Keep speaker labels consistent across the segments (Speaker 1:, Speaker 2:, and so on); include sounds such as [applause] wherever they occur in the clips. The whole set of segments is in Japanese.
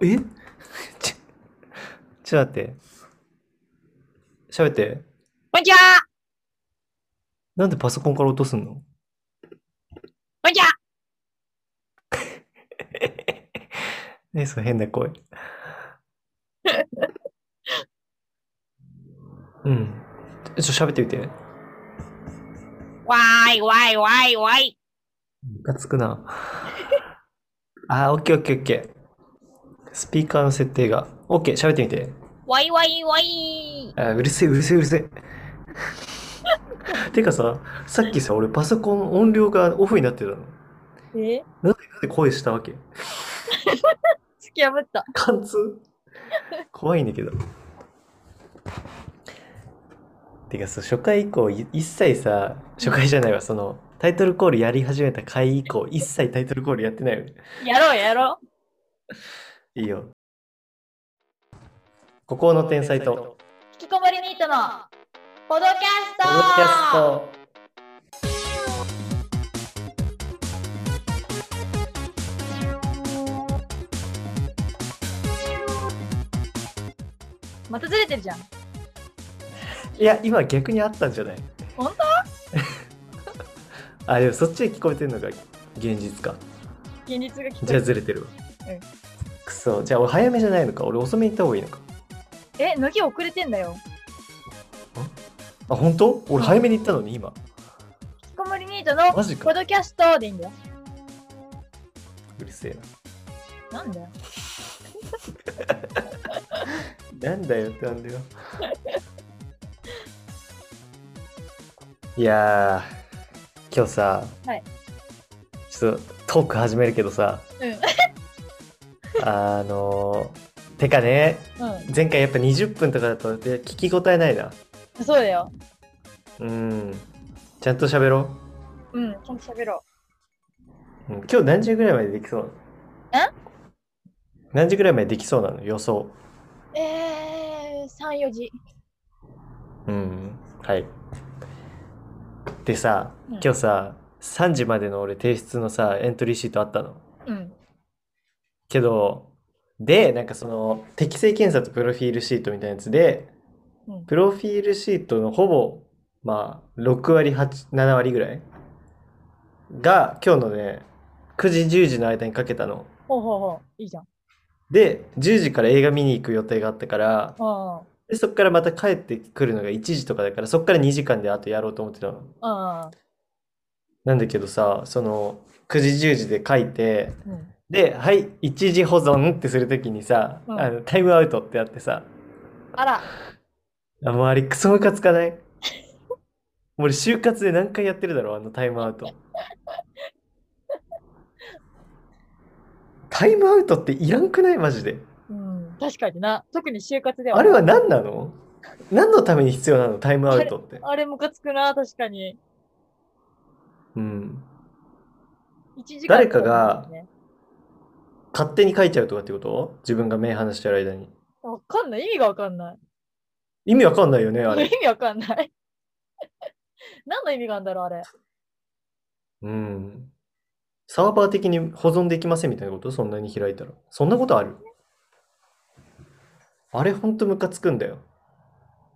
Speaker 1: えちょ、ちょっと待って。喋って。
Speaker 2: こんにちは
Speaker 1: なんでパソコンから落とすの
Speaker 2: こんにちは
Speaker 1: ねその変な声。うん。ちょ、ちょ喋ってみて。ム
Speaker 2: わーいわーいわーいわーい
Speaker 1: カつくな。あー、オッケーオッケーオッケー。スピーカーの設定が。オッケー、喋ってみて。
Speaker 2: わいわいわい
Speaker 1: あー、うるせえ、うるせえ、 [laughs] うるせえ。てかさ、さっきさ、俺パソコン音量がオフになってたの。
Speaker 2: え
Speaker 1: なんで、なんで声したわけ
Speaker 2: 突き破った。
Speaker 1: 貫通怖いんだけど。てかそう初回以降い一切さ初回じゃないわそのタイトルコールやり始めた回以降一切タイトルコールやってないよね
Speaker 2: やろうやろう。
Speaker 1: いいよ孤高の天才と
Speaker 2: 引きこもりニートのポドキャス
Speaker 1: ポ
Speaker 2: ト
Speaker 1: ッドキャスト
Speaker 2: またずれてるじゃん。
Speaker 1: いや今逆にあったんじゃない
Speaker 2: 本
Speaker 1: 当 [laughs] あでもそっちで聞こえてるのが現実か
Speaker 2: 現実が聞こ
Speaker 1: じゃあずれてるわ、
Speaker 2: うん
Speaker 1: くそじゃあ俺早めじゃないのか俺遅めに行った方がいいのか
Speaker 2: ええ、乃木遅れてんだよ。
Speaker 1: あ本当俺早めに行ったのに今
Speaker 2: 引きこもりニートの
Speaker 1: マジか
Speaker 2: ポドキャストでいいんだよ。
Speaker 1: うるせえな
Speaker 2: なんだよ。
Speaker 1: なんだよってなんだよ。いやー、今日さ、
Speaker 2: はい
Speaker 1: ちょっとトーク始めるけどさ、
Speaker 2: う
Speaker 1: [laughs] あのー、てかね、
Speaker 2: ん。
Speaker 1: 前回やっぱ20分とかだとで聞き応えないな。
Speaker 2: うん。そうだよ。
Speaker 1: うん、ちゃんと喋ろ
Speaker 2: うん。ちゃんと喋ろ
Speaker 1: う。うん、今日何時ぐらいまでできそうなの何時ぐらいまでできそうなの予想。
Speaker 2: う。えー、3、4時。
Speaker 1: うん、はい。でさ、
Speaker 2: うん
Speaker 1: 今日さ、3時までの俺提出のさ、エントリーシートあったの。
Speaker 2: うん。
Speaker 1: けど、で、なんかその、適性検査とプロフィールシートみたいなやつで、
Speaker 2: うん
Speaker 1: プロフィールシートのほぼ、まあ、6割、8、7割ぐらいが、今日のね、9時、10時の間にかけたの。
Speaker 2: ほうほうほう。いいじゃん。
Speaker 1: で、10時から映画見に行く予定があったから、
Speaker 2: うん。
Speaker 1: で、そっからまた帰ってくるのが1時とかだから、そっから2時間であとやろうと思ってたの。
Speaker 2: うん。
Speaker 1: なんだけどさ、その、9時10時で書いて、
Speaker 2: うん。
Speaker 1: で、はい、一時保存ってするときにさ、
Speaker 2: うん
Speaker 1: あの、タイムアウトってあってさ、
Speaker 2: あら。
Speaker 1: あ、もうあれクソムカつかない [laughs] もう俺、就活で何回やってるだろう、あのタイムアウ
Speaker 2: [laughs]
Speaker 1: ト。タイムアウトっていらんくないマジで。
Speaker 2: うん。確かにな。特に就活では。
Speaker 1: あれは何なの何のために必要なのタイムアウトって。
Speaker 2: あれムカつくな、確かに。
Speaker 1: うん。
Speaker 2: 一時間
Speaker 1: 誰かが
Speaker 2: ね
Speaker 1: 勝手に書いちゃうとかってこと自分が目離してる間に。
Speaker 2: わかんない。意味がわかんない。
Speaker 1: 意味わかんないよね、あれ。
Speaker 2: 意味わかんない。 [laughs] 何の意味があるんだろう、あれ。
Speaker 1: うん。サーバー的に保存できませんみたいなことそんなに開いたら。そんなことあるあれほんとムカつくんだよ。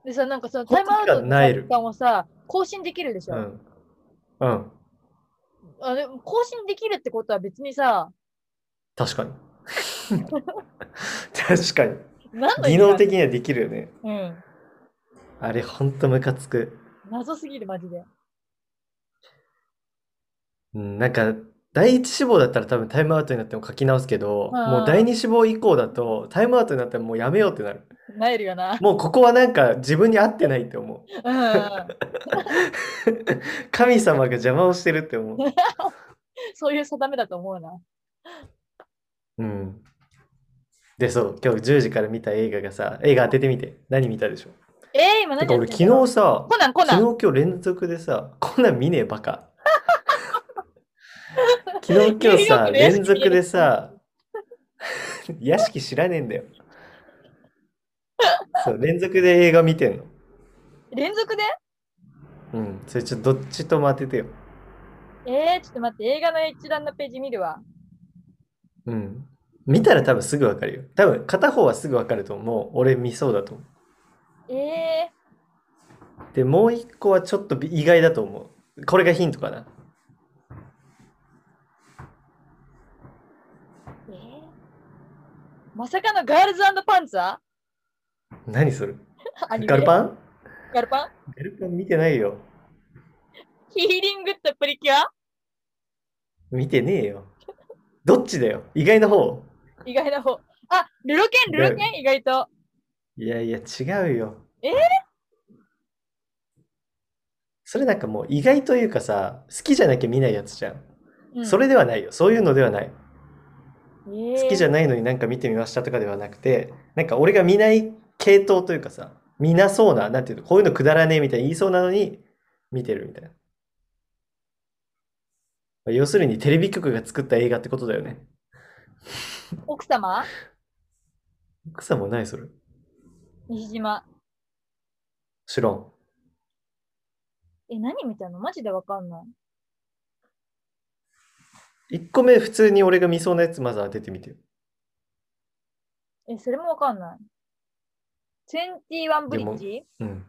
Speaker 2: でさ、なんかその
Speaker 1: こっ
Speaker 2: タ
Speaker 1: ち
Speaker 2: イムアウト
Speaker 1: が萎える
Speaker 2: 時間をさ、更新できるでし
Speaker 1: う
Speaker 2: ょ。
Speaker 1: ん。うん。
Speaker 2: あでも更新できるってことは別にさ、
Speaker 1: 確かに。確かに。
Speaker 2: 何の意
Speaker 1: 技
Speaker 2: 味があ
Speaker 1: 能
Speaker 2: る
Speaker 1: 的にはできるよね。
Speaker 2: うん。
Speaker 1: あれほんとムカつく。
Speaker 2: 謎すぎる、マジで。
Speaker 1: うん、なんか、第一志望だったら多分タイムアウトになっても書き直すけど、
Speaker 2: あー
Speaker 1: もう第二志望以降だとタイムアウトになったらもうやめようってなる。
Speaker 2: 萎えるよな。
Speaker 1: もうここはなんか自分に合ってないって思う。 [laughs]
Speaker 2: うん。
Speaker 1: 神様が邪魔をしてるって思う。
Speaker 2: そういう定めだと思うな。
Speaker 1: うん。で、そう、今日10時から見た映画がさ、映画当ててみて、何見たでしょ
Speaker 2: えー、今
Speaker 1: て
Speaker 2: 何
Speaker 1: か
Speaker 2: やっ
Speaker 1: 俺
Speaker 2: てんだろ
Speaker 1: 昨
Speaker 2: う
Speaker 1: 日さ、
Speaker 2: コナン、コナン。
Speaker 1: 昨日今日連続でさ、こんなん見ねえバカ。 [laughs] 昨日今日さ、
Speaker 2: ニューヨ
Speaker 1: 連
Speaker 2: ークの屋敷
Speaker 1: 続でさ、屋敷知らねえんだよ。そう、連続で映画見てんの。
Speaker 2: 連続で
Speaker 1: うん、それちょっとどっちとも当ててよ。
Speaker 2: えー、ちょっと待って、映画の一覧のページ見るわ。
Speaker 1: うん。見たら多分すぐわかるよ。多分片方はすぐわかると思う。もう俺見そうだと思う。
Speaker 2: ええ
Speaker 1: で、もう一個はちょっと意外だと思う。これがヒントかな。
Speaker 2: ええまさかのガールズパンツァ
Speaker 1: 何それ
Speaker 2: ーアニメ
Speaker 1: ガルパン
Speaker 2: ガルパン
Speaker 1: ガルパン見てないよ。
Speaker 2: ヒーリングってプリキュア
Speaker 1: 見てねえよ。どっちだよ意外な方
Speaker 2: 意外な方。あ、ルロケン、ルロケン意外と。
Speaker 1: いやいや、違うよ。
Speaker 2: え
Speaker 1: それなんかもう意外というかさ、好きじゃなきゃ見ないやつじゃん。
Speaker 2: うん
Speaker 1: それではないよ。そういうのではない。好
Speaker 2: 好
Speaker 1: きじゃ
Speaker 2: ない。
Speaker 1: ないのになんか見てみましたとかではなくて、なんか俺が見ない系統というかさ、見なそうな、なんていうの、こういうのくだらねえみたいに言いそうなのに見てるみたいな。まあ要するにテレビ局が作った映画ってことだよね。
Speaker 2: 奥様
Speaker 1: 草もないそれ。
Speaker 2: 西島。
Speaker 1: 知らん。
Speaker 2: え、何見たのマジでわかんない。
Speaker 1: 1個目普通に俺が見そうなやつまず当ててみてよ。
Speaker 2: え、それもわかんない。21ブリッジ
Speaker 1: うん。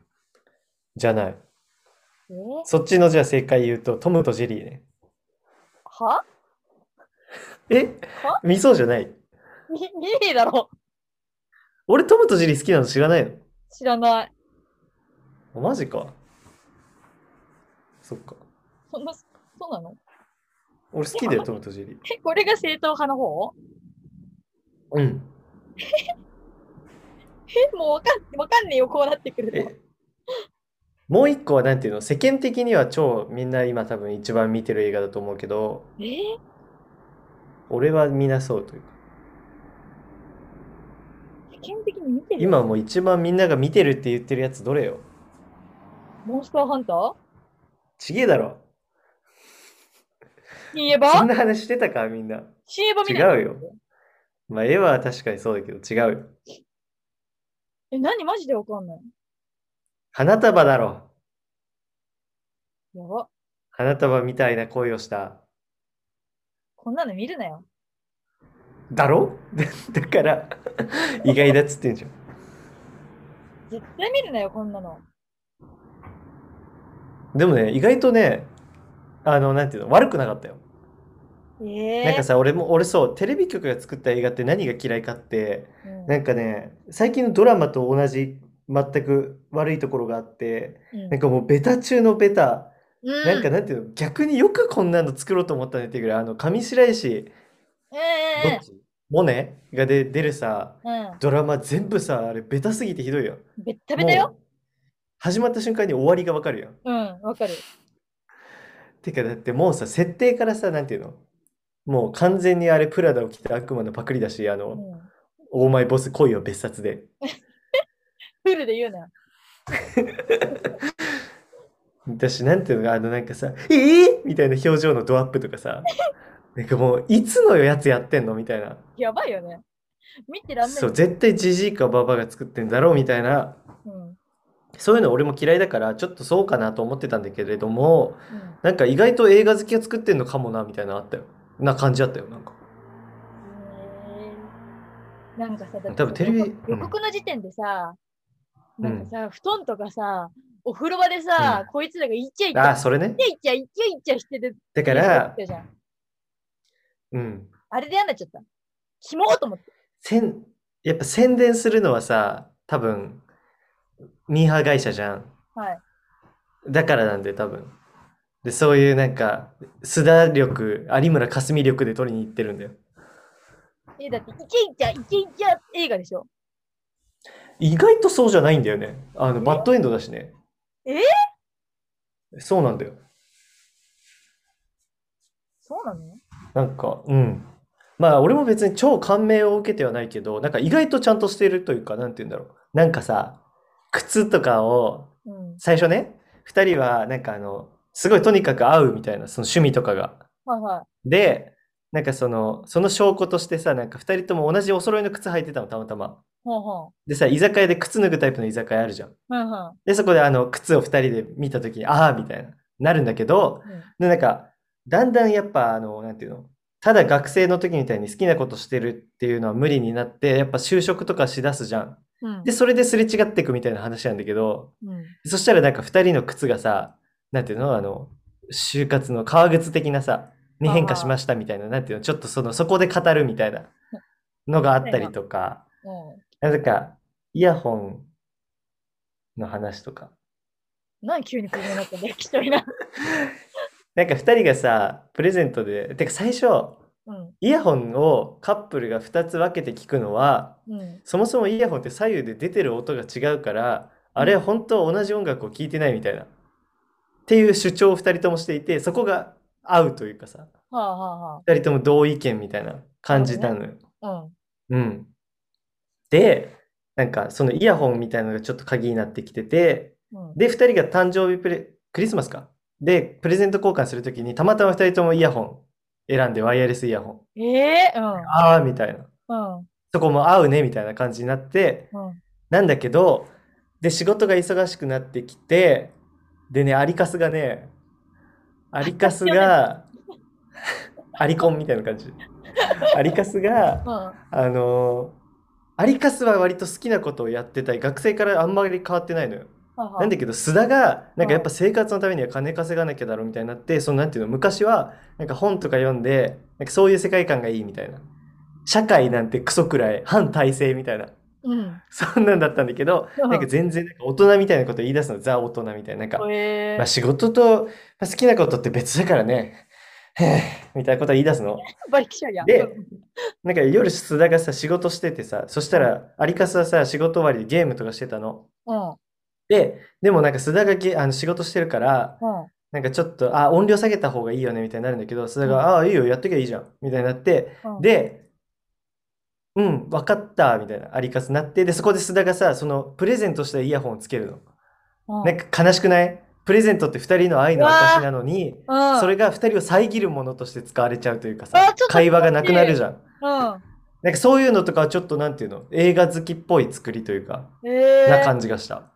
Speaker 1: じゃない。
Speaker 2: え
Speaker 1: そっちのじゃあ正解言うと、トムとジェリーね。
Speaker 2: は [laughs]
Speaker 1: え
Speaker 2: は
Speaker 1: 見そうじゃない。
Speaker 2: 見見ねえだろ。
Speaker 1: 俺トムとジェリー好きなの知らないの
Speaker 2: 知らない。
Speaker 1: あマジか。そっか。
Speaker 2: そんな、そうなの
Speaker 1: 俺好きだよ、トムとジェリー。
Speaker 2: え、これが正統派の方
Speaker 1: うん。
Speaker 2: え、もうわかん、わかんねえよ、こうなってくると。
Speaker 1: え、もう一個はなんていうの、世間的には超みんな今多分一番見てる映画だと思うけど、
Speaker 2: えー
Speaker 1: 俺はみなそうというか、
Speaker 2: 世間的に見てる
Speaker 1: 今もう一番みんなが見てるって言ってるやつどれよ
Speaker 2: モンスターハンター
Speaker 1: ちげえだろ。
Speaker 2: 新エ
Speaker 1: そ
Speaker 2: ヴ
Speaker 1: ん
Speaker 2: ァ
Speaker 1: な話してたか、みんな。
Speaker 2: 新エヴァ見
Speaker 1: 違
Speaker 2: ないう
Speaker 1: よ。まあ、絵は確かにそうだけど、違うよ。
Speaker 2: え、何マジでわかんない。
Speaker 1: 花束だろ。
Speaker 2: やば。
Speaker 1: 花束みたいな恋をした。
Speaker 2: こんなの見るなよ。
Speaker 1: だろ [laughs] だから、意外だっつってんじゃん。
Speaker 2: 絶対見るなよ、こんなの。
Speaker 1: でもね、意外とね、あの、なんていうの、悪くなかったよ。
Speaker 2: ええ
Speaker 1: なんかさ、俺も、俺そう、テレビ局が作った映画って何が嫌いかって、
Speaker 2: うん
Speaker 1: なんかね、最近のドラマと同じ、全く悪いところがあって、
Speaker 2: うん
Speaker 1: なんかもうベタ中のベタ、
Speaker 2: うん
Speaker 1: なんかなんていうの、逆によくこんなの作ろうと思ったねっていうぐらい、あの、上白石、
Speaker 2: え
Speaker 1: ど
Speaker 2: え
Speaker 1: っちモネがで出るさ、
Speaker 2: ええ
Speaker 1: ドラマ全部さ、あれ、ベタすぎてひどいよ。
Speaker 2: うん。べったべたよ。
Speaker 1: もう始まった瞬間に終わりがわかるよ。
Speaker 2: うん、わかる。
Speaker 1: てか、だってもうさ、設定からさ、なんていうのもう完全にあれ、プラダを着た悪魔のパクリだし、あ
Speaker 2: う
Speaker 1: の、
Speaker 2: ん、
Speaker 1: オーマイボス恋を別冊で。
Speaker 2: フルで言うなよ。
Speaker 1: だし、なんていうのあの、なんかさ、えぇみたいな表情のドアップとかさ、 [laughs] なんかもう、いつのやつやってんのみたいな。
Speaker 2: やばいよね。見てらんない。
Speaker 1: そう、絶対ジジイかババアが作ってんだろうみたいな。
Speaker 2: うん。うん。
Speaker 1: そういうの俺も嫌いだから、ちょっとそうかなと思ってたんだけれども、なんか意外と映画好きが作ってんのかもなみたいなのあったよ。な感じだったよ。なんか。
Speaker 2: えーなんかさ、だってさ
Speaker 1: 多分テレビ
Speaker 2: 予告
Speaker 1: うん
Speaker 2: 予告の時点でさ、
Speaker 1: うん
Speaker 2: なんかさ、布団とかさ、お風呂場でさ、こいつらがイチャイチ
Speaker 1: あ
Speaker 2: ャ、
Speaker 1: あ、それね。
Speaker 2: イチャイチャ、イチャイチャしてる。
Speaker 1: だから、
Speaker 2: じゃん。
Speaker 1: うん。
Speaker 2: あれで嫌になっちゃった。キモーと思って。
Speaker 1: せん、やっぱ宣伝するのはさ、多分、ミーハー会社じゃん。
Speaker 2: はい。
Speaker 1: だからなんで、多分。で、そういうなんか、須田力、有村架純力で取りに行ってるんだよ。
Speaker 2: え、だって、イチャイチャ、イチャイチャ映画でしょ。
Speaker 1: 意外とそうじゃないんだよね。あの、バッドエンドだしね。
Speaker 2: え
Speaker 1: そうなんだよ。
Speaker 2: そうなの
Speaker 1: なんか、うん。まあ、俺も別に超感銘を受けてはないけど、なんか意外とちゃんとしてるというか、なんて言うんだろう。なんかさ、靴とかを、
Speaker 2: うん。
Speaker 1: 最初ね、二人は、なんかあの、すごいとにかく合うみたいな、その趣味とかが。
Speaker 2: はいは
Speaker 1: で、なんかその、その証拠としてさ、なんか二人とも同じお揃いの靴履いてたの、たまたま。
Speaker 2: い。はんはん。
Speaker 1: でさ、居酒屋で靴脱ぐタイプの居酒屋あるじゃん。
Speaker 2: はいは
Speaker 1: で、そこであの、靴を二人で見たときに、ああ、みたいな、なるんだけど、
Speaker 2: い。うん
Speaker 1: で、なんか、だんだんやっぱ、あの、なんていうの、ただ学生の時みたいに好きなことしてるっていうのは無理になって、やっぱ就職とかしだすじゃん。
Speaker 2: うん
Speaker 1: で、それですれ違っていくみたいな話なんだけど、
Speaker 2: うん
Speaker 1: そしたらなんか二人の靴がさ、なんていうのあの、就活の革靴的なさ、に変化しましたみたいな、なんていうのちょっとその、そこで語るみたいなのがあったりとか、
Speaker 2: う
Speaker 1: なんか、イヤホンの話とか。
Speaker 2: ん。何急にクビになったんだよ、きとりな。
Speaker 1: なんか二人がさ、プレゼントで、てか最初、
Speaker 2: うん。
Speaker 1: イヤホンをカップルが2つ分けて聞くのは、
Speaker 2: うん。
Speaker 1: そもそもイヤホンって左右で出てる音が違うから、あれは本当は同じ音楽を聴いてないみたいな。っていう主張を2人ともしていて、そこが合うというかさ、
Speaker 2: はあはあは
Speaker 1: 2人とも同意見みたいな感じたのよ。
Speaker 2: あ。う
Speaker 1: う
Speaker 2: ん。
Speaker 1: ん。で、なんかそのイヤホンみたいなのがちょっと鍵になってきてて、
Speaker 2: うん、
Speaker 1: で、2人が誕生日プレ、クリスマスか。で、プレゼント交換するときに、たまたま2人ともイヤホン選んで、ワイヤレスイヤホン。
Speaker 2: ええ
Speaker 1: あーみたいな。
Speaker 2: うん。うん。
Speaker 1: そこも合うねみたいな感じになって、
Speaker 2: うん。
Speaker 1: なんだけど、で、仕事が忙しくなってきて、でね、アリカスがね、アリカスが、アリコンみたいな感じ。アリカスが、
Speaker 2: うん。
Speaker 1: あのーアリカスは割と好きなことをやってたい。学生からあんまり変わってないのよ。なんだけど、須田が、なんかやっぱ生活のためには金稼がなきゃだろみたいになって、そのなんていうの、昔は、なんか本とか読んで、なんかそういう世界観がいいみたいな。社会なんてクソくらい、反体制みたいな。
Speaker 2: うん。
Speaker 1: そんなんだったんだけど、
Speaker 2: うん
Speaker 1: なんか全然なんか大人みたいなこと言い出すの、ザ大人みたいな。なんか、
Speaker 2: ええ
Speaker 1: まあ仕事と、まあ、好きなことって別だからね、へえみたいなこと言い出すの。
Speaker 2: バリキシャリや。
Speaker 1: で、なんか夜須田がさ、仕事しててさ、そしたら、アリカスはさ、仕事終わりでゲームとかしてたの。
Speaker 2: うん。うん。
Speaker 1: で、でもなんか須田がゲあの仕事してるから、なんかちょっと、あ、音量下げた方がいいよね、みたいになるんだけど、それが、あ、いいよ、やっときゃいいじゃん、みたいになって、
Speaker 2: うん、
Speaker 1: で、うん、わかった、みたいな、アリカスになって、で、そこで須田がさ、その、プレゼントしたイヤホンをつけるの。
Speaker 2: うん、
Speaker 1: なんか悲しくないプレゼントって二人の愛の証なのに、
Speaker 2: うん、
Speaker 1: それが二人を遮るものとして使われちゃうというか
Speaker 2: あちょ
Speaker 1: さ
Speaker 2: っと、
Speaker 1: 会話がなくなるじゃん。
Speaker 2: うん。
Speaker 1: なんかそういうのとかはちょっと、なんていうの、映画好きっぽい作りというか、
Speaker 2: ええ
Speaker 1: な感じがした。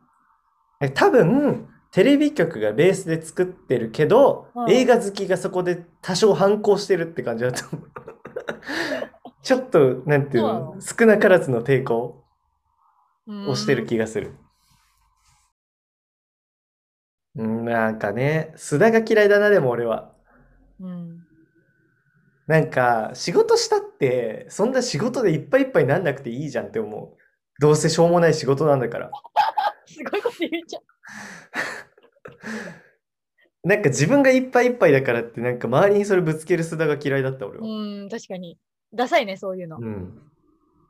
Speaker 1: 多分、テレビ局がベースで作ってるけど、
Speaker 2: うん
Speaker 1: 映画好きがそこで多少反抗してるって感じだと思う。 [laughs] ちょっと、なんていうの、少なからずの抵抗をしてる気がする。うん、なんかね、須田が嫌いだな、でも俺は。
Speaker 2: うん。
Speaker 1: なんか、仕事したって、そんな仕事でいっぱいいっぱいなんなくていいじゃんって思う。どうせしょうもない仕事なんだから。
Speaker 2: すごいこと言っちゃう。
Speaker 1: なんか自分がいっぱいいっぱいだからって、なんか周りにそれぶつける須田が嫌いだった、俺は。
Speaker 2: うん、確かに。ダサいね、そういうの。
Speaker 1: うん。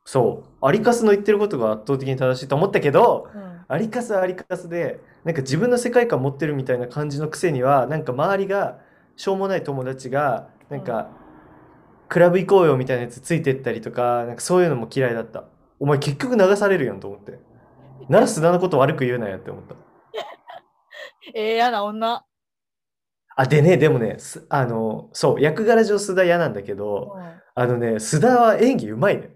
Speaker 1: そう。アリカスの言ってることが圧倒的に正しいと思ったけど、
Speaker 2: うん。
Speaker 1: アリカスはアリカスで、なんか自分の世界観持ってるみたいな感じのくせには、なんか周りが、しょうもない友達が、なんか、クラブ行こうよみたいなやつついてったりとか、なんかそういうのも嫌いだった。お前結局流されるやんと思って。なら須田のこと悪く言うなよって思った。
Speaker 2: ええ嫌な女。
Speaker 1: あ、でね、でもね、すあの、そう、役柄上須田嫌なんだけど、
Speaker 2: うん
Speaker 1: あのね、須田は演技うまいね。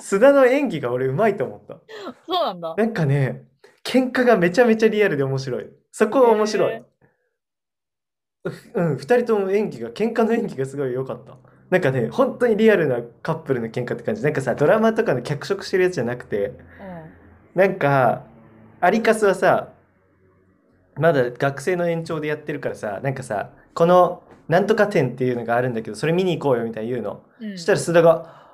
Speaker 1: 須田の演技が俺うまいと思った。
Speaker 2: そうなんだ。
Speaker 1: なんかね、喧嘩がめちゃめちゃリアルで面白い。そこは面白い。うん、二人とも演技が、喧嘩の演技がすごい良かった。なんかね、本当にリアルなカップルの喧嘩って感じ。なんかさ、ドラマとかの脚色してるやつじゃなくて、
Speaker 2: う
Speaker 1: なんか、アリカスはさ、まだ学生の延長でやってるからさ、なんかさ、この、なんとか展っていうのがあるんだけど、それ見に行こうよみたいに言うの。
Speaker 2: ん。うん、
Speaker 1: したら須田が、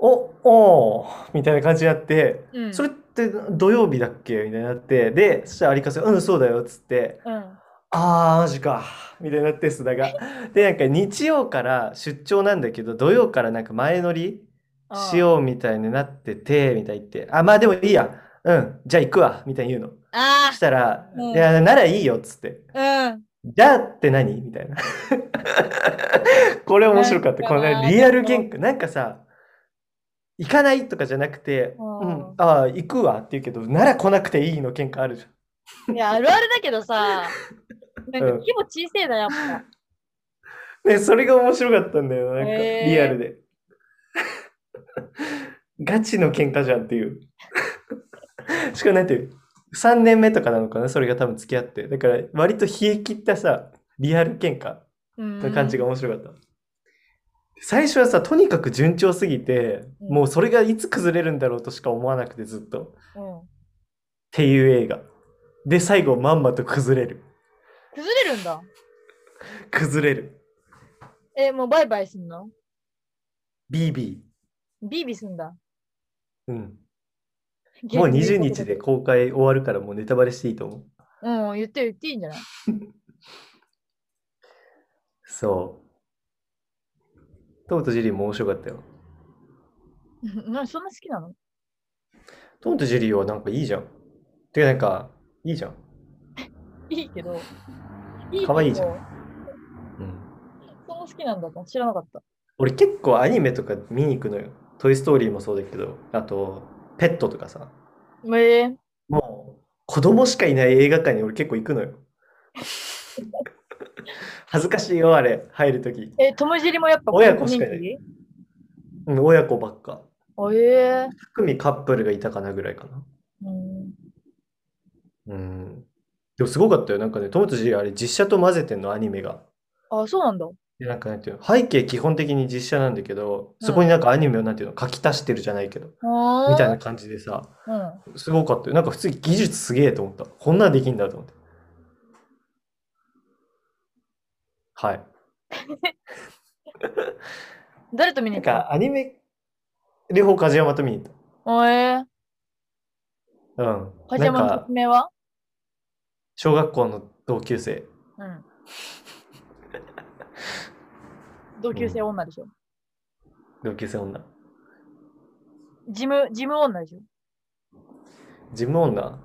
Speaker 1: お、おーみたいな感じになって、
Speaker 2: うん、
Speaker 1: それって土曜日だっけみたいになって、で、そしたら有川さんが、うん、そうだよ、っつって、
Speaker 2: うん。
Speaker 1: あー、マジか、みたいになって、須田が。で、なんか日曜から出張なんだけど、土曜からなんか前乗りし
Speaker 2: う。
Speaker 1: ようみたいになってて、みたいに言って、あ、まあでもいいや、うん、じゃあ行くわ、みたいに言うの。
Speaker 2: あ
Speaker 1: そしたら、
Speaker 2: うん
Speaker 1: いや、ならいいよ、っつって。
Speaker 2: あ、うん。
Speaker 1: じゃあって何みたいな。 [laughs] これ面白かった。
Speaker 2: なん
Speaker 1: こ
Speaker 2: か
Speaker 1: のねリアル喧嘩。なんかさ、行かないとかじゃなくて、
Speaker 2: う
Speaker 1: うんん、ああ、行くわって言うけど、なら来なくていいの喧嘩あるじゃん。
Speaker 2: いや、あるあるだけどさ、なんか
Speaker 1: [laughs] うん
Speaker 2: 規模小せえな、やっぱ。
Speaker 1: [laughs] ね、それが面白かったんだよな、なんか、
Speaker 2: へー
Speaker 1: リアルで。 [laughs] ガチの喧嘩じゃんっていう。 [laughs] しかもなんていう、3年目とかなのかな、それが多分付き合って。だから、割と冷え切ったさ、リアル喧嘩な感じが面白かった。最初はさ、とにかく順調すぎて、
Speaker 2: うん
Speaker 1: もうそれがいつ崩れるんだろうとしか思わなくてずっと。っ
Speaker 2: うん。
Speaker 1: ていう映画。で、最後まんまと崩れる。
Speaker 2: 崩れるんだ。
Speaker 1: 崩れる。
Speaker 2: え、もうバイバイすんの
Speaker 1: BB。
Speaker 2: ビービーすんだ。
Speaker 1: うん。もう20日で公開終わるからもうネタバレしていいと思う。
Speaker 2: うん、言って言っていいんじゃない [laughs]
Speaker 1: そう。トムとジェリーも面白かったよ。
Speaker 2: なそんな好きなの
Speaker 1: トムとジェリーはなんかいいじゃん。てかなんか、いいじゃん。
Speaker 2: いいけど。いい
Speaker 1: 可愛いじゃ
Speaker 2: ん。
Speaker 1: うん。
Speaker 2: そんな好きなんだと知らなかった。
Speaker 1: 俺結構アニメとか見に行くのよ。トイ・ストーリーもそうだけど、あと、ペットとかさ。
Speaker 2: えー、
Speaker 1: もう、子供しかいない映画館に俺結構行くのよ。恥ずかしいよ、あれ、入るとき。
Speaker 2: え、友尻もやっぱ
Speaker 1: 親子しかいない
Speaker 2: 人
Speaker 1: うん親子ばっか。
Speaker 2: 気えー
Speaker 1: 組カップルがいたかなぐらいかな。
Speaker 2: うん。
Speaker 1: うん。でもすごかったよ。なんかね、トムとジェリーあれ実写と混ぜてんの、アニメが。
Speaker 2: あ、そうなんだ。
Speaker 1: で、なんかなんていうの、背景基本的に実写なんだけど、そこになんかアニメをなんていうの、書き足してるじゃないけど、
Speaker 2: あー
Speaker 1: みたいな。感じでさ、
Speaker 2: うん。
Speaker 1: すごかったよ。なんか普通に技術すげえと思った。こんなんできんだと思って。はい。
Speaker 2: 誰と見に
Speaker 1: なん
Speaker 2: 行った
Speaker 1: かアニメ、両方梶山と見に行っ
Speaker 2: のえ
Speaker 1: た。うん。
Speaker 2: ー、梶山
Speaker 1: な
Speaker 2: の
Speaker 1: んか
Speaker 2: 説、明は
Speaker 1: 小学校の同級生。
Speaker 2: うん。同級生女でしょ。
Speaker 1: 同級生女。
Speaker 2: ジム、ジム女でしょ。
Speaker 1: ジム女あ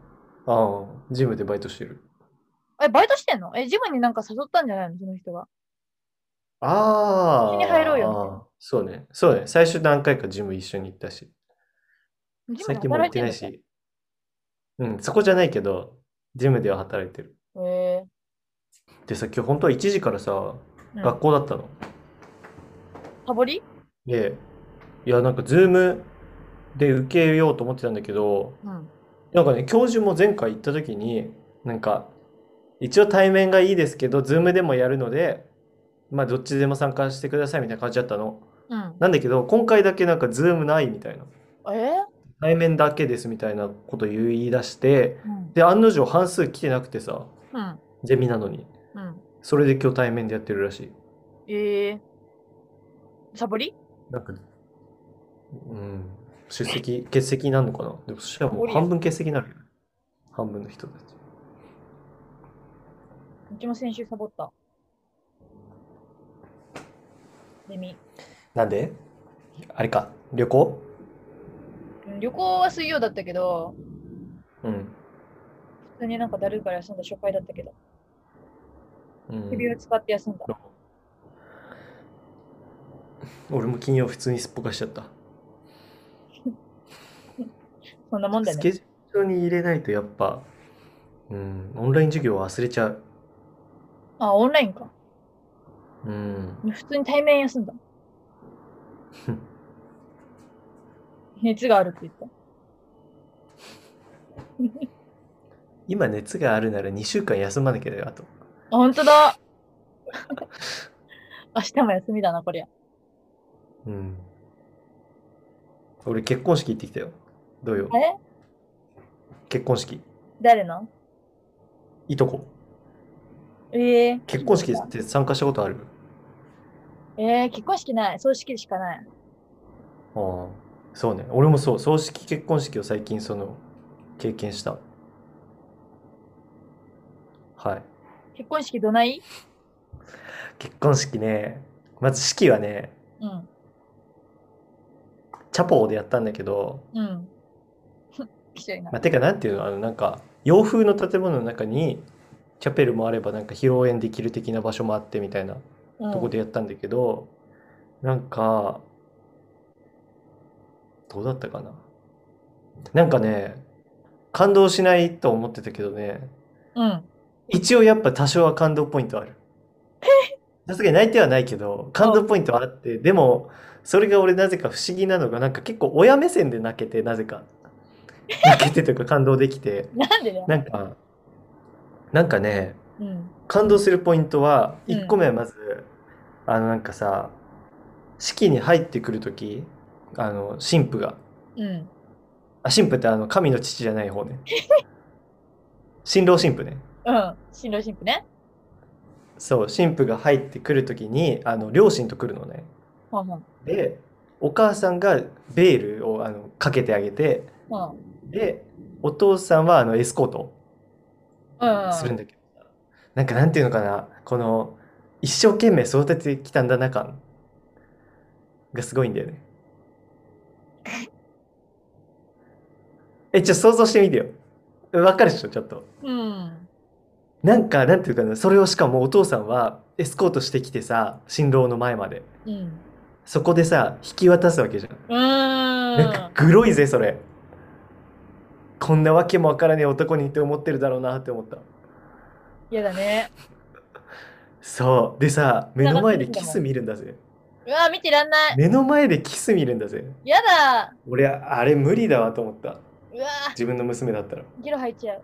Speaker 1: あ、ジムでバイトしてる。
Speaker 2: え、バイトしてんのえ、ジムになんか誘ったんじゃないのその人が。
Speaker 1: ああ。
Speaker 2: 一緒に入ろうよみたいな
Speaker 1: ああそうね。そうね。最初何回かジム一緒に行ったし。
Speaker 2: ジム
Speaker 1: 最
Speaker 2: で
Speaker 1: 近もう行
Speaker 2: 働
Speaker 1: っ
Speaker 2: いて
Speaker 1: て
Speaker 2: ん
Speaker 1: な
Speaker 2: の
Speaker 1: いし。うん、そこじゃないけど、ジムでは働いてる。
Speaker 2: え
Speaker 1: でさ、今日本当は1時からさ、
Speaker 2: ー、うん
Speaker 1: 学校だったの。
Speaker 2: サボり
Speaker 1: で、いや、なんか、ズームで受けようと思ってたんだけど、
Speaker 2: うん。
Speaker 1: なんかね、教授も前回行った時に、なんか、一応対面がいいですけど、ズームでもやるので、まあ、どっちでも参加してくださいみたいな感じだったの。
Speaker 2: うん。
Speaker 1: なんだけど、今回だけなんか、ズームないみたいな。
Speaker 2: え
Speaker 1: 対面だけですみたいなこと言い出して、
Speaker 2: ー、うん。
Speaker 1: で、案の定半数来てなくてさ、
Speaker 2: うん。
Speaker 1: ゼミなのに。
Speaker 2: うん。
Speaker 1: それで今日対面でやってるらしい。
Speaker 2: ええー、サボり
Speaker 1: なんか、うん、出席、欠席になるのかなでもそしたらも
Speaker 2: 無
Speaker 1: う
Speaker 2: 理
Speaker 1: 半分欠席になるよね。半分の人たち。
Speaker 2: うちも先週サボった。ゼミ。
Speaker 1: なんであれか、旅行
Speaker 2: うん旅行は水曜だったけど、
Speaker 1: うん。
Speaker 2: 普通になんかだるいから休んだ初回だったけど、
Speaker 1: うん
Speaker 2: 首を使って休んだ。
Speaker 1: 俺も金曜普通にすっぽかしちゃった。
Speaker 2: そんなもんだよ
Speaker 1: ス
Speaker 2: ね。
Speaker 1: ケジュールに入れないとやっぱ、うん、オンライン授業は忘れちゃう。
Speaker 2: あ、オンラインか。
Speaker 1: うん。
Speaker 2: 普通に対面休ん
Speaker 1: [laughs]
Speaker 2: だ。熱があるって言った。
Speaker 1: 今熱があるなら2週間休まなきゃだよ、あと。
Speaker 2: あ、ほんとだ [laughs] 明日も休みだな、こりゃ。
Speaker 1: うん。俺結婚式行ってきたよ。どうよ。
Speaker 2: え
Speaker 1: 結婚式。
Speaker 2: 誰の
Speaker 1: いとこ。
Speaker 2: ええ
Speaker 1: 結婚式って参加したことある
Speaker 2: ええ結婚式ない。葬式しかない。
Speaker 1: ああそうね俺もそう葬式結婚式を最近その経験したはい
Speaker 2: 結婚式どない
Speaker 1: 結婚式ねまず式はね
Speaker 2: うん。
Speaker 1: チャポーでやったんだけど、
Speaker 2: うん。 [laughs] きちいな
Speaker 1: まあ、。てかなんていうのあのなんか洋風の建物の中にチャペルもあればなんか披露宴できる的な場所もあってみたいな
Speaker 2: うん
Speaker 1: とこでやったんだけど、なんかどうだったかななんかね感動しないと思ってたけどね
Speaker 2: うん。
Speaker 1: 一応やっぱ多少は感動ポイントある。さすがに泣いてはないけど感動ポイントはあってでもそれが俺なぜか不思議なのがなんか結構親目線で泣けてなぜか泣けてというか感動できて
Speaker 2: なんでだよ。
Speaker 1: なんかなんかね
Speaker 2: うん。
Speaker 1: 感動するポイントは
Speaker 2: うん
Speaker 1: 1個目はまずあのなんかさ式に入ってくる時あの神父が
Speaker 2: うん。
Speaker 1: あ神父ってあの神の父じゃない方ね新郎神父ね
Speaker 2: うん。新郎新婦ね。
Speaker 1: そう神父が入ってくる時にあの両親と来るのね
Speaker 2: はんはん。
Speaker 1: でお母さんがベールをあのかけてあげて
Speaker 2: は
Speaker 1: でお父さんはあのエスコート
Speaker 2: ん。うん。
Speaker 1: するんだけど、なんかなんていうのかなこの一生懸命育ててきたんだな感がすごいんだよね [laughs] えちょっと想像してみてよわかるでしょちょっと
Speaker 2: うん。
Speaker 1: なんかなんていうかなそれをしかもお父さんはエスコートしてきてさ新郎の前まで
Speaker 2: うん。
Speaker 1: そこでさ引き渡すわけじゃん
Speaker 2: うー。
Speaker 1: なんんかグロいぜそれこんなわけもわからねえ男にって思ってるだろうなって思った
Speaker 2: 嫌だね。
Speaker 1: そうでさ目の前で
Speaker 2: 繋がってるんだ
Speaker 1: キ
Speaker 2: もん
Speaker 1: ス見るんだぜ
Speaker 2: うわ、見てらんない。
Speaker 1: 目の前でキス見るんだぜ
Speaker 2: 嫌だ。
Speaker 1: 俺あれ無理だわと思った
Speaker 2: うわ、
Speaker 1: 自分の娘だったら
Speaker 2: ゲロ吐いちゃう。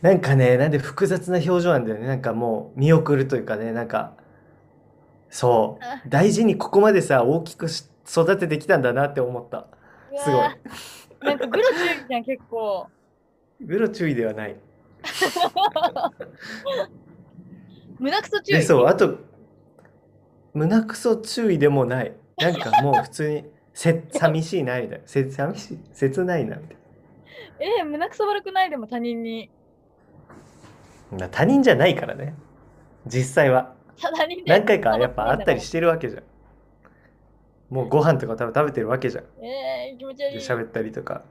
Speaker 1: なんかねなんで複雑な表情なんだよねなんかもう見送るというかねなんかそ
Speaker 2: あ
Speaker 1: う大事にここまでさ大きくし育ててきたんだなって思った
Speaker 2: うわ
Speaker 1: すごい
Speaker 2: なんかグロ注意じゃん、結構。
Speaker 1: グロ注意ではない
Speaker 2: 胸くそ注
Speaker 1: で
Speaker 2: 意。
Speaker 1: そうあと胸くそ注意でもないなんかもう普通に [laughs] せ寂しいなみたいなせ寂しい切ないなみたい
Speaker 2: えー、胸くそ悪くないでも他人に。 [laughs]
Speaker 1: なまあ他人じゃないからね実際は
Speaker 2: 他人で
Speaker 1: 何回かやっぱあったりしてるわけじゃんもうご飯とか多分食べてるわけじゃん
Speaker 2: えー、気持ち悪
Speaker 1: で
Speaker 2: い。
Speaker 1: 喋ったりとか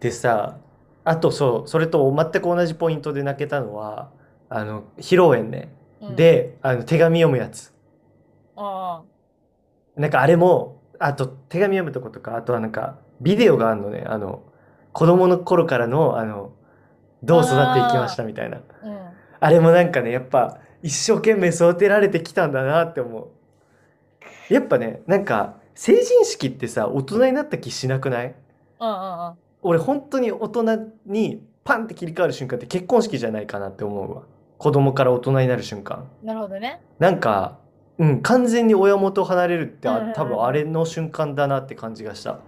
Speaker 1: でさあとそうそれと全く同じポイントで泣けたのはあの披露宴ね、
Speaker 2: うん、
Speaker 1: であの手紙読むやつ
Speaker 2: あ
Speaker 1: なんかあれも、あと手紙読むとことか、あとはなんかビデオがあるのね、あの、子供の頃からの、あの、どう育っていきましたみたいな。
Speaker 2: あ、うん。
Speaker 1: あれもなんかね、やっぱ一生懸命育てられてきたんだなって思う。やっぱね、なんか成人式ってさ、大人になった気しなくない
Speaker 2: うんうんうん。
Speaker 1: 俺本当に大人にパンって切り替わる瞬間って結婚式じゃないかなって思うわ。子供から大人になる瞬間。
Speaker 2: なるほどね。
Speaker 1: なんか、うん、完全に親元を離れるって、
Speaker 2: うんうんう
Speaker 1: あ
Speaker 2: ん
Speaker 1: 多分あれの瞬間だなって感じがした。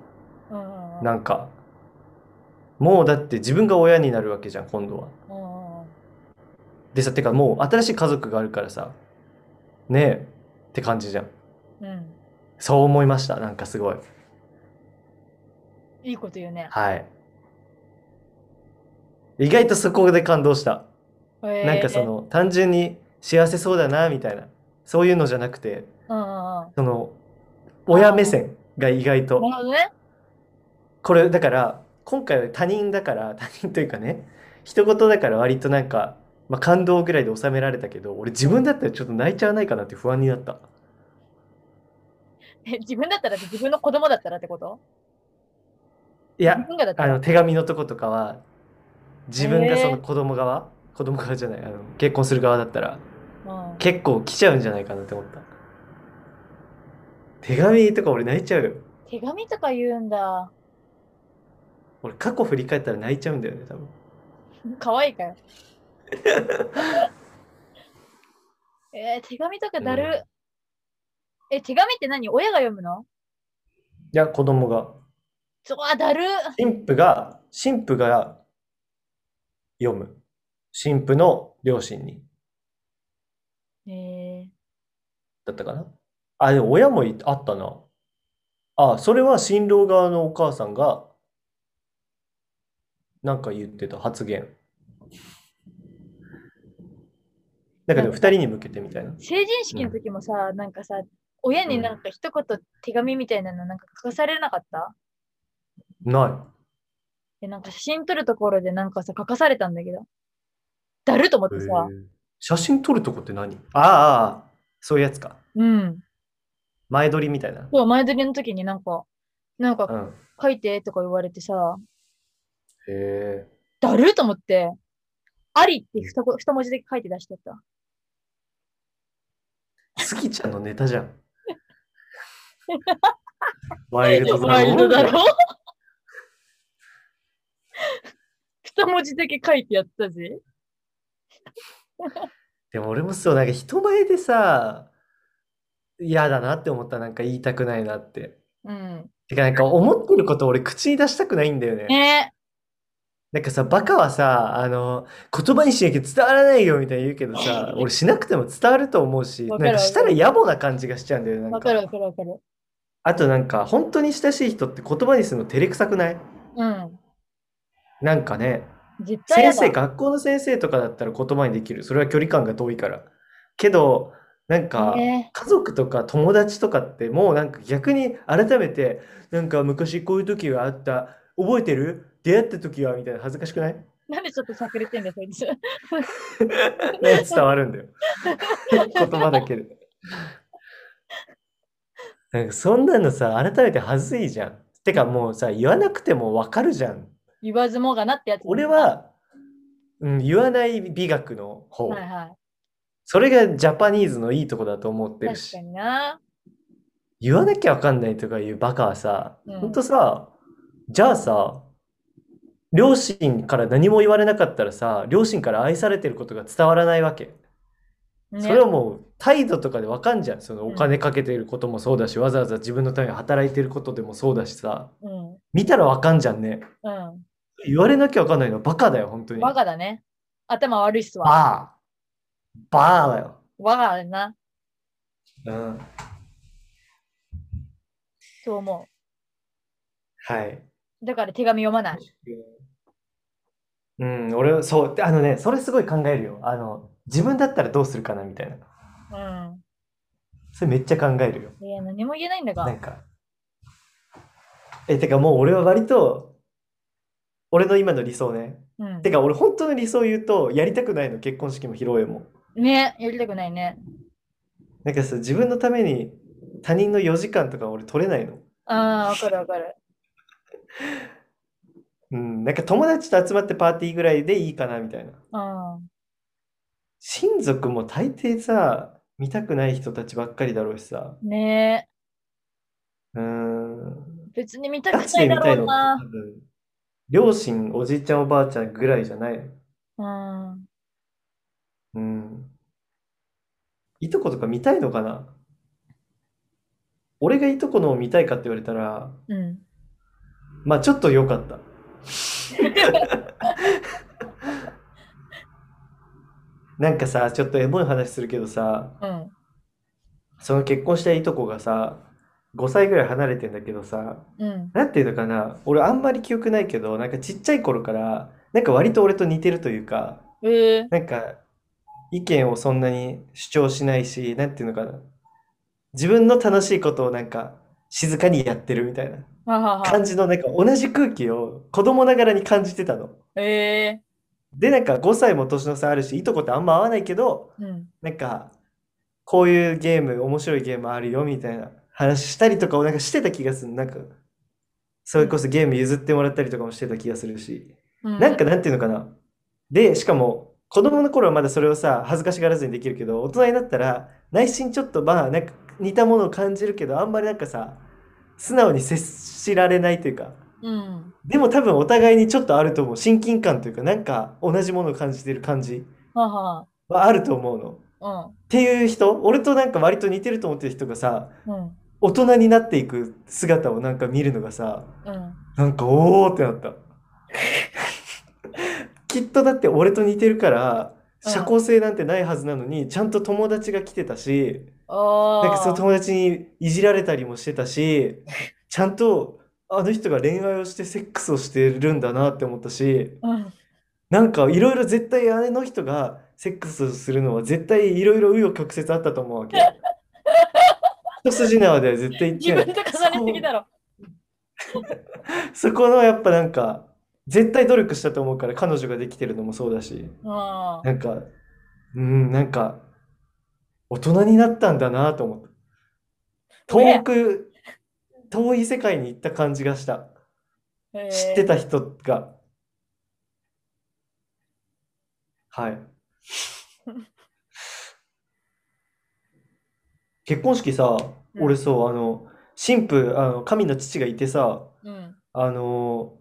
Speaker 2: うんうんうん。
Speaker 1: なんか、もうだって自分が親になるわけじゃん、今度は。
Speaker 2: うんうんうん
Speaker 1: でさ、てかもう新しい家族があるからさ、ねえ、って感じじゃん。
Speaker 2: うん。
Speaker 1: そう思いました、なんかすごい。
Speaker 2: いいこと言うね。
Speaker 1: はい。意外とそこで感動した。
Speaker 2: えー、
Speaker 1: なんかそ、の、単純に幸せそうだな、みたいな。そういうのじゃなくて、
Speaker 2: うんうんうん。
Speaker 1: その、親目線が意外と。
Speaker 2: なるほどね。
Speaker 1: これだから今回は他人だから [laughs] 他人というかね一言だから割となんか、まあ、感動ぐらいで収められたけど俺自分だったらちょっと泣いちゃわないかなって不安になった
Speaker 2: え自分だったらって自分の子供だったらってこと
Speaker 1: い
Speaker 2: 自
Speaker 1: や
Speaker 2: 分がだった
Speaker 1: あ
Speaker 2: ら。
Speaker 1: の手紙のとことかは自分がその子供側、子供側じゃないあの結婚する側だったら
Speaker 2: うん
Speaker 1: 結構来ちゃうんじゃないかなって思った手紙とか俺泣いちゃうよ
Speaker 2: 手紙とか言うんだ。
Speaker 1: 俺過去振り返ったら泣いちゃうんだよね多分
Speaker 2: 可愛い
Speaker 1: [laughs]
Speaker 2: かよ。えー、手紙とかだる、え、手紙って何親が読むの
Speaker 1: いや子供が
Speaker 2: そわ、だる
Speaker 1: 神父が、神父が読む。神父の両親に。
Speaker 2: えー、
Speaker 1: だったかなあ、でも親もいあったな。あ、それは新郎側のお母さんが、なんか言ってた発言。なんかでも二人に向けてみたいな。
Speaker 2: 成人式の時もさ、なんかさ、親になんか一言手紙みたいなのなんか書かされなかった
Speaker 1: な
Speaker 2: で、なんか写真撮るところでなんかさ、書かされたんだけど。だると思っ
Speaker 1: い。
Speaker 2: てさ、
Speaker 1: 写真撮るとこって何ああああ、そういうやつか。
Speaker 2: うん。
Speaker 1: 前撮りみたいな。
Speaker 2: そう、前撮りの時になんか、なん
Speaker 1: う
Speaker 2: か
Speaker 1: ん。
Speaker 2: 書いてとか言われてさ、
Speaker 1: へえ。
Speaker 2: だると思って、ありって二こ二文字で書いて出してった。
Speaker 1: スギちゃんのネタじ
Speaker 2: [laughs]
Speaker 1: ゃん。ワイルドだろ
Speaker 2: ワイルドだろ [laughs] 二文字だけ書いてやったぜ。
Speaker 1: でも俺もそう、なんか人前でさ、嫌だなって思った、なんか言いたくないなって。
Speaker 2: うん。
Speaker 1: てかなんか思ってること俺口に出したくないんだよね。
Speaker 2: ね
Speaker 1: なんかさ、バカはさ、あの、言葉にしなきゃ伝わらないよみたいに言うけどさ、俺しなくても伝わると思うし、
Speaker 2: わ
Speaker 1: なん
Speaker 2: かる
Speaker 1: かしたら野暮な感じがしちゃうんだよね、なん
Speaker 2: わ
Speaker 1: か。
Speaker 2: かるわかるわかる。
Speaker 1: あとなんか、本当に親しい人って言葉にするの照れくさくない
Speaker 2: うん。
Speaker 1: なんかね、
Speaker 2: 絶対や
Speaker 1: 先
Speaker 2: だ。
Speaker 1: 生、学校の先生とかだったら言葉にできる。それは距離感が遠いから。けど、なんか、
Speaker 2: ね
Speaker 1: 家族とか友達とかってもうなんか逆に改めて、なんか昔こういう時があった、覚えてる出会った時はみたいな恥ずかしくない
Speaker 2: なんでちょっとさくれてんだよ、そいつ。 [laughs]
Speaker 1: ね伝わるんだよ。言葉だけで。なんかそんなのさ、改めて恥ずいじゃん。てかもうさ、言わなくてもわかるじゃん。
Speaker 2: 言わずもがなってやつ。
Speaker 1: 俺は、うん、言わない美学の方。
Speaker 2: はいは
Speaker 1: それがジャパニーズのいいとこだと思っ
Speaker 2: い。
Speaker 1: てる
Speaker 2: 確
Speaker 1: し
Speaker 2: か、にな。
Speaker 1: 言わなきゃわかんないとかいうバカはさ、
Speaker 2: うん
Speaker 1: ほんとさ、じゃあさ、両親から何も言われなかったらさ、両親から愛されてることが伝わらないわけ。
Speaker 2: ね
Speaker 1: それはもう態度とかでわかんじゃん。そのお金かけてることもそうだし、わざわざ自分のために働いてることでもそうだしさ、
Speaker 2: うん。
Speaker 1: 見たらわかんじゃんね。
Speaker 2: う
Speaker 1: 言われなきゃわかんないのバカだよ、本当
Speaker 2: ん。
Speaker 1: に。
Speaker 2: 我がだね。頭悪いっすわ。
Speaker 1: バー。バーだよ。
Speaker 2: 我がだな。
Speaker 1: うん。
Speaker 2: そう思
Speaker 1: はい。
Speaker 2: う。だから手紙読まない。
Speaker 1: うん、俺はそう、であのね、それすごい考えるよ。あの、自分だったらどうするかなみたいな。
Speaker 2: うん。
Speaker 1: それめっちゃ考えるよ。
Speaker 2: いや、何も言えないんだ
Speaker 1: な
Speaker 2: が
Speaker 1: ん。か。え、てかもう俺は割と、俺の今の理想ね。
Speaker 2: うん
Speaker 1: て。か俺本当の理想言うと、やりたくないの、結婚式も披露宴も。
Speaker 2: ね、やりたくないね。
Speaker 1: なんかさ、自分のために他人の4時間とか俺取れないの。
Speaker 2: ああ、わかるわかる。
Speaker 1: うん、なんか友達と集まってパーティーぐらいでいいかなみたいな。
Speaker 2: うん。
Speaker 1: 親族も大抵さ、見たくない人たちばっかりだろうしさ。
Speaker 2: ね
Speaker 1: うーん。
Speaker 2: 別に見た
Speaker 1: ガ
Speaker 2: く
Speaker 1: チで
Speaker 2: ないだ
Speaker 1: 見たい
Speaker 2: ろ
Speaker 1: のって
Speaker 2: うな。
Speaker 1: 多分、両親、おじいちゃん、おばあちゃんぐらいじゃない。
Speaker 2: うん。
Speaker 1: うん。いとことか見たいのかな俺がいとこのを見たいかって言われたら、
Speaker 2: うん。
Speaker 1: まあちょっと良か
Speaker 2: [laughs]
Speaker 1: った。なんかさ、ちょっとエモい話するけどさ、
Speaker 2: うん。
Speaker 1: その結婚したいとこがさ、5歳ぐらい離れてんだけどさ、
Speaker 2: うん。
Speaker 1: なんていうのかな、俺あんまり記憶ないけど、なんかちっちゃい頃から、なんか割と俺と似てるというか、
Speaker 2: ええ
Speaker 1: なんか意見をそんなに主張しないし、なんていうのかな、自分の楽しいことをなんか静かにやってるみたいな
Speaker 2: ははは。
Speaker 1: 感じの、なんか同じ空気を子供ながらに感じてたの。
Speaker 2: ええ
Speaker 1: で、なんか5歳も年の差あるし、いとことあんま合わないけど、
Speaker 2: うん。
Speaker 1: なんかこういうゲーム、面白いゲームあるよみたいな話したりとかをなんかしてた気がする。なんか、それこそゲーム譲ってもらったりとかもしてた気がするし。
Speaker 2: うん
Speaker 1: なんかなんていうのかな。で、しかも、子供の頃はまだそれをさ、恥ずかしがらずにできるけど、大人になったら、内心ちょっとまあ、なんか似たものを感じるけど、あんまりなんかさ、素直に接しられないというか、
Speaker 2: うん。
Speaker 1: でも多分お互いにちょっとあると思う。親近感というか、なんか同じものを感じてる感じ
Speaker 2: は
Speaker 1: はあると思うの。
Speaker 2: は。
Speaker 1: っていう人、俺となんか割と似てると思ってる人がさ、
Speaker 2: うん。うん。
Speaker 1: 大人になっていく姿をなんか見るのがさ、
Speaker 2: うん。
Speaker 1: なんかおーってな
Speaker 2: [laughs]
Speaker 1: った。きっとだって俺と似てるから
Speaker 2: うん
Speaker 1: 社交性なんてないはずなのにちゃんと友達が来てたし
Speaker 2: ああ。
Speaker 1: なんかその友達にいじられたりもしてたし
Speaker 2: [laughs]
Speaker 1: ちゃんとあの人が恋愛をしてセックスをしてるんだなって思ったし
Speaker 2: うん。
Speaker 1: なんかいろいろ絶対あの人がセックスをするのは絶対いろいろ紆余曲折あったと思うわ
Speaker 2: [laughs]
Speaker 1: け。一筋縄では絶対
Speaker 2: 自
Speaker 1: 言って
Speaker 2: 分で
Speaker 1: ない。
Speaker 2: 重ねてきだろ。
Speaker 1: そこのやっぱなんか絶対努力したと思うから彼女ができてるのもそうだし
Speaker 2: うん。
Speaker 1: なんかうんなんか大人になったんだなと思った遠く遠い世界に行った感じがした
Speaker 2: え
Speaker 1: 知って
Speaker 2: た。
Speaker 1: た人が
Speaker 2: [laughs]
Speaker 1: はい結婚式さ
Speaker 2: うん
Speaker 1: 俺そうあの新婦あの神の父がいてさ
Speaker 2: うん。
Speaker 1: あの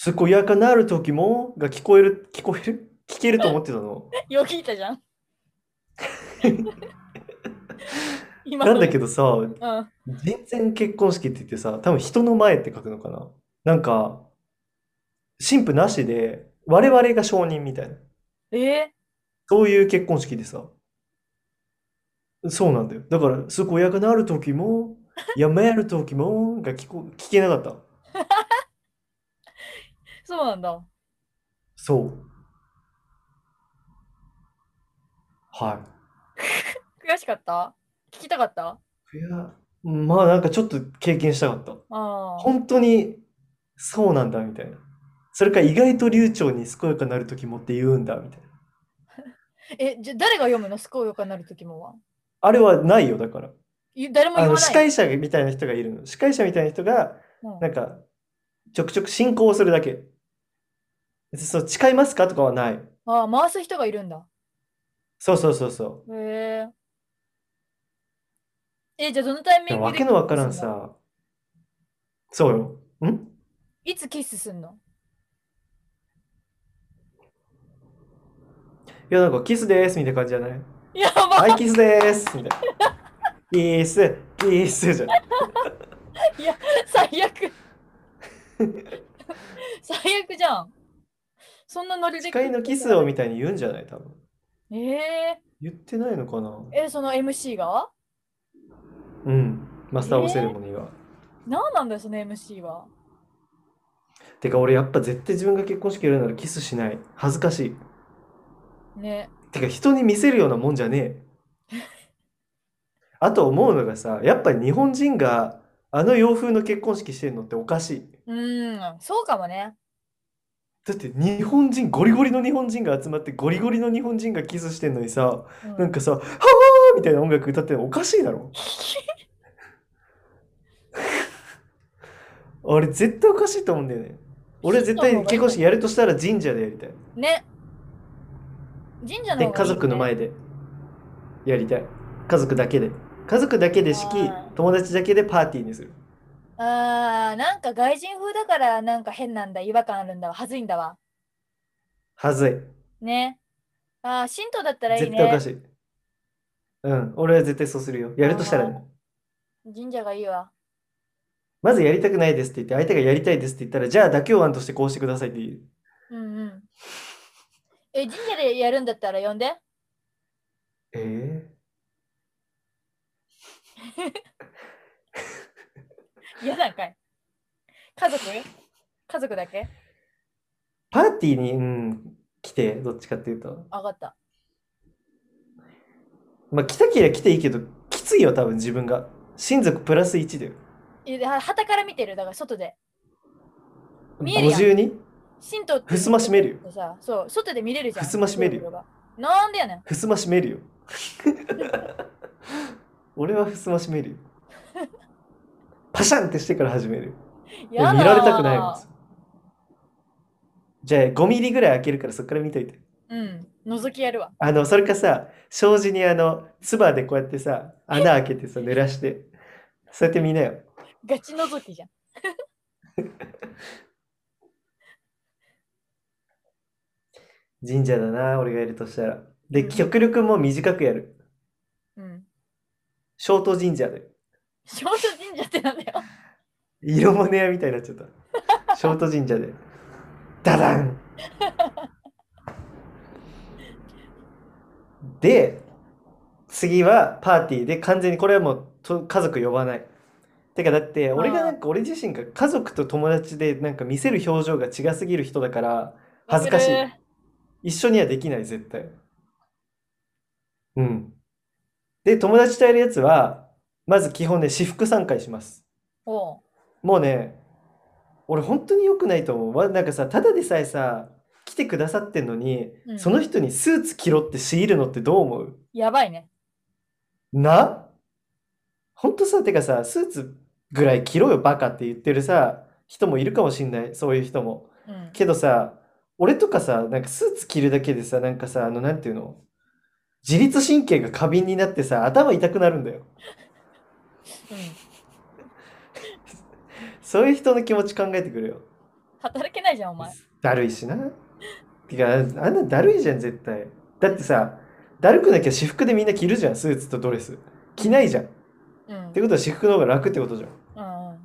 Speaker 1: ー、健やかな
Speaker 2: [laughs]
Speaker 1: る時もが聞こえる、聞こえる聞けると思ってたの。 [laughs]
Speaker 2: よぎいたじゃん。今
Speaker 1: なんだけ
Speaker 2: ど。
Speaker 1: どさ
Speaker 2: うん。
Speaker 1: 全然結婚式って言ってさ多分人の前って書くのかななんか神父なしで我々が証人みたいな
Speaker 2: え
Speaker 1: そういう結婚式でさそうなんだよだから健やかなる時もやめる時もが聞こ聞けなかった
Speaker 2: そうなんだ。
Speaker 1: そうはい
Speaker 2: 悔しかった聞きたかった
Speaker 1: いや、まあなんかちょっと経験したかった。
Speaker 2: ああ。
Speaker 1: 本当にそうなんだみたいな。それか意外と流暢に健やかなる時もって言うんだみたいな。
Speaker 2: え、じゃあ誰が読むの健やかになる時もは。
Speaker 1: あれはないよだから。
Speaker 2: ゆ誰も
Speaker 1: あ
Speaker 2: 言
Speaker 1: の
Speaker 2: わ
Speaker 1: 司
Speaker 2: ない。
Speaker 1: 会者みたいな人がいるの。司会者みたいな人が
Speaker 2: うん
Speaker 1: なんかちょくちょく進行をするだけ。別にそう誓いますかとかはない。
Speaker 2: ああ、回す人がいるんだ。
Speaker 1: そうそうそうそう。
Speaker 2: へえ。え、じゃあどのタイミ
Speaker 1: で
Speaker 2: ン
Speaker 1: も
Speaker 2: グ
Speaker 1: わ
Speaker 2: で
Speaker 1: けのわからん
Speaker 2: キスすの
Speaker 1: さ。そうよ。ん
Speaker 2: いつキスすんの
Speaker 1: いやなんかキスですみたいな感じじゃ
Speaker 2: [laughs]
Speaker 1: ない
Speaker 2: やば、
Speaker 1: はい、キスですみたいな。キス、キスじゃん。
Speaker 2: 最悪。最悪じゃん。そんなノリで。
Speaker 1: 誓いのキスをみたいに言うんじゃない多分。
Speaker 2: ええ
Speaker 1: 言ってないのかな
Speaker 2: え、その MC が
Speaker 1: うん。マスターオブセレモニーは。
Speaker 2: 何なんだよ、その MC は。
Speaker 1: てか俺やっぱ絶対自分が結婚式やるならキスしない。恥ずかしい。
Speaker 2: ね。
Speaker 1: てか人に見せるようなもんじゃねえ。あと思うのがさ、やっぱ日本人があの洋風の結婚式してるのっておかしい。
Speaker 2: うーん、そうかもね。
Speaker 1: だって日本人、ゴリゴリの日本人が集まってゴリゴリの日本人がキスしてんのにさ、
Speaker 2: うん
Speaker 1: なんかさ、はぁーみたいな音楽歌ってるのおかしいだろ。俺絶対おかしいと思うんだよね。俺絶対結婚式やるとしたら神社でやりたい。
Speaker 2: ね。神社の方がいいよね、
Speaker 1: で、家族の前でやりたい。家族だけで。家族だけで式
Speaker 2: あー、
Speaker 1: 友達だけでパーティーにする。
Speaker 2: あー、なんか外人風だからなんか変なんだ、違和感あるんだわ、はずいんだわ。
Speaker 1: はずい。
Speaker 2: ね。あー、神道だったらいい
Speaker 1: 絶対お
Speaker 2: ね
Speaker 1: か。しい。うん、俺は絶対そうするよ。やるとしたら
Speaker 2: あー
Speaker 1: ね。
Speaker 2: 神社がいいわ。
Speaker 1: まずやりたくないですって言って、相手がやりたいですって言ったら、じゃあ妥協案としてこうしてくださいって言う。
Speaker 2: うんうん。え、神社でやるんだったら呼んで。
Speaker 1: えー
Speaker 2: 嫌なんかい。家族家族だけ
Speaker 1: パーティーに、うん、来て、どっちかっていうと。
Speaker 2: 上がった。
Speaker 1: まあ、来たけりゃ来ていいけど、きついよ、多分自分が。親族プラス1だよ。
Speaker 2: え、はたから見てる、だから外で。見えるやん
Speaker 1: 52?
Speaker 2: 神道って。
Speaker 1: ふすま閉めるよ。
Speaker 2: さ、そう、外で見れるじゃん。
Speaker 1: ふすま閉めるよ
Speaker 2: そういうのが。なんでやねん。
Speaker 1: ふすま閉めるよ。俺はふすま閉めるよ。パシャンってしてから始めるよ。
Speaker 2: やだー
Speaker 1: 見られたくないもん。じゃあ5ミリぐらい開けるからそっから見といて。
Speaker 2: うん、覗きやるわ。
Speaker 1: あの、それかさ、障子にあの、つばでこうやってさ、穴開けて
Speaker 2: [laughs]
Speaker 1: さ、濡らして。そうやって見なよ。
Speaker 2: ガチ覗きじゃん。
Speaker 1: 神社だな、俺がいるとしたら。で、
Speaker 2: うん
Speaker 1: 極力もう短くやる。
Speaker 2: うん。
Speaker 1: 小東神社で。
Speaker 2: 少女神社ってなんだよ。
Speaker 1: 色物屋みたいになっちゃった。小東神社で。ダダンで、次はパーティーで完全にこれはもうと家族呼ばない。てかだって俺がなんか俺自身が家族と友達でなんか見せる表情が違すぎる人だから [laughs] 恥ずかしい
Speaker 2: わ。る
Speaker 1: 一緒にはできない絶対うんで友達とやるやつはまず基本ね私服参回します
Speaker 2: おう
Speaker 1: もうね俺本当に良くないと思うわなんかさただでさえさ来てくださってんのに、
Speaker 2: うん
Speaker 1: その人にスーツ着ろって強いるのってどう思う
Speaker 2: やばいね。
Speaker 1: な本当さてかさスーツぐらい着ろよバカって言ってるさ人もいるかもしんないそういう人も
Speaker 2: うん。
Speaker 1: けどさ俺とかさなんかスーツ着るだけでさなんかさあのなんていうの自律神経が過敏になってさ頭痛くなるんだよ
Speaker 2: うん。
Speaker 1: そういう人の気持ち考えてくれよ
Speaker 2: 働けないじゃん、お前。
Speaker 1: だるいしなてかあんなだるいじゃん絶対だってさだるくなきゃ私服でみんな着るじゃん、スーツとドレス。着ないじゃん。っ
Speaker 2: うん
Speaker 1: てことは私服の方が楽ってことじゃん。だか
Speaker 2: うんうん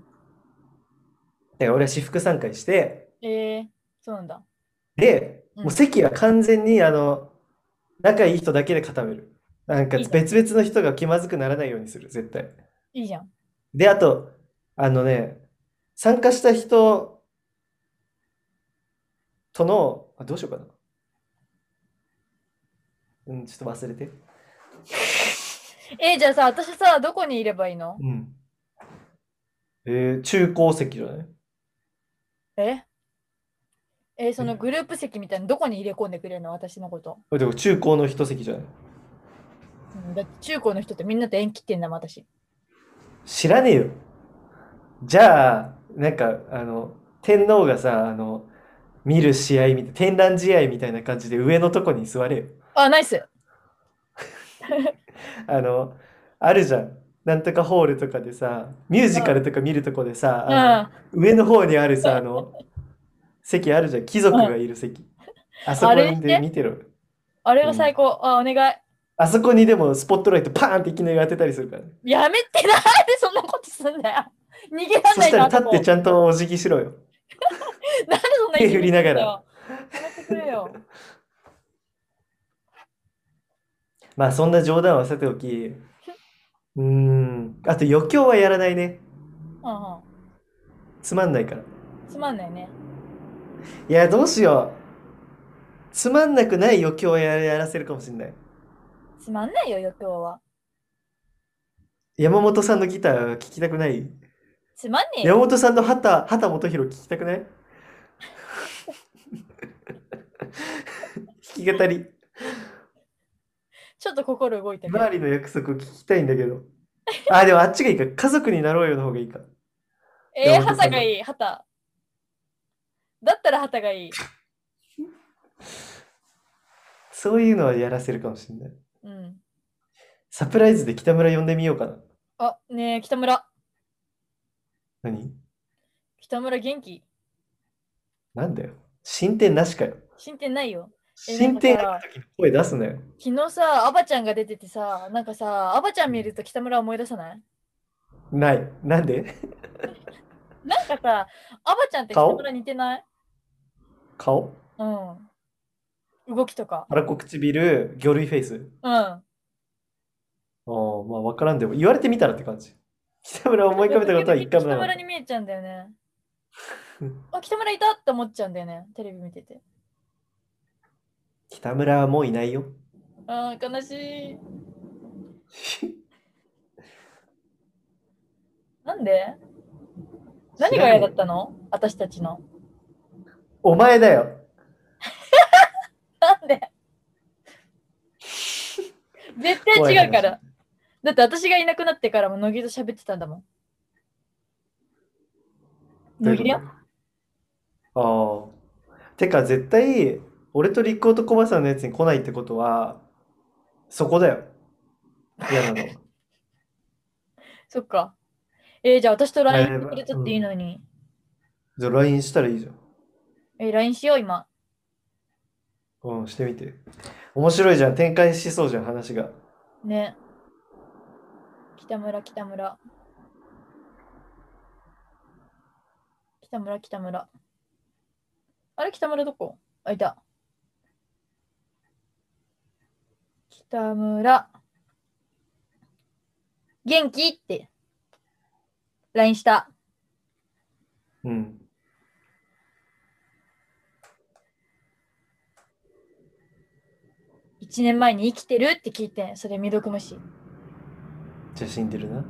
Speaker 1: ら俺は私服参加にして、
Speaker 2: えー、そうなんだ。
Speaker 1: で、
Speaker 2: うん
Speaker 1: もう席は完全にあの、仲いい人だけで固める。なんか
Speaker 2: いいじゃん
Speaker 1: 別々の人が気まずくならないようにする、絶対。
Speaker 2: いいじゃん。
Speaker 1: で、あと、あのね、参加した人との、あ、どうしようかな。うん、ちょっと忘れて。
Speaker 2: えー、じゃあさ、私さ、どこにいればいいの
Speaker 1: うん。えー、中高席じゃない
Speaker 2: ええーそのグループ席みたいなのどこに入れ込んでくれるの私のこと。
Speaker 1: あでも中高の一席じゃない
Speaker 2: うんだって中高の人ってみんなと縁切ってんだもん、私。
Speaker 1: 知らねえよ。じゃあ、なんか、あの、天皇がさ、あの、見る試合みたいな、天覧試合みたいな感じで上のとこに座れよ。
Speaker 2: あ、ナイス
Speaker 1: あの、あるじゃん。なんとかホールとかでさ、ミュージカルとか見るとこでさ、あの上の方にあるさ、あの、席あるじゃん。貴族がいる席。あそこ
Speaker 2: あ
Speaker 1: で
Speaker 2: れね
Speaker 1: 見てろ。
Speaker 2: あれが最高。あ、お願い。
Speaker 1: あそこにでもスポットライトパーンっていきなり当てたりするからね。
Speaker 2: やめてななんでそんなことすんだよ。 [laughs] 逃げらん
Speaker 1: そ
Speaker 2: な
Speaker 1: し
Speaker 2: い
Speaker 1: た
Speaker 2: な
Speaker 1: ら立ってちゃんとお辞儀しろよ。
Speaker 2: なんでそんな
Speaker 1: 手振りながら
Speaker 2: やめてくれよ。
Speaker 1: まあそんな冗談はさておき、うーん、あと余興はやらないね。
Speaker 2: うんうん
Speaker 1: つまんないから。
Speaker 2: つまんないね。
Speaker 1: いや、どうしよう。つまんなくない余興をややらせるかもしんない。
Speaker 2: つまんないよ、余興は。
Speaker 1: 山本さんのギター聴きたくない。
Speaker 2: つまんねえよ。
Speaker 1: 山本さんの畑、畑元博聴きたくない
Speaker 2: [laughs]
Speaker 1: 弾き語り。
Speaker 2: ちょっと心動いて
Speaker 1: ひ
Speaker 2: る
Speaker 1: ま。わりの約束を聞きたいんだけど。あ、でもあっちがいいか。家族になろうよの方がいいか。
Speaker 2: えー、
Speaker 1: 山本さ
Speaker 2: 旗
Speaker 1: んの
Speaker 2: がいい、旗。だったら旗がいい。
Speaker 1: そういうのはやらせるかもしんない。
Speaker 2: うん。
Speaker 1: サプライズで北村呼んでみようかな。
Speaker 2: あ、ねえ、北村。
Speaker 1: 何
Speaker 2: 北村元気。
Speaker 1: なんだよ。進展なしかよ。
Speaker 2: 進展ないよ。え
Speaker 1: 進展ある時に声出すなよ。
Speaker 2: 昨日さ、アバちゃんが出ててさ、なんかさ、アバちゃん見ると北村思い出さない
Speaker 1: ない。なんで
Speaker 2: なんかさ、アバちゃんって北
Speaker 1: 顔
Speaker 2: 村似てない
Speaker 1: 顔
Speaker 2: うん。動きとか。
Speaker 1: 腹子唇、魚類フェイス。
Speaker 2: うん。
Speaker 1: ああ、まあ分からんでも、言われてみたらって感じ。北村を思い浮かべたことは一回もなか
Speaker 2: 北
Speaker 1: っ
Speaker 2: 村
Speaker 1: た。
Speaker 2: に見えちゃうんだ
Speaker 1: [laughs]
Speaker 2: よね。あ、北村いたって思っちゃうんだよね。テレビ見てて。
Speaker 1: 北村はもういないよ。 [laughs]
Speaker 2: あー悲しい。なんで何が嫌だったの私たちの。
Speaker 1: お前だよ。
Speaker 2: なんで [laughs] 絶
Speaker 1: 怖い
Speaker 2: 対違
Speaker 1: 話
Speaker 2: うから。だって私がいなくなってからも乃木と喋ってたんだもん。
Speaker 1: どういうこと
Speaker 2: 乃木だよ
Speaker 1: ああ。てか、絶対、俺と立候と小林さんのやつに来ないってことは、そこだよ。嫌なの。
Speaker 2: そっか。えー、じゃあ私と
Speaker 1: ライ
Speaker 2: LINE
Speaker 1: ブ
Speaker 2: くれちゃっていいのに。
Speaker 1: じゃあ、LINE したらいいじゃん。
Speaker 2: えー、LINE しよう今。
Speaker 1: うん、してみて。面白いじゃん。展開しそうじゃん、話が。
Speaker 2: ね。北村、北村。北村、北村。あれ、北村どこあ、いた。北村。元気って。LINE した。
Speaker 1: うん。
Speaker 2: 1年前に生きてるって聞いて、それ未読無視。
Speaker 1: じゃあ、死んでるな。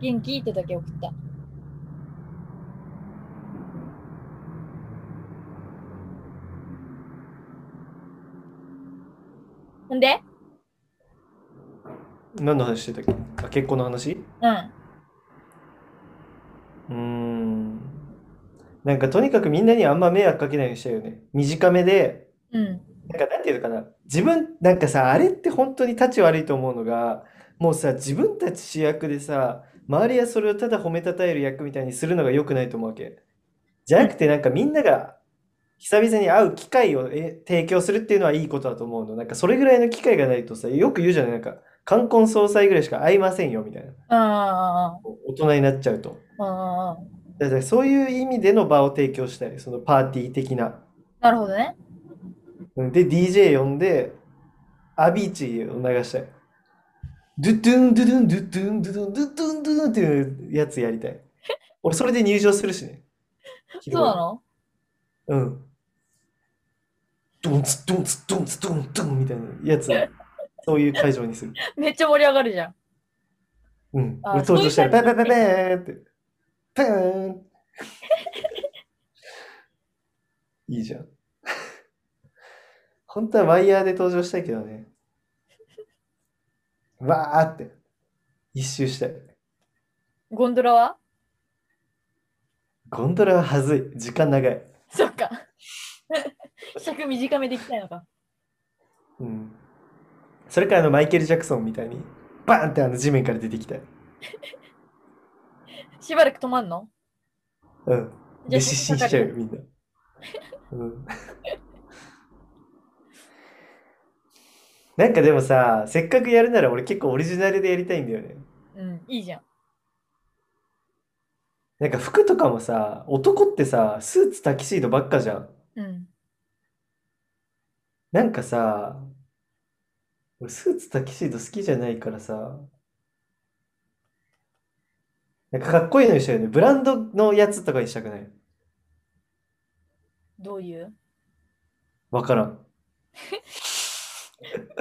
Speaker 2: 元気ってだけ送った。ほんで
Speaker 1: 何の話してたっけあ、結婚の話う
Speaker 2: うん。
Speaker 1: ーん。なんか、とにかくみんなにあんま迷惑かけないようにしたいよね。短めで、
Speaker 2: うん。
Speaker 1: なんかなんていうのかな、自分、なんかさ、あれって本当に立ち悪いと思うのが、もうさ、自分たち主役でさ、周りはそれをただ褒めたたえる役みたいにするのが良くないと思うわけ。じゃなくて、なんかみんなが、久々に会う機会をえ提供するっていうのはいいことだと思うの。なんかそれぐらいの機会がないとさ、よく言うじゃない、なんか、冠婚葬祭ぐらいしか会いませんよみたいな。
Speaker 2: あ
Speaker 1: 大人になっちゃうと。
Speaker 2: あ、ああ、
Speaker 1: だからそういう意味での場を提供したい、そのパーティー的な。
Speaker 2: なるほどね。
Speaker 1: うんで、DJ 呼んで、アビーチを流したい。ドゥドゥンドゥドゥンドゥドゥンドゥドゥンドゥドゥンドゥドゥンっていうやつやりた
Speaker 2: [laughs]
Speaker 1: い。俺それで入場するしね。
Speaker 2: そうなの
Speaker 1: うん。ドンツドンツドンツドンドンみたいなやつ。そういう会場にする。
Speaker 2: めっちゃ盛り上がるじゃん。
Speaker 1: うん。
Speaker 2: あ
Speaker 1: 俺登場したら、パ
Speaker 2: そういう
Speaker 1: ンパ
Speaker 2: 感じ
Speaker 1: ンパンパンって。パーンいいじゃん。 [laughs] 本当はワイヤーで登場したいけどね。わーって。一周したい。
Speaker 2: ゴンドラは
Speaker 1: ゴンドラははずい。時間長い。
Speaker 2: そっ
Speaker 1: [laughs]
Speaker 2: か。尺短めでいきたいのか。
Speaker 1: うん。それからあのマイケル・ジャクソンみたいに、バーンってあの地面から出てきたい。
Speaker 2: しばらく止まんの
Speaker 1: うん。
Speaker 2: じゃ
Speaker 1: で、
Speaker 2: あ
Speaker 1: 失神しちゃうよ、みんな。うん。なんかでもさ、せっかくやるなら俺結構オリジナルでやりたいんだよね。
Speaker 2: うん、いいじゃん。
Speaker 1: なんか服とかもさ、男ってさ、スーツタキシードばっかじゃん。
Speaker 2: うん。
Speaker 1: なんかさ、俺スーツタキシード好きじゃないからさ、なんかかっこいいのにしたいよね。ブランドのやつとかにしたくない。
Speaker 2: どういう
Speaker 1: わからん。 [laughs]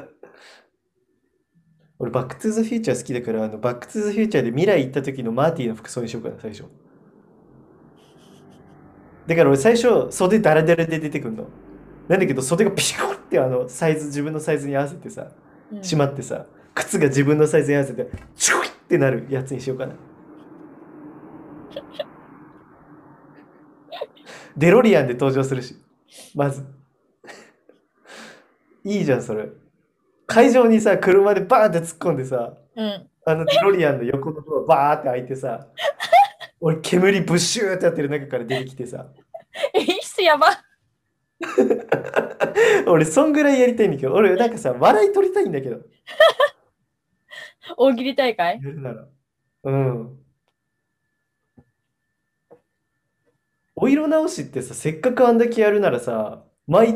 Speaker 1: 俺、バックトゥザフューチャー好きだから、あの、バックトゥザフューチャーで未来行った時のマーティの服装にしようかな、最初。だから俺、最初、袖ダラダラで出てくんの。なんだけど、袖がピシコって、あの、サイズ、自分のサイズに合わせてさ、
Speaker 2: うん
Speaker 1: しまってさ、靴が自分のサイズに合わせて、チュイってなるやつにしよう
Speaker 2: [laughs]
Speaker 1: かな。デロリアンで登場するし、まず。いいじゃん、それ。会場にさ、車でバーンって突っ込んでさ、
Speaker 2: うん。
Speaker 1: あのデロリアンの横のドアバーって開いてさ、俺、煙ブシューってやってる中から出てきてさ、
Speaker 2: 演出やば。
Speaker 1: 俺、そんぐらいやりたいんだけど、俺、なんかさ、笑い取りたいんだけど、
Speaker 2: 大喜利大会
Speaker 1: やるなら。うん。お色直しってさ、せっかくあんだけやるならさ、毎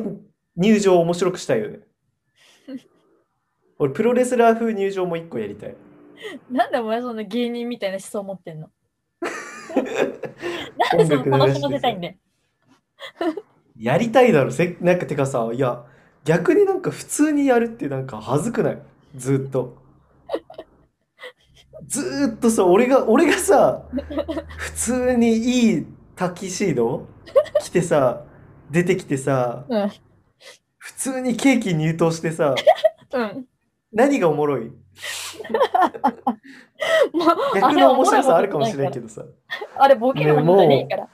Speaker 1: 入場面白くした
Speaker 2: [laughs]
Speaker 1: いよね。俺、プロレスラー風入場も一個やりたい。
Speaker 2: なんでお前そんな芸人みたいな思想持ってんのなんで
Speaker 1: 音
Speaker 2: [laughs]
Speaker 1: 楽
Speaker 2: その
Speaker 1: 流し
Speaker 2: 楽
Speaker 1: て
Speaker 2: しませたいんで。
Speaker 1: やりたいだろ、せ、なんかてかさ、いや、逆になんか普通にやるってなんか恥ずくないずっと。ずーっとさ、俺が、俺がさ、普通にいいタキシード着てさ、出てきてさ、
Speaker 2: うん。
Speaker 1: 普通にケーキ入刀してさ、
Speaker 2: うん。
Speaker 1: 何がおもろ
Speaker 2: [laughs]
Speaker 1: い
Speaker 2: もう
Speaker 1: 逆の面白さあるかもしれん
Speaker 2: ど。
Speaker 1: けどさ。
Speaker 2: あれ、ボケるものじゃねえから。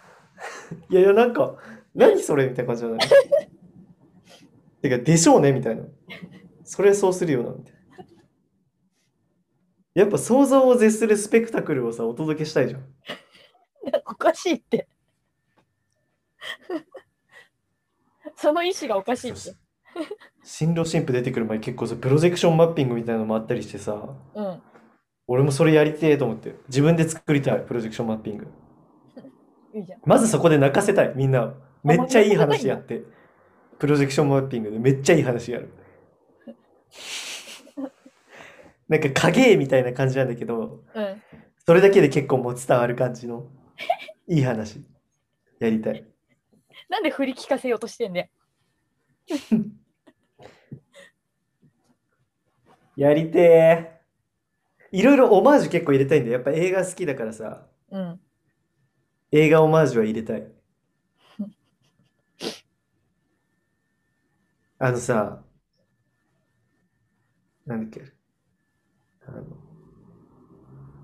Speaker 1: いやいや、なんか、何それみたいな感じじゃない。 [laughs] てか、でしょうねみたいな。それそうするよな、みたいな。やっぱ想像を絶するスペクタクルをさ、お届けしたいじゃん。
Speaker 2: おかしいって。 [laughs] その意思がおかしいって。
Speaker 1: 新郎新婦出てくる前、結構さ、プロジェクションマッピングみたいなのもあったりしてさ、
Speaker 2: うん。
Speaker 1: 俺もそれやりてえと思って、自分で作りたい、プロジェクションマッピング。
Speaker 2: いいじゃん。
Speaker 1: まずそこで泣かせたい、みんなを。めっちゃいい話やって。プロジェクションマッピングでめっちゃいい話やる。なんか影絵みたいな感じなんだけど、
Speaker 2: うん。
Speaker 1: それだけで結構もう伝わる感じのいい話やりたい。
Speaker 2: なんで振り聞かせようとしてんだよ。
Speaker 1: やりてー。いろいろオマージュ結構入れたいんだよ。やっぱ映画好きだからさ、
Speaker 2: うん。
Speaker 1: 映画オマージュは入れたい。 [laughs] あのさ、なんだっけ、あの、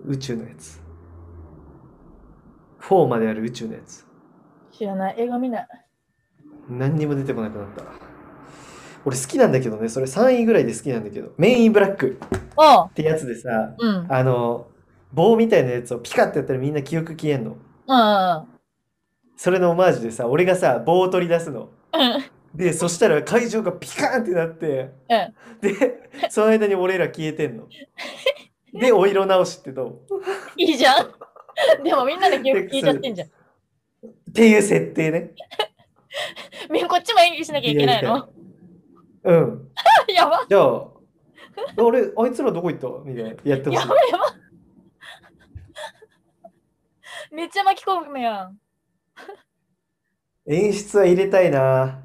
Speaker 1: 宇宙のやつ。4まである宇宙のやつ。
Speaker 2: 知らない。映画見ない。
Speaker 1: 何にも出てこなくなった。俺好きなんだけどね、それ3位ぐらいで好きなんだけど、メインインブラックっ
Speaker 2: ああ。
Speaker 1: てやつでさ、
Speaker 2: うん。うん。
Speaker 1: あの、棒みたいなやつをピカってやったらみんな記憶消えんの。
Speaker 2: うん。
Speaker 1: それのオマージュでさ俺がさ棒を取り出すの
Speaker 2: うん [laughs]
Speaker 1: でそしたら会場がピカーンってなって
Speaker 2: うん
Speaker 1: でその間に俺ら消えてん
Speaker 2: [laughs]
Speaker 1: のでお色直しってど
Speaker 2: いいじゃん [laughs] でもみんなでゲーム聞いちゃってんじゃん
Speaker 1: うっていう設定ね
Speaker 2: みんなこっちも演技しなきゃいけないの [laughs]
Speaker 1: うん
Speaker 2: やば
Speaker 1: じゃあ俺あいつらどこ行ったみたいなやってほし
Speaker 2: や
Speaker 1: い
Speaker 2: ば [laughs] いやばめっちゃ巻き込むやん
Speaker 1: 演出は入れたいな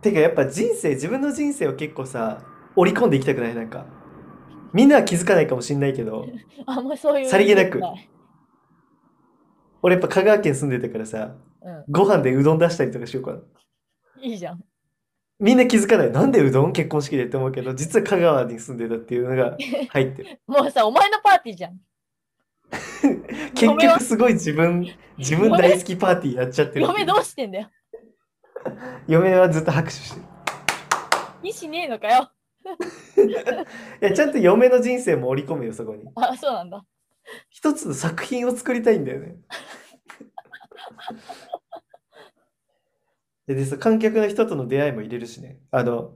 Speaker 1: てかやっぱ人生自分の人生を結構さ織り込んでいきたくないなんかみんなは気づかないかもしんないけど
Speaker 2: あんまそういう
Speaker 1: さりげなく
Speaker 2: い
Speaker 1: 俺やっぱ香川県住んでたからさ
Speaker 2: う、
Speaker 1: ご飯でうどん出したりとかしようかなん
Speaker 2: いいじゃん
Speaker 1: みんな気づかないなんでうどん結婚式でって思うけど実は香川に住んでたっていうのが入ってる
Speaker 2: もうさお前のパーティーじゃん
Speaker 1: [laughs] 結
Speaker 2: 嫁は
Speaker 1: 局すごい自分自分大好きパーティーやっちゃってる
Speaker 2: 嫁どうしてんだよ
Speaker 1: 嫁はずっと拍手してる
Speaker 2: 意思ねえのかよ
Speaker 1: いやちゃんと嫁の人生も織り込むよそこに
Speaker 2: あそうなんだ
Speaker 1: 一つの作品を作りたいんだよね。 [laughs] ででそう観客の人との出会いも入れるしね。あの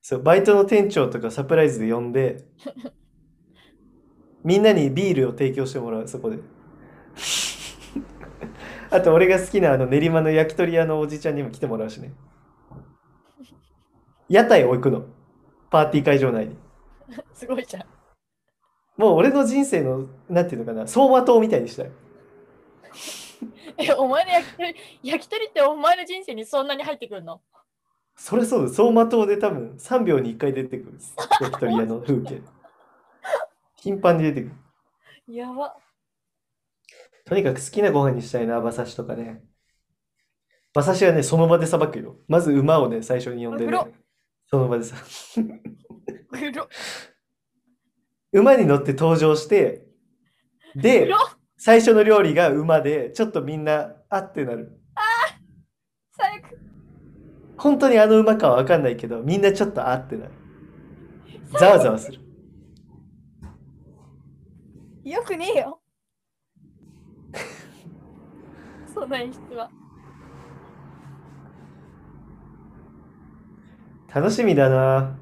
Speaker 1: そうバイトの店長とかサプライズで呼んでみんなにビールを提供してもらうそこで。 [laughs] あと俺が好きなあの練馬の焼き鳥屋のおじちゃんにも来てもらうしね。屋台を置くの。パーティー会場内に。
Speaker 2: すごいじゃん
Speaker 1: もう俺の人生の、なんていうのかな、走馬灯みたいにしたい。
Speaker 2: えお前の焼き鳥焼き鳥ってお前の人生にそんなに入ってくるの
Speaker 1: それそうだ、走馬灯で多分3秒に1回出てくる。焼き鳥屋の風景。頻繁に出てくる。
Speaker 2: やば
Speaker 1: とにかく好きなご飯にしたいな、馬刺しとかね。馬刺しはね、その場でさばくよ。まず馬をね、最初に呼んでね
Speaker 2: う。
Speaker 1: その場でさ。 [laughs]
Speaker 2: グロ
Speaker 1: 馬に乗って登場して、
Speaker 2: グ
Speaker 1: で
Speaker 2: ロ、
Speaker 1: 最初の料理が馬で、ちょっとみんな、あってなる。
Speaker 2: 最悪
Speaker 1: 本当にあの馬かは分かんないけど、みんなちょっとあってなる。ざわざわする。
Speaker 2: よくねえよ。そんな演出は。
Speaker 1: 楽しみだな。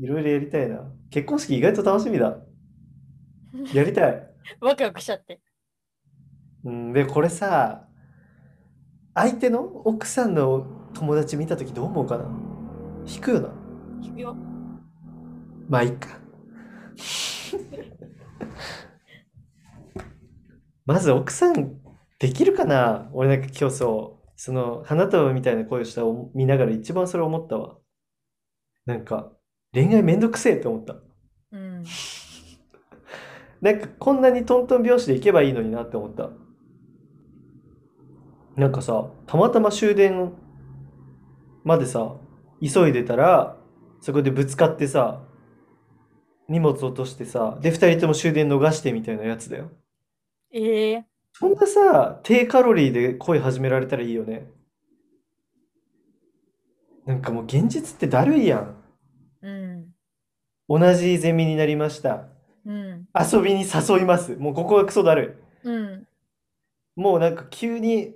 Speaker 1: いろいろやりたいな。結婚式意外と楽しみだ。やりたい。
Speaker 2: ワクワクしちゃって。
Speaker 1: うん、で、これさ、相手の奥さんの友達見たときどう思うかな。引くよな。
Speaker 2: 引くよ。
Speaker 1: まあ、いいか。 [laughs] まず奥さんできるかな俺なんか今日そう、その花束みたいな声をしたを見ながら一番それ思ったわ。なんか恋愛めんどくせえって思った。
Speaker 2: うん。
Speaker 1: なんかこんなにトントン拍子で行けばいいのになって思った。なんかさ、たまたま終電までさ、急いでたら、そこでぶつかってさ、荷物落としてさ、で、二人とも終電逃してみたいなやつだよ。
Speaker 2: ええ
Speaker 1: そんなさ、低カロリーで恋始められたらいいよね。なんかもう現実ってだるいやん。
Speaker 2: うん。
Speaker 1: 同じゼミになりました。
Speaker 2: うん。
Speaker 1: 遊びに誘います。もうここがクソだるい。
Speaker 2: うん。
Speaker 1: もうなんか急に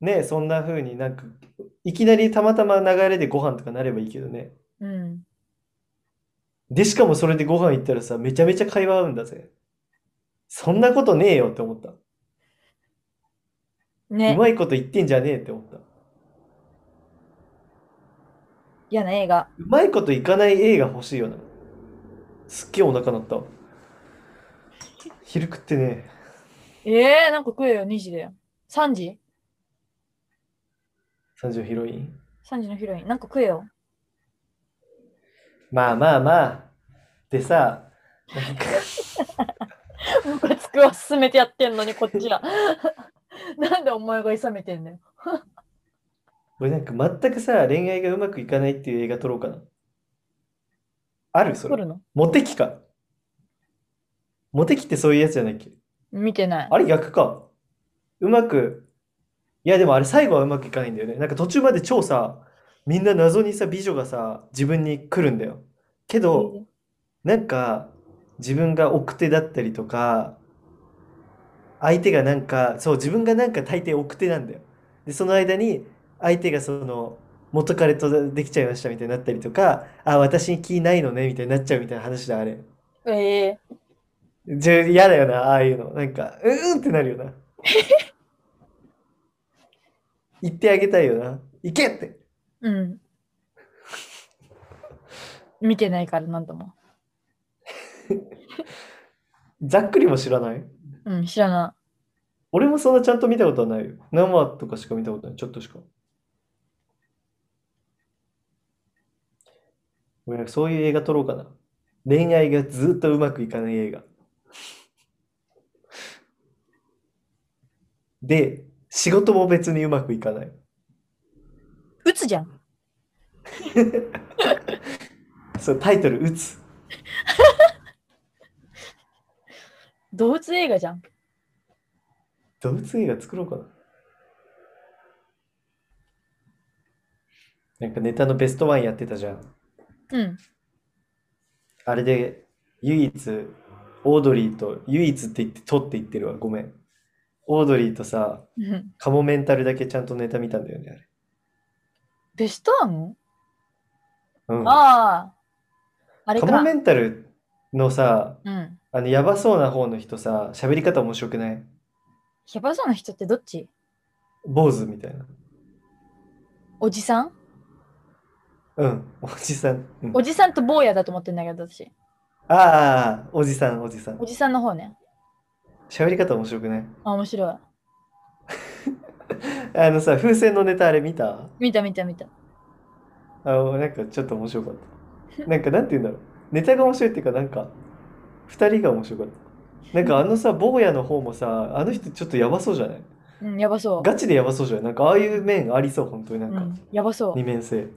Speaker 1: ねそんな風になんかいきなりたまたま流れでご飯とかなればいいけどね
Speaker 2: うん。
Speaker 1: でしかもそれでご飯行ったらさめちゃめちゃ会話合うんだぜそんなことねえよって思ったう
Speaker 2: ね。
Speaker 1: まいこと言ってんじゃねえって思ったう
Speaker 2: 嫌な映画。
Speaker 1: まいこといかない A が欲しいよなすっげえお腹鳴った昼食ってね
Speaker 2: ええなんか食えよ、2時だよ。3時
Speaker 1: 3時のヒロイン
Speaker 2: ?3 時のヒロイン。なんか食えよ。
Speaker 1: まあまあまあでさ
Speaker 2: ムカつくは進めてやってんのに、こっちら。 [laughs] なんでお前がいさめてんだよ。
Speaker 1: 俺なんか全くさ、恋愛がうまくいかないっていう映画撮ろうかな。あるそ
Speaker 2: 撮
Speaker 1: れ。
Speaker 2: るの
Speaker 1: モテキか。モテキってそういうやつじゃないっけ
Speaker 2: 見てない。
Speaker 1: あれ逆か。うまく。いやでもあれ最後はうまくいかないんだよね。なんか途中まで超さ、みんな謎にさ、美女がさ、自分に来るんだよ。けど、なんか、自分が奥手だったりとか相手がなんかそう自分がなんか大抵奥手なんだよ。でその間に相手がその元彼とできちゃいましたみたいになったりとかあ私に気ないのねみたいになっちゃうみたいな話だあれ。
Speaker 2: ええ
Speaker 1: じゃ嫌だよなああいうのなんかうーんってなるよな。言ってあげたいよな。行けって
Speaker 2: うん。見てないからなんとも。
Speaker 1: ざっくりも知らない
Speaker 2: うん、知らな
Speaker 1: 俺もそんなちゃんと見たことはないよ。生とかしか見たことない。ちょっとしか。俺なんかそういう映画撮ろうかな。恋愛がずっとうまくいかない映画。で、仕事も別にうまくいかない。
Speaker 2: い。打つじゃん。
Speaker 1: そう、タイトル、打つ。
Speaker 2: 動物映画じゃん。
Speaker 1: 動物映画作ろうかな。なんかネタのベストワンやってたじゃん。
Speaker 2: うん。
Speaker 1: あれで唯一オードリーと唯一って言って取って言ってるわごめんオードリーとさ
Speaker 2: うん
Speaker 1: カモメンタルだけちゃんとネタ見たんだよね
Speaker 2: ベストワン、
Speaker 1: あれ、うん、
Speaker 2: ああ。あれ
Speaker 1: カモ
Speaker 2: か。
Speaker 1: メンタルのさ
Speaker 2: うん。
Speaker 1: あのやばそうな方の人さ喋り方面白くない
Speaker 2: やばそうな人ってどっち
Speaker 1: 坊主みたいな
Speaker 2: おじさん
Speaker 1: うんおじさん、うん
Speaker 2: おじさんと坊やだと思ってんだけど私。
Speaker 1: あああおじさんおじさん
Speaker 2: おじさんの方ね。
Speaker 1: 喋り方面白くない
Speaker 2: あ、面白い。
Speaker 1: あのさ風船のネタあれ見た
Speaker 2: 見た見た見た。
Speaker 1: あのなんかちょっと面白かった。なんかなんて言うんだろう。ネタが面白いっていうかなんか二人が面白かった。なんかあのさ坊やの方もさあの人ちょっとやばそうじゃない
Speaker 2: うん、やばそう。
Speaker 1: ガチでやばそうじゃないなんかああいう面ありそう本当になん
Speaker 2: う
Speaker 1: か、
Speaker 2: ん、やばそう。
Speaker 1: 二面性。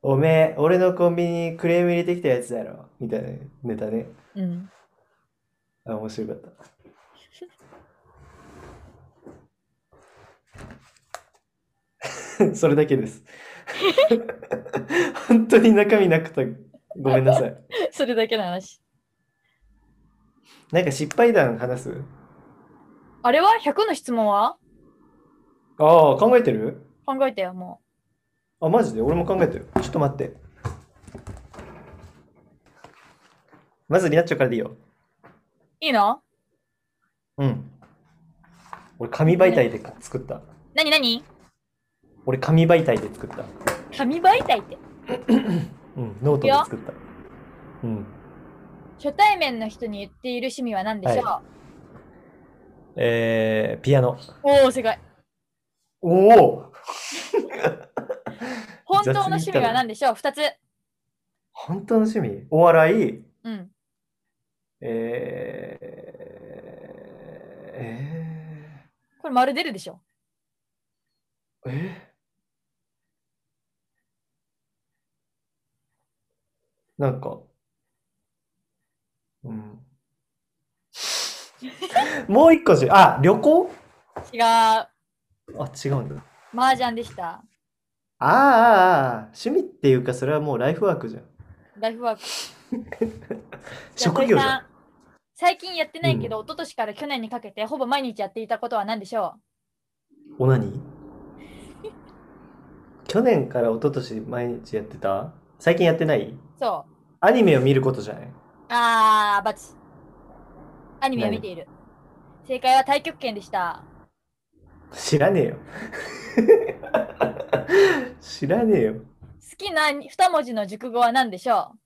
Speaker 1: おめえ俺のコンビニにクレーム入れてきたやつだろみたいなネタね。
Speaker 2: うん。 [laughs]
Speaker 1: あ面白かった。 [laughs] それだけです。 [laughs] 本当に中身なくてごめんなさい。
Speaker 2: それだけの話。
Speaker 1: なんか失敗談話す
Speaker 2: あれは ?100 の質問は
Speaker 1: ああ、考えてる
Speaker 2: 考えたよ、も
Speaker 1: あ、マジで俺も考えてる。ちょっと待って。まずリナッチョからでいいよ。
Speaker 2: う。いいの
Speaker 1: うん。俺紙媒体で作った。
Speaker 2: なになに
Speaker 1: 俺紙媒体で作った。
Speaker 2: 紙媒体って。
Speaker 1: うん、ノートで作った。うん。
Speaker 2: 初対面の人に言っている趣味は何でしょう、
Speaker 1: えー、ピアノ。
Speaker 2: おお、世界。
Speaker 1: おお
Speaker 2: 本当の趣味は何でしょう ?2 つ。
Speaker 1: 本当の趣味お笑い、
Speaker 2: うん。
Speaker 1: えー、え
Speaker 2: これ丸出るでしょ
Speaker 1: ー、えー、なんか、うん。 [laughs] もう一個し、あ、旅行
Speaker 2: 違う。
Speaker 1: あ、違うんだ。
Speaker 2: 麻雀でした。
Speaker 1: あーあー、あー趣味っていうか、それはもうライフワークじゃん。
Speaker 2: ライフワーク。
Speaker 1: 職業じゃん。
Speaker 2: 安井さん最近やってないけど、一昨年から去年にかけてほぼ毎日やっていたことは何でしょ
Speaker 1: オナニー [laughs] 去年から一昨年毎日やってた最近やってないう
Speaker 2: そ。
Speaker 1: アニメを見ることじゃないう
Speaker 2: あー、バチ。アニメを見ている。正解は太極拳でした。
Speaker 1: 知らねえよ [laughs] 知らねえよ
Speaker 2: 好きな2文字の熟語は何でしょ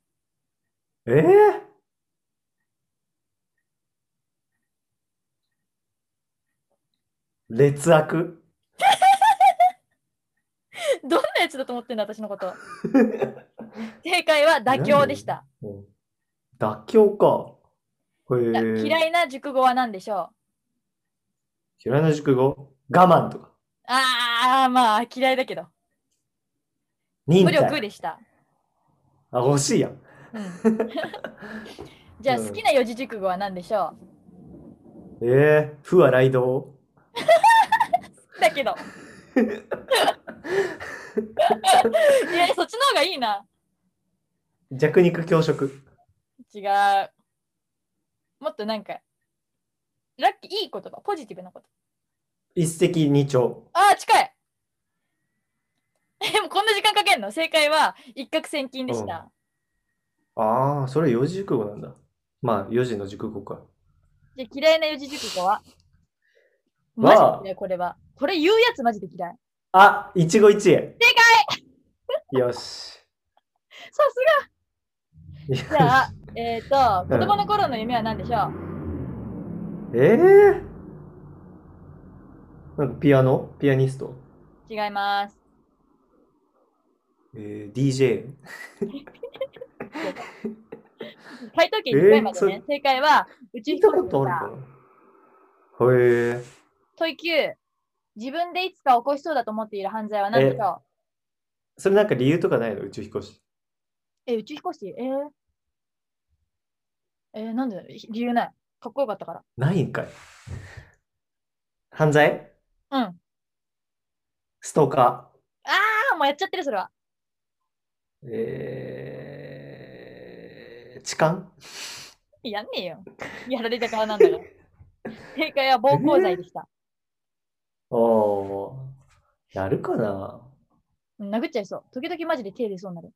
Speaker 1: えー、劣悪
Speaker 2: う [laughs] どんなやつだと思ってんだ私のこと。正解は妥協でした。
Speaker 1: うん妥協かへえ
Speaker 2: だ嫌
Speaker 1: い
Speaker 2: いな熟語は何でしょう
Speaker 1: 嫌いな熟語我慢とか
Speaker 2: あー、まあ嫌いだけど。
Speaker 1: 忍
Speaker 2: 無力
Speaker 1: 耐
Speaker 2: でした。
Speaker 1: あ欲しいやん
Speaker 2: うんじゃあ好きな四字熟語は何でしょ
Speaker 1: えー、不は雷道
Speaker 2: うだけど。いや、そっちの方がいいな。
Speaker 1: 弱肉強食
Speaker 2: 違う。もっとなんか、ラッキー、いい言葉、ポジティブなこと。
Speaker 1: 一石二鳥。
Speaker 2: ああ、近い [laughs] でもこんな時間かけんの正解は一攫千金でした。
Speaker 1: ああ、それ四字熟語なんだ。まあ、四字の熟語か。
Speaker 2: じゃあ嫌いな四字熟語はマジ
Speaker 1: は
Speaker 2: で嫌い、これは。これ言うやつマジで嫌い。
Speaker 1: あ、一期一会。正解よし。
Speaker 2: さすがじゃ
Speaker 1: [laughs]
Speaker 2: あ、えっ、と、子供の頃の夢は何でしょう
Speaker 1: えー、なんかピアノピアニスト
Speaker 2: 違います。
Speaker 1: えー、DJ?
Speaker 2: 回答権1回までね。
Speaker 1: えー
Speaker 2: 正解は、宇宙
Speaker 1: 聞い
Speaker 2: 飛
Speaker 1: た
Speaker 2: 行
Speaker 1: こ
Speaker 2: 士
Speaker 1: と
Speaker 2: で
Speaker 1: あ
Speaker 2: さ
Speaker 1: るかなへえ
Speaker 2: 問い9。自分でいつか起こしそうだと思っている犯罪は何でしょ
Speaker 1: それなんか理由とかないの宇宙飛行士。
Speaker 2: うえ、宇宙飛行士えー、えー、なんで理由ない。かっこよかったから。
Speaker 1: ないんかい。犯罪
Speaker 2: うん。あ
Speaker 1: ストーカ
Speaker 2: あ、もうやっちゃってる、それは。
Speaker 1: ー。えー、痴漢
Speaker 2: やんねえよ。やられた側なんだから。正解は暴行罪でした。
Speaker 1: おー、やるかな
Speaker 2: うん殴っちゃいそう。時々マジで手出そうになる。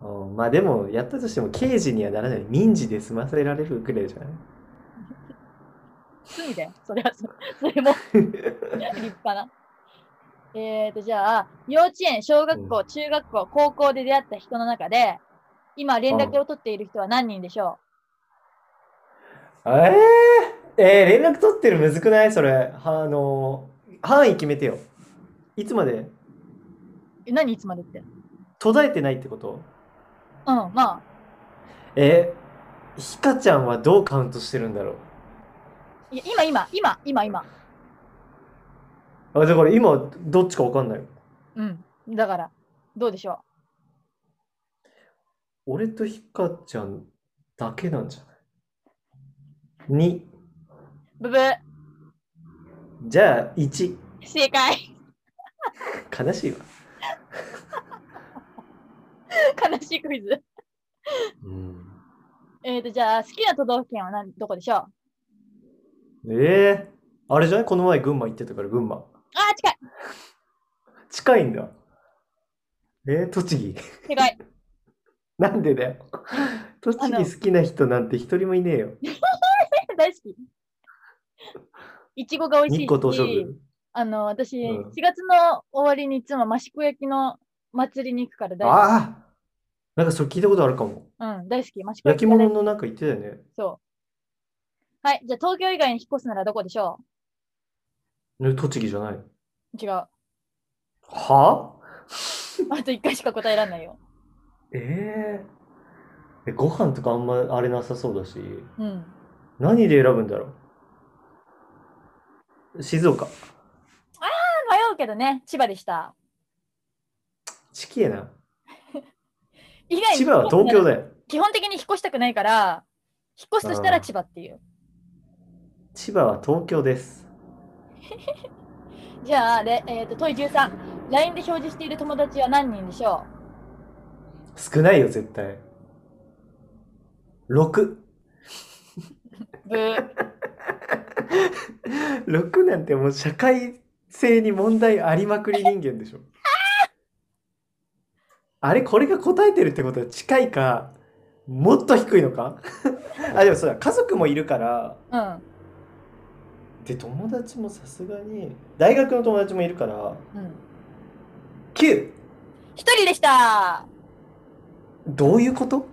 Speaker 1: うんまあでも、やったとしても刑事にはならない。民事で済ませられるくらいじゃない
Speaker 2: 罪だよ。それはそ、それも立派な。えーと、じゃあ、幼稚園、小学校、中学校、高校で出会った人の中で、今連絡を取っている人は何人でしょ
Speaker 1: えー、えー、連絡取ってるむずくないそれ。はあのー範囲決めてよ。いつまで
Speaker 2: うえ何いつまでって。うん、
Speaker 1: 途絶えてないってこと
Speaker 2: まあ、
Speaker 1: えー、ひかちゃんはどうカウントしてるんだろ
Speaker 2: いや今、今、今、今、今。
Speaker 1: うあ、だから今、どっちかわかんない。
Speaker 2: うん。だから、どうでしょ
Speaker 1: 俺とひかちゃんだけなんじゃない ?2。
Speaker 2: うブブー、
Speaker 1: じゃあ、1。
Speaker 2: 正解。
Speaker 1: 悲しいわ。
Speaker 2: [laughs] 悲しいクイズ。
Speaker 1: うん。
Speaker 2: えーと、じゃあ、好きな都道府県は何どこでしょう
Speaker 1: ええあれじゃないこの前群馬行ってたから群馬。
Speaker 2: あー、近い
Speaker 1: 近いんだ。えー、栃木。 [laughs]
Speaker 2: 正解。
Speaker 1: なんでだ
Speaker 2: [laughs]
Speaker 1: よ。栃
Speaker 2: あ
Speaker 1: 木
Speaker 2: の
Speaker 1: 好きな人なんて一人もいねえよ。
Speaker 2: [laughs] 大好き。いちごが美味し
Speaker 1: 日
Speaker 2: い
Speaker 1: 光東照
Speaker 2: し
Speaker 1: 宮。、
Speaker 2: あの、私、
Speaker 1: うん
Speaker 2: 4月の終わりにいつも益子焼きの祭りに行くから大好
Speaker 1: ああなんかそれ聞いたことあるかも。
Speaker 2: き。うん、大好き。益子
Speaker 1: 焼き
Speaker 2: が
Speaker 1: 物
Speaker 2: 大好き
Speaker 1: のなんか言ってたよね。
Speaker 2: そう。はい、じゃあ東京以外に引っ越すならどこでしょ
Speaker 1: ね栃木じゃない。
Speaker 2: う違う。あ
Speaker 1: はあ
Speaker 2: と1回しか答えられないよ。
Speaker 1: えええご飯とかあんまあれなさそうだし、
Speaker 2: うん。
Speaker 1: 何で選ぶんだろう。静岡。
Speaker 2: 迷うけどね、千葉でした。
Speaker 1: ちきえな。
Speaker 2: 以外に
Speaker 1: 千葉は東京だよ。
Speaker 2: 基本的に引っ越したくないから、引っ越すとしたら千葉っていう。
Speaker 1: 千葉は東京です。
Speaker 2: じゃあ、れえっ、と、問い13。LINE で表示している友達は何人でしょ
Speaker 1: 少ないよ、絶対。6。
Speaker 2: うブー。
Speaker 1: 6なんてもう社会性に問題ありまくり人間でしょ。あれ、これが答えてるってことは近いか、もっと低いのかあ、でもそうだ、家族もいるから、
Speaker 2: うん。
Speaker 1: で、友達もさすがに、大学の友達もいるから、
Speaker 2: うん。
Speaker 1: 9!
Speaker 2: 一人でした
Speaker 1: どういうこと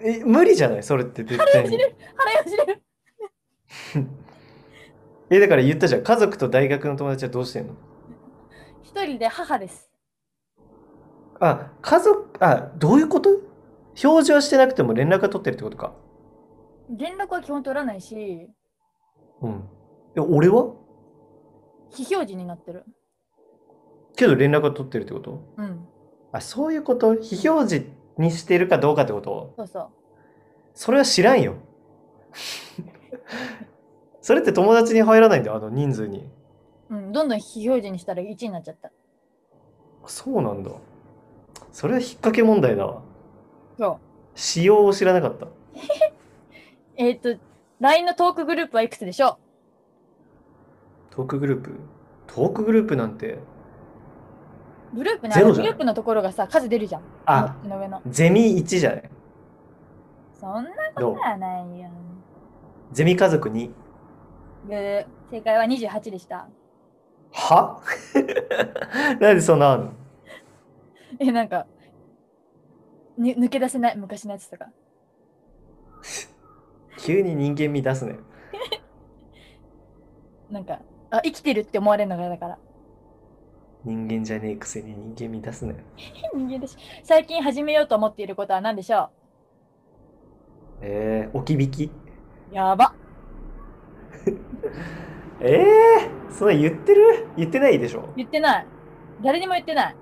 Speaker 1: え無理じゃないそれって絶対に。
Speaker 2: 腹よじれる
Speaker 1: え、だから言ったじゃん。家族と大学の友達はどうしてんの
Speaker 2: 一人で母です。
Speaker 1: あ、家族、あ、どういうこと表示はしてなくても連絡が取ってるってことか。
Speaker 2: 連絡は基本取らないし、
Speaker 1: うん。え、俺は
Speaker 2: 非表示になってる。
Speaker 1: けど連絡が取ってるってこと
Speaker 2: うん。
Speaker 1: あ、そういうこと非表示にしてるかどうかってこと
Speaker 2: そうそ
Speaker 1: それは知らんよ。 [laughs] それって友達に入らないんだよ、あの人数に。
Speaker 2: う。うん。どんどん非表示にしたら1になっちゃった。
Speaker 1: そうなんだ。それは引っ掛け問題だわ。
Speaker 2: そう。
Speaker 1: 仕様を知らなかった。
Speaker 2: えっ、と、LINE のトークグループはいくつでしょ
Speaker 1: トークグループトークグループなんて、
Speaker 2: うグループね、
Speaker 1: ゼロじ
Speaker 2: グ
Speaker 1: ゃん
Speaker 2: ループのところがさ、数出るじゃん。
Speaker 1: あ、
Speaker 2: この上の。
Speaker 1: ゼミ1じゃない
Speaker 2: そんな
Speaker 1: ど
Speaker 2: こ
Speaker 1: う
Speaker 2: とはないよ。
Speaker 1: ゼミ家族2。
Speaker 2: で正解は28でした。
Speaker 1: は [laughs] なんでそんなあんの
Speaker 2: え、なんか、に抜け出せない、昔のやつとか。
Speaker 1: 急に人間味出すね。
Speaker 2: なんか、あ、生きてるって思われるのが嫌だから。
Speaker 1: 人間じゃねえくせに人間味出すね。
Speaker 2: 人間だし。最近始めようと思っていることは何でしょ
Speaker 1: えー、置き引き
Speaker 2: うやば。
Speaker 1: えー、そんな言ってる言ってないでしょ
Speaker 2: 言ってない。誰にも言ってない。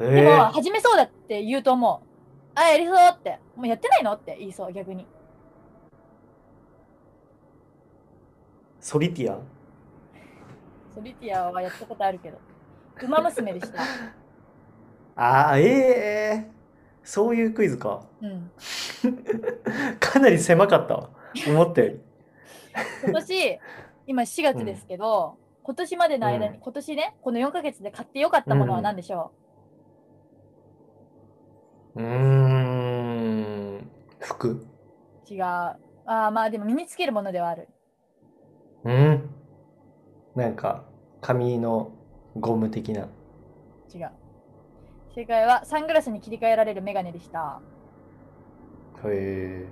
Speaker 1: え
Speaker 2: でも、
Speaker 1: ー、
Speaker 2: 始めそうだって言うと思う。あ、やりそうって。もうやってないのって言いそう、逆に。
Speaker 1: ソリティア
Speaker 2: ソリティアはやったことあるけど。馬娘でした。
Speaker 1: あー、えー、そういうクイズか。
Speaker 2: うん。
Speaker 1: かなり狭かったわ。思ったより。
Speaker 2: 今年、今4月ですけど、今年までの間に、
Speaker 1: う
Speaker 2: 今年ね、この4ヶ月で買ってよかったものは何でしょ
Speaker 1: うーん、服
Speaker 2: う、違う。ああ、まあでも身につけるものではある。
Speaker 1: うん。なんか、紙のゴム的な。
Speaker 2: 違う。正解はサングラスに切り替えられるメガネでした。
Speaker 1: へ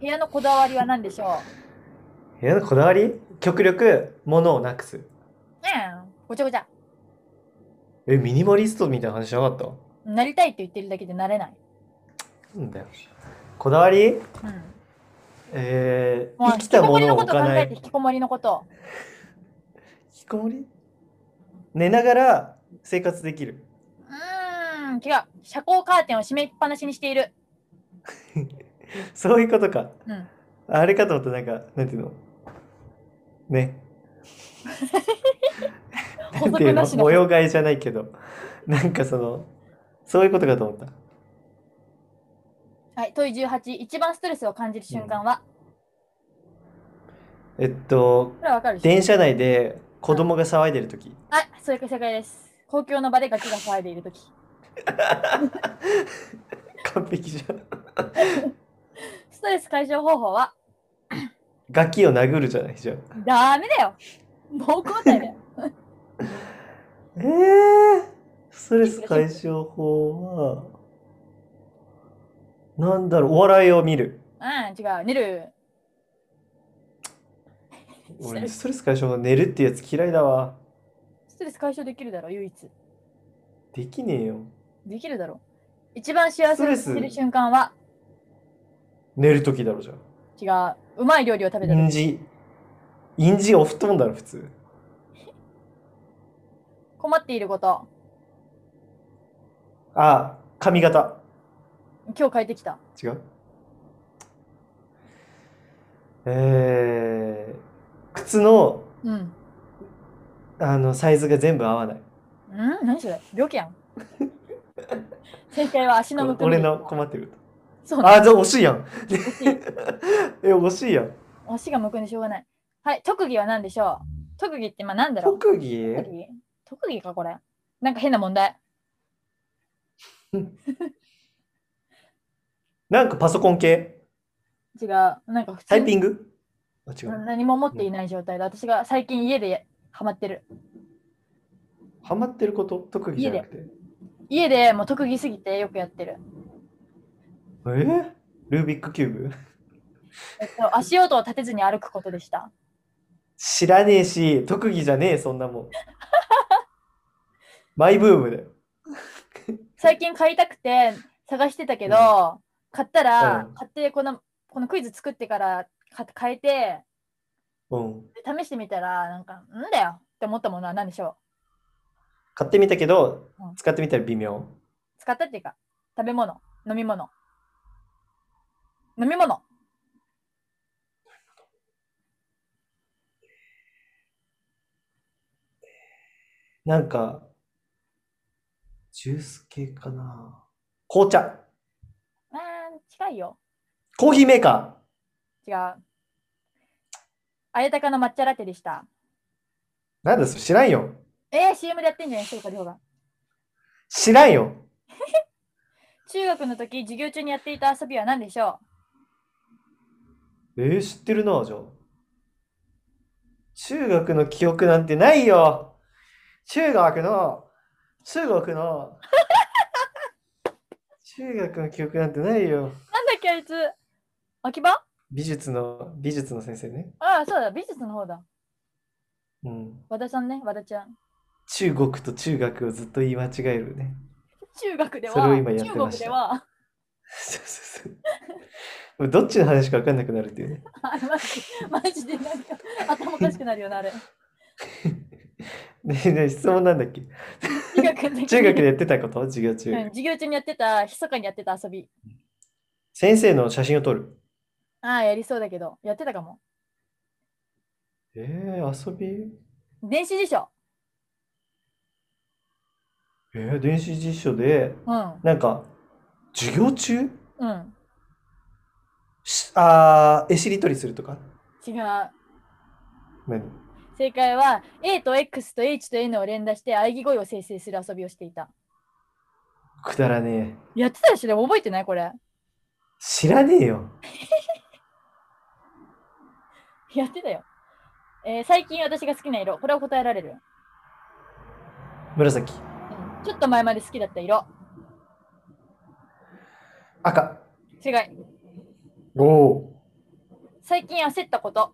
Speaker 2: 部屋のこだわりは何でしょう
Speaker 1: え。部屋のこだわり極力、物をなくす。
Speaker 2: うん。ごちゃごちゃ。
Speaker 1: え、ミニマリストみたいな話しなかった
Speaker 2: なりたいって言ってるだけでなれない。
Speaker 1: なんだよ。こだわり
Speaker 2: うん。
Speaker 1: えー、
Speaker 2: もう
Speaker 1: 生きたものを
Speaker 2: 引きこもりのこ
Speaker 1: 置
Speaker 2: と
Speaker 1: か
Speaker 2: 考
Speaker 1: な
Speaker 2: え
Speaker 1: い。
Speaker 2: て引きこもりのこと。
Speaker 1: 引きこもり寝ながら生活できる。 [laughs]
Speaker 2: うーん、違う。遮光カーテンを閉めっぱなしにしている。
Speaker 1: そういうことか。
Speaker 2: うん。
Speaker 1: あれかと思った、なんか、なんていうのね。なんていうの
Speaker 2: [laughs] 補足なしの
Speaker 1: 模様替えじゃないけど。なんかその、そういうことかと思った。
Speaker 2: はい、問い18。一番ストレスを感じる瞬間は、
Speaker 1: えっと、
Speaker 2: これはわかるでしょ
Speaker 1: 電車内で子供が騒いでるとき。
Speaker 2: はい、それが正解です。公共の場でガキが騒いでいるとき。
Speaker 1: 完璧じゃん。
Speaker 2: ストレス解消方法は、
Speaker 1: ガキを殴るじゃないじゃん。
Speaker 2: ダメだよ暴行罪だよ。
Speaker 1: えー、ストレス解消法は、なんだろう、お笑いを見る。
Speaker 2: うん、違う。寝る。
Speaker 1: 俺、ストレス解消法寝るってやつ嫌いだわ。
Speaker 2: ストレス解消できるだろ、唯一。
Speaker 1: できねえよ。
Speaker 2: できるだろ。一番幸せに
Speaker 1: スト
Speaker 2: す
Speaker 1: レ
Speaker 2: る
Speaker 1: ス
Speaker 2: 瞬間は、
Speaker 1: 寝るときだろじゃん。
Speaker 2: 違う。うまい料理を食べた
Speaker 1: 印
Speaker 2: 時。
Speaker 1: 字。印字お布団だろ、普通。
Speaker 2: 困っていること。
Speaker 1: あ、髪型。
Speaker 2: 今日変えてきた。
Speaker 1: 違うえー、靴の、
Speaker 2: うん。
Speaker 1: あの、サイズが全部合わない。
Speaker 2: うん何それ病気やん。 [laughs] 正解は足のむくみ。
Speaker 1: 俺の。困ってる。
Speaker 2: そうだ。
Speaker 1: あ、じゃあ惜しいやん。
Speaker 2: 惜しい
Speaker 1: [laughs] え、惜しいやん。
Speaker 2: 足がむくんでしょうがない。はい、特技は何でしょう特技って、まあ何だろう
Speaker 1: 特技
Speaker 2: 特技特技かこれ。なんか変な問題。
Speaker 1: なんかパソコン系
Speaker 2: 違う。なんか普
Speaker 1: タ
Speaker 2: 通
Speaker 1: イピ
Speaker 2: に
Speaker 1: ングあ、違う。
Speaker 2: 何も持っていない状態で、私が最近家でハマってる。
Speaker 1: ハマってること特技じゃなくて。
Speaker 2: 家でもう特技すぎてよくやってる。
Speaker 1: えー、ルービックキューブ
Speaker 2: えっと、足音を立てずに歩くことでした。
Speaker 1: 知らねえし、特技じゃねえ、そんな
Speaker 2: [laughs]
Speaker 1: もん。マイブームだよ。
Speaker 2: 最近買いたくて探してたけど、買ったら、
Speaker 1: うん
Speaker 2: 買ってこのこのクイズ作ってからか変えて
Speaker 1: うん。
Speaker 2: で試してみたらなんかんだよって思ったものは何でしょ
Speaker 1: 買ってみたけど
Speaker 2: うん、
Speaker 1: 使ってみたら微妙。
Speaker 2: う使ったっていうか食べ物飲み物飲み物
Speaker 1: なんか、ジュース系かな。紅茶。
Speaker 2: あー近いよ。
Speaker 1: コーヒーメーカ
Speaker 2: 違う。あやたかの抹茶ラテでし
Speaker 1: ー。
Speaker 2: た。
Speaker 1: なんだそれ知らんよ。
Speaker 2: えー、CM でやってんじゃないそうか、りょうが。
Speaker 1: 知らんよ。
Speaker 2: 中学の時、授業中にやっていた遊びは何でしょ
Speaker 1: えー、知ってるな、じゃあ。中学の記憶なんてないよ。中学の、中学の、中学の記憶なんてないよ。
Speaker 2: うなんだっけ、あいつ。秋葉
Speaker 1: 美術の、美術の先生ね。
Speaker 2: ああ、そうだ、美術の方だ。
Speaker 1: うん。
Speaker 2: 和田さんね、和田ちゃん。
Speaker 1: 中国と中学をずっと言い間違えるね。 [laughs]
Speaker 2: 中学では、
Speaker 1: それを今やって
Speaker 2: 中
Speaker 1: ま
Speaker 2: 国
Speaker 1: した
Speaker 2: では、 [laughs]
Speaker 1: そうそうそう。どっちの話か分かんなくなるっていうね。
Speaker 2: あれマジマジでなんか頭おかしくなるよ
Speaker 1: [laughs]
Speaker 2: な、あれ。
Speaker 1: ねえねえ質問なんだっけ
Speaker 2: 中学の時
Speaker 1: 中学でやってたこと授業中。
Speaker 2: うん、授業中にやってた、密かにやってた遊び。
Speaker 1: 先生の写真を撮る。
Speaker 2: ああ、やりそうだけど、やってたかも。
Speaker 1: えー、遊び
Speaker 2: 電子辞書。
Speaker 1: えー、電子辞書で、
Speaker 2: うん。
Speaker 1: なんか、授業中
Speaker 2: うん。
Speaker 1: しあー絵しりとりするとか
Speaker 2: 違う。
Speaker 1: 何
Speaker 2: 正解は、A と X と H と N を連打して、喘ぎ声を生成する遊びをしていた。
Speaker 1: くだらねえ。
Speaker 2: やってたでしょでも覚えてないこれ。
Speaker 1: 知らねえよ。
Speaker 2: やってたよ。えー最近私が好きな色。これは答えられる、
Speaker 1: 紫、
Speaker 2: うん。ちょっと前まで好きだった色。
Speaker 1: 赤。
Speaker 2: 違い。
Speaker 1: おお。
Speaker 2: 最近焦ったこと。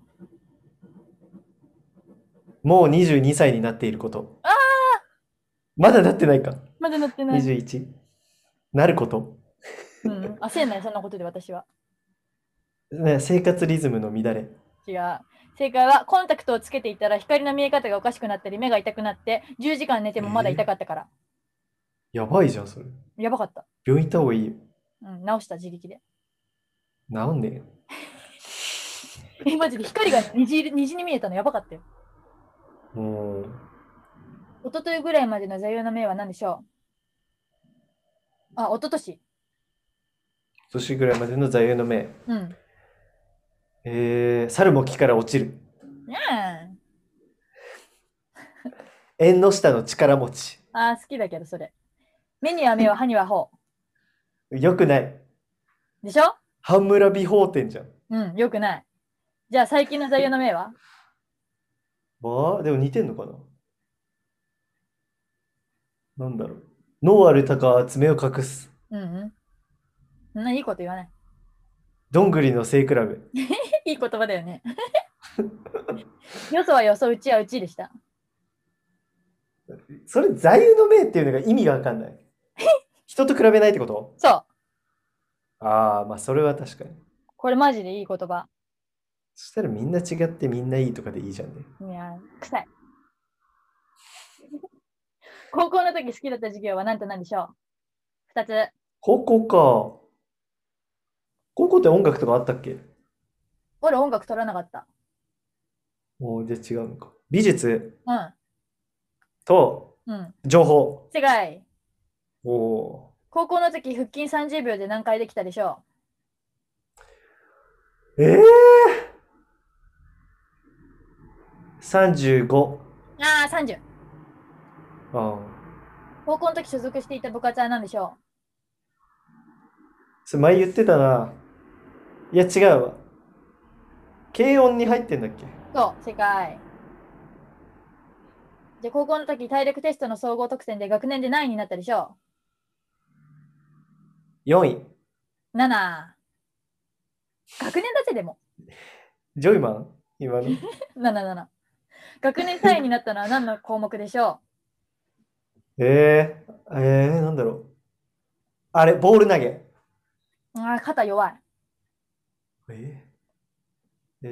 Speaker 1: もう22歳になっていること。ああまだなってないか。
Speaker 2: まだ乗ってない。
Speaker 1: 21。なること。
Speaker 2: うん、焦んない、そんなことで私は。
Speaker 1: ね生活リズムの乱れ。
Speaker 2: 違う。正解は、コンタクトをつけていたら光の見え方がおかしくなったり、目が痛くなって、10時間寝てもまだ痛かったから。
Speaker 1: やばいじゃん、それ。
Speaker 2: やばかった。
Speaker 1: 病院行った方がいいよ。
Speaker 2: うん、直した自力で。 [laughs]
Speaker 1: 治んねえよ。
Speaker 2: え、マジで光が虹虹に見えたのやばかったよ。
Speaker 1: うーん。
Speaker 2: 一昨日ぐらいまでの座右の銘は何でしょうあ、一昨年。
Speaker 1: 年ぐらいまでの座右の銘。
Speaker 2: うん。
Speaker 1: えー、猿も木から落ちる。
Speaker 2: うん。
Speaker 1: 縁の下の力持ち。
Speaker 2: あー、好きだけど、それ。目には目を、歯には頬。
Speaker 1: よくない。
Speaker 2: でしょ
Speaker 1: 半村美法店じゃん。
Speaker 2: うん、よくない。じゃあ、最近の座右の銘は
Speaker 1: わあ、でも似てんのかななんだろう。脳ある鷹は爪を隠す。
Speaker 2: うんうん。そんないいこと言わない。
Speaker 1: どんぐりの背比べ。
Speaker 2: いい言葉だよね。 [laughs] よそはよそ、うちはうちでした。
Speaker 1: それ座右の銘っていうのが意味がわかんない。人と比べないってこと
Speaker 2: そう。
Speaker 1: ああ、まあそれは確かに。
Speaker 2: これマジでいい言葉。
Speaker 1: そしたらみんな違ってみんないいとかでいいじゃんね。
Speaker 2: いやー、臭い。 [laughs] 高校の時好きだった授業は何と何でしょう二つ。
Speaker 1: 高校か。高校って音楽とかあったっけ
Speaker 2: 俺音楽取らなかった。
Speaker 1: おお、じゃあ違うのか。美術と
Speaker 2: うん。うん。
Speaker 1: 情報。
Speaker 2: 世界。
Speaker 1: おお
Speaker 2: 高校の時腹筋30秒で何回できたでしょ
Speaker 1: ー。ええー、!35。
Speaker 2: うああ、30。
Speaker 1: ああ。
Speaker 2: 高校の時所属していた部活は何でしょ
Speaker 1: それ前言ってたな。いや、違うわ。軽音に入ってんだっけ
Speaker 2: うそう、世界。じゃあ高校の時体力テストの総合得点で学年で何位になったでしょ
Speaker 1: ?4 位。
Speaker 2: う ?7。学年だぜでも。
Speaker 1: ジョイマン今
Speaker 2: [laughs]
Speaker 1: の。
Speaker 2: 77。学年3位になったのは何の項目でしょ
Speaker 1: ええー、ええー、なんだろう。あれ、ボール投げ。
Speaker 2: うああ、肩弱い。
Speaker 1: えー、え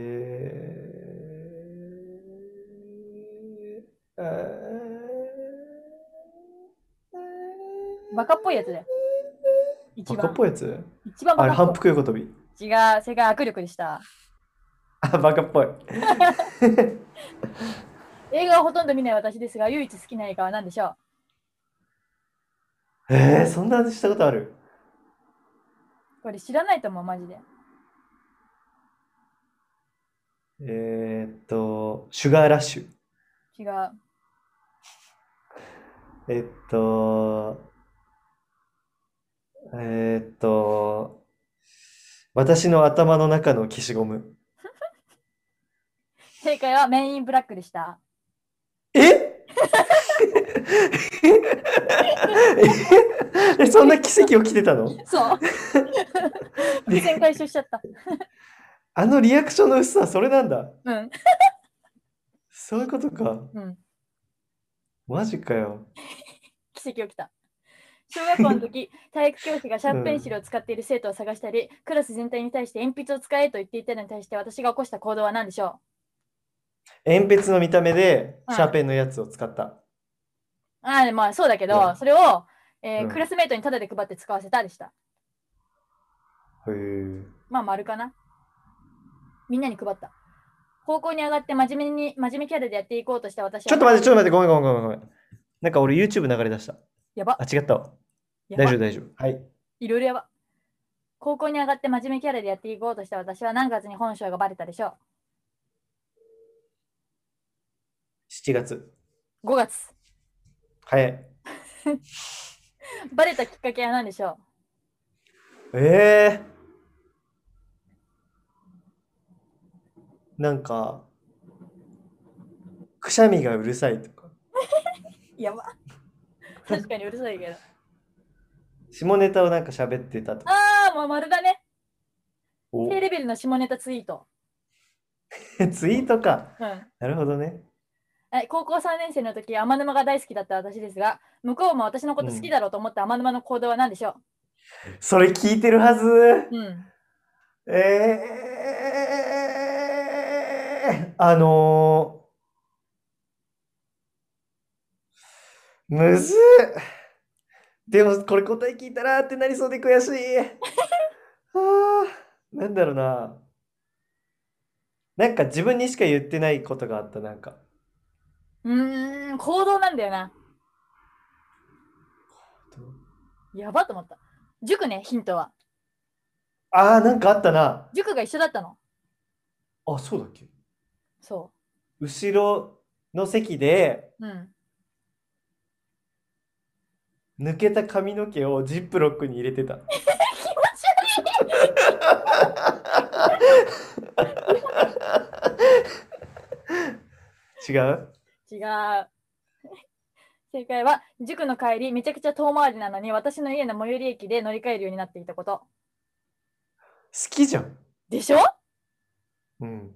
Speaker 1: ー、えー、
Speaker 2: バカっぽいやつだよ。一
Speaker 1: バカ
Speaker 2: 番
Speaker 1: っ。ぽいやつ
Speaker 2: 一番
Speaker 1: あ
Speaker 2: バ
Speaker 1: れ、
Speaker 2: カ
Speaker 1: 反
Speaker 2: っぽ
Speaker 1: 復横跳び。
Speaker 2: い。違う、世界握力でした。
Speaker 1: あ、バカっぽい。
Speaker 2: 映画はほとんど見ない私ですが、唯一好きな映画は何でしょ
Speaker 1: えー、そんな話したことある
Speaker 2: これ知らないと思う、マジで。
Speaker 1: えーっと、シュガーラッシュ。
Speaker 2: 違う。
Speaker 1: えっと、えっと、私の頭の中の消しゴム。
Speaker 2: 正解はメインインブラックでした。
Speaker 1: ええ [laughs] えそんな奇跡起きてたの
Speaker 2: そう。
Speaker 1: [laughs]
Speaker 2: [laughs] 伏線回収しちゃった。
Speaker 1: あのリアクションの薄さ、それなんだ。
Speaker 2: うん。
Speaker 1: そういうことか。
Speaker 2: うん。
Speaker 1: マジかよ。
Speaker 2: 奇跡起きた。小学校
Speaker 1: [laughs]
Speaker 2: の時、体育教師がシャープペンシルを使っている生徒を探したり、クラス全体に対して鉛筆を使えと言っていたのに対して私が起こした行動は何でしょ
Speaker 1: 鉛筆の見た目で
Speaker 2: うん
Speaker 1: シャーペンのやつを使った。
Speaker 2: うああ、まあそうだけ
Speaker 1: う
Speaker 2: ど、
Speaker 1: ん
Speaker 2: それを、えー
Speaker 1: うん
Speaker 2: クラスメートにタダで配って使わせたでした。
Speaker 1: へえ。
Speaker 2: まあ丸かな。みんなに配った。高校に上がって真面目に、真面目キャラでやっていこうとした私は。
Speaker 1: ちょっと待って、ちょっと待って、ごめんごめんごめんごめん。なんか俺 YouTube 流れ出した。
Speaker 2: やば
Speaker 1: あ、。違ったわ。
Speaker 2: やば
Speaker 1: 大丈夫大丈夫。はい。
Speaker 2: いろいろやば。高校に上がって真面目キャラでやっていこうとした私は何月に本性がバレたでしょ
Speaker 1: 7月。
Speaker 2: う ?5 月。
Speaker 1: 早い。
Speaker 2: バレたきっかけは何でしょ
Speaker 1: ええなんか、くしゃみがうるさいとか、
Speaker 2: うやば。確かにうるさいけど。
Speaker 1: 下ネタをなんか喋ってたとか。
Speaker 2: ああ、もう丸だね。
Speaker 1: お
Speaker 2: 低レベルの下ネタツイート。
Speaker 1: [laughs] ツイートか。
Speaker 2: うん。
Speaker 1: なるほどね。
Speaker 2: え高校3年生の時、天沼が大好きだった私ですが、向こうも私のこと好きだろうと思った天沼の行動は何でしょ
Speaker 1: それ聞いてるはず。
Speaker 2: ううん。
Speaker 1: ええあのー、むずっでもこれ答え聞いたらってなりそうで悔しい。 [laughs] はあ、なんだろうな。なんか自分にしか言ってないことがあった、なんか。
Speaker 2: うーん、行動なんだよな。やばと思った。塾ね、ヒントは。
Speaker 1: ああ、なんかあったな。
Speaker 2: 塾が一緒だったの。
Speaker 1: あ、そうだっけ
Speaker 2: そ
Speaker 1: 後ろの席で、
Speaker 2: う。うん。
Speaker 1: 抜けた髪の毛をジップロックに入れてた。気持ち悪い。違う
Speaker 2: 違う。 [laughs] 正解は、塾の帰り、めちゃくちゃ遠回りなのに、私の家の最寄り駅で乗り換えるようになっていたこと。
Speaker 1: 好きじゃん。
Speaker 2: でしょ
Speaker 1: うん。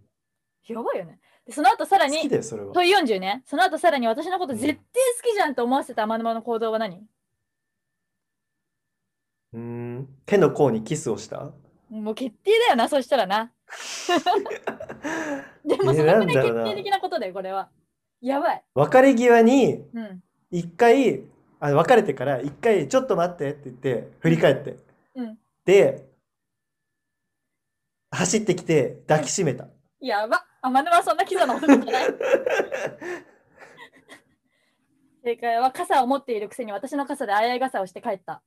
Speaker 2: やばいよね。でその後さら
Speaker 1: 好き
Speaker 2: に、
Speaker 1: だよ、それは。
Speaker 2: 問い40ね。その後さらに私のこと絶対好きじゃんと思わせた天沼の行動は何
Speaker 1: うーん。手の甲にキスをした
Speaker 2: もう決定だよな、そしたらな。でも
Speaker 1: え
Speaker 2: その
Speaker 1: な
Speaker 2: く
Speaker 1: ん
Speaker 2: らい
Speaker 1: だろ
Speaker 2: 決
Speaker 1: うな
Speaker 2: 定的なことだよ、これは。やばい。
Speaker 1: 別れ際に、
Speaker 2: うん。
Speaker 1: 一回、あ、別れてから一回、ちょっと待ってって言って、振り返って。
Speaker 2: うん
Speaker 1: で、走ってきて抱きしめた。
Speaker 2: やば。天沼はそんなキザな男じゃ
Speaker 1: [laughs]
Speaker 2: ない。正解は傘を持っているくせに私の傘であやい傘をして帰った。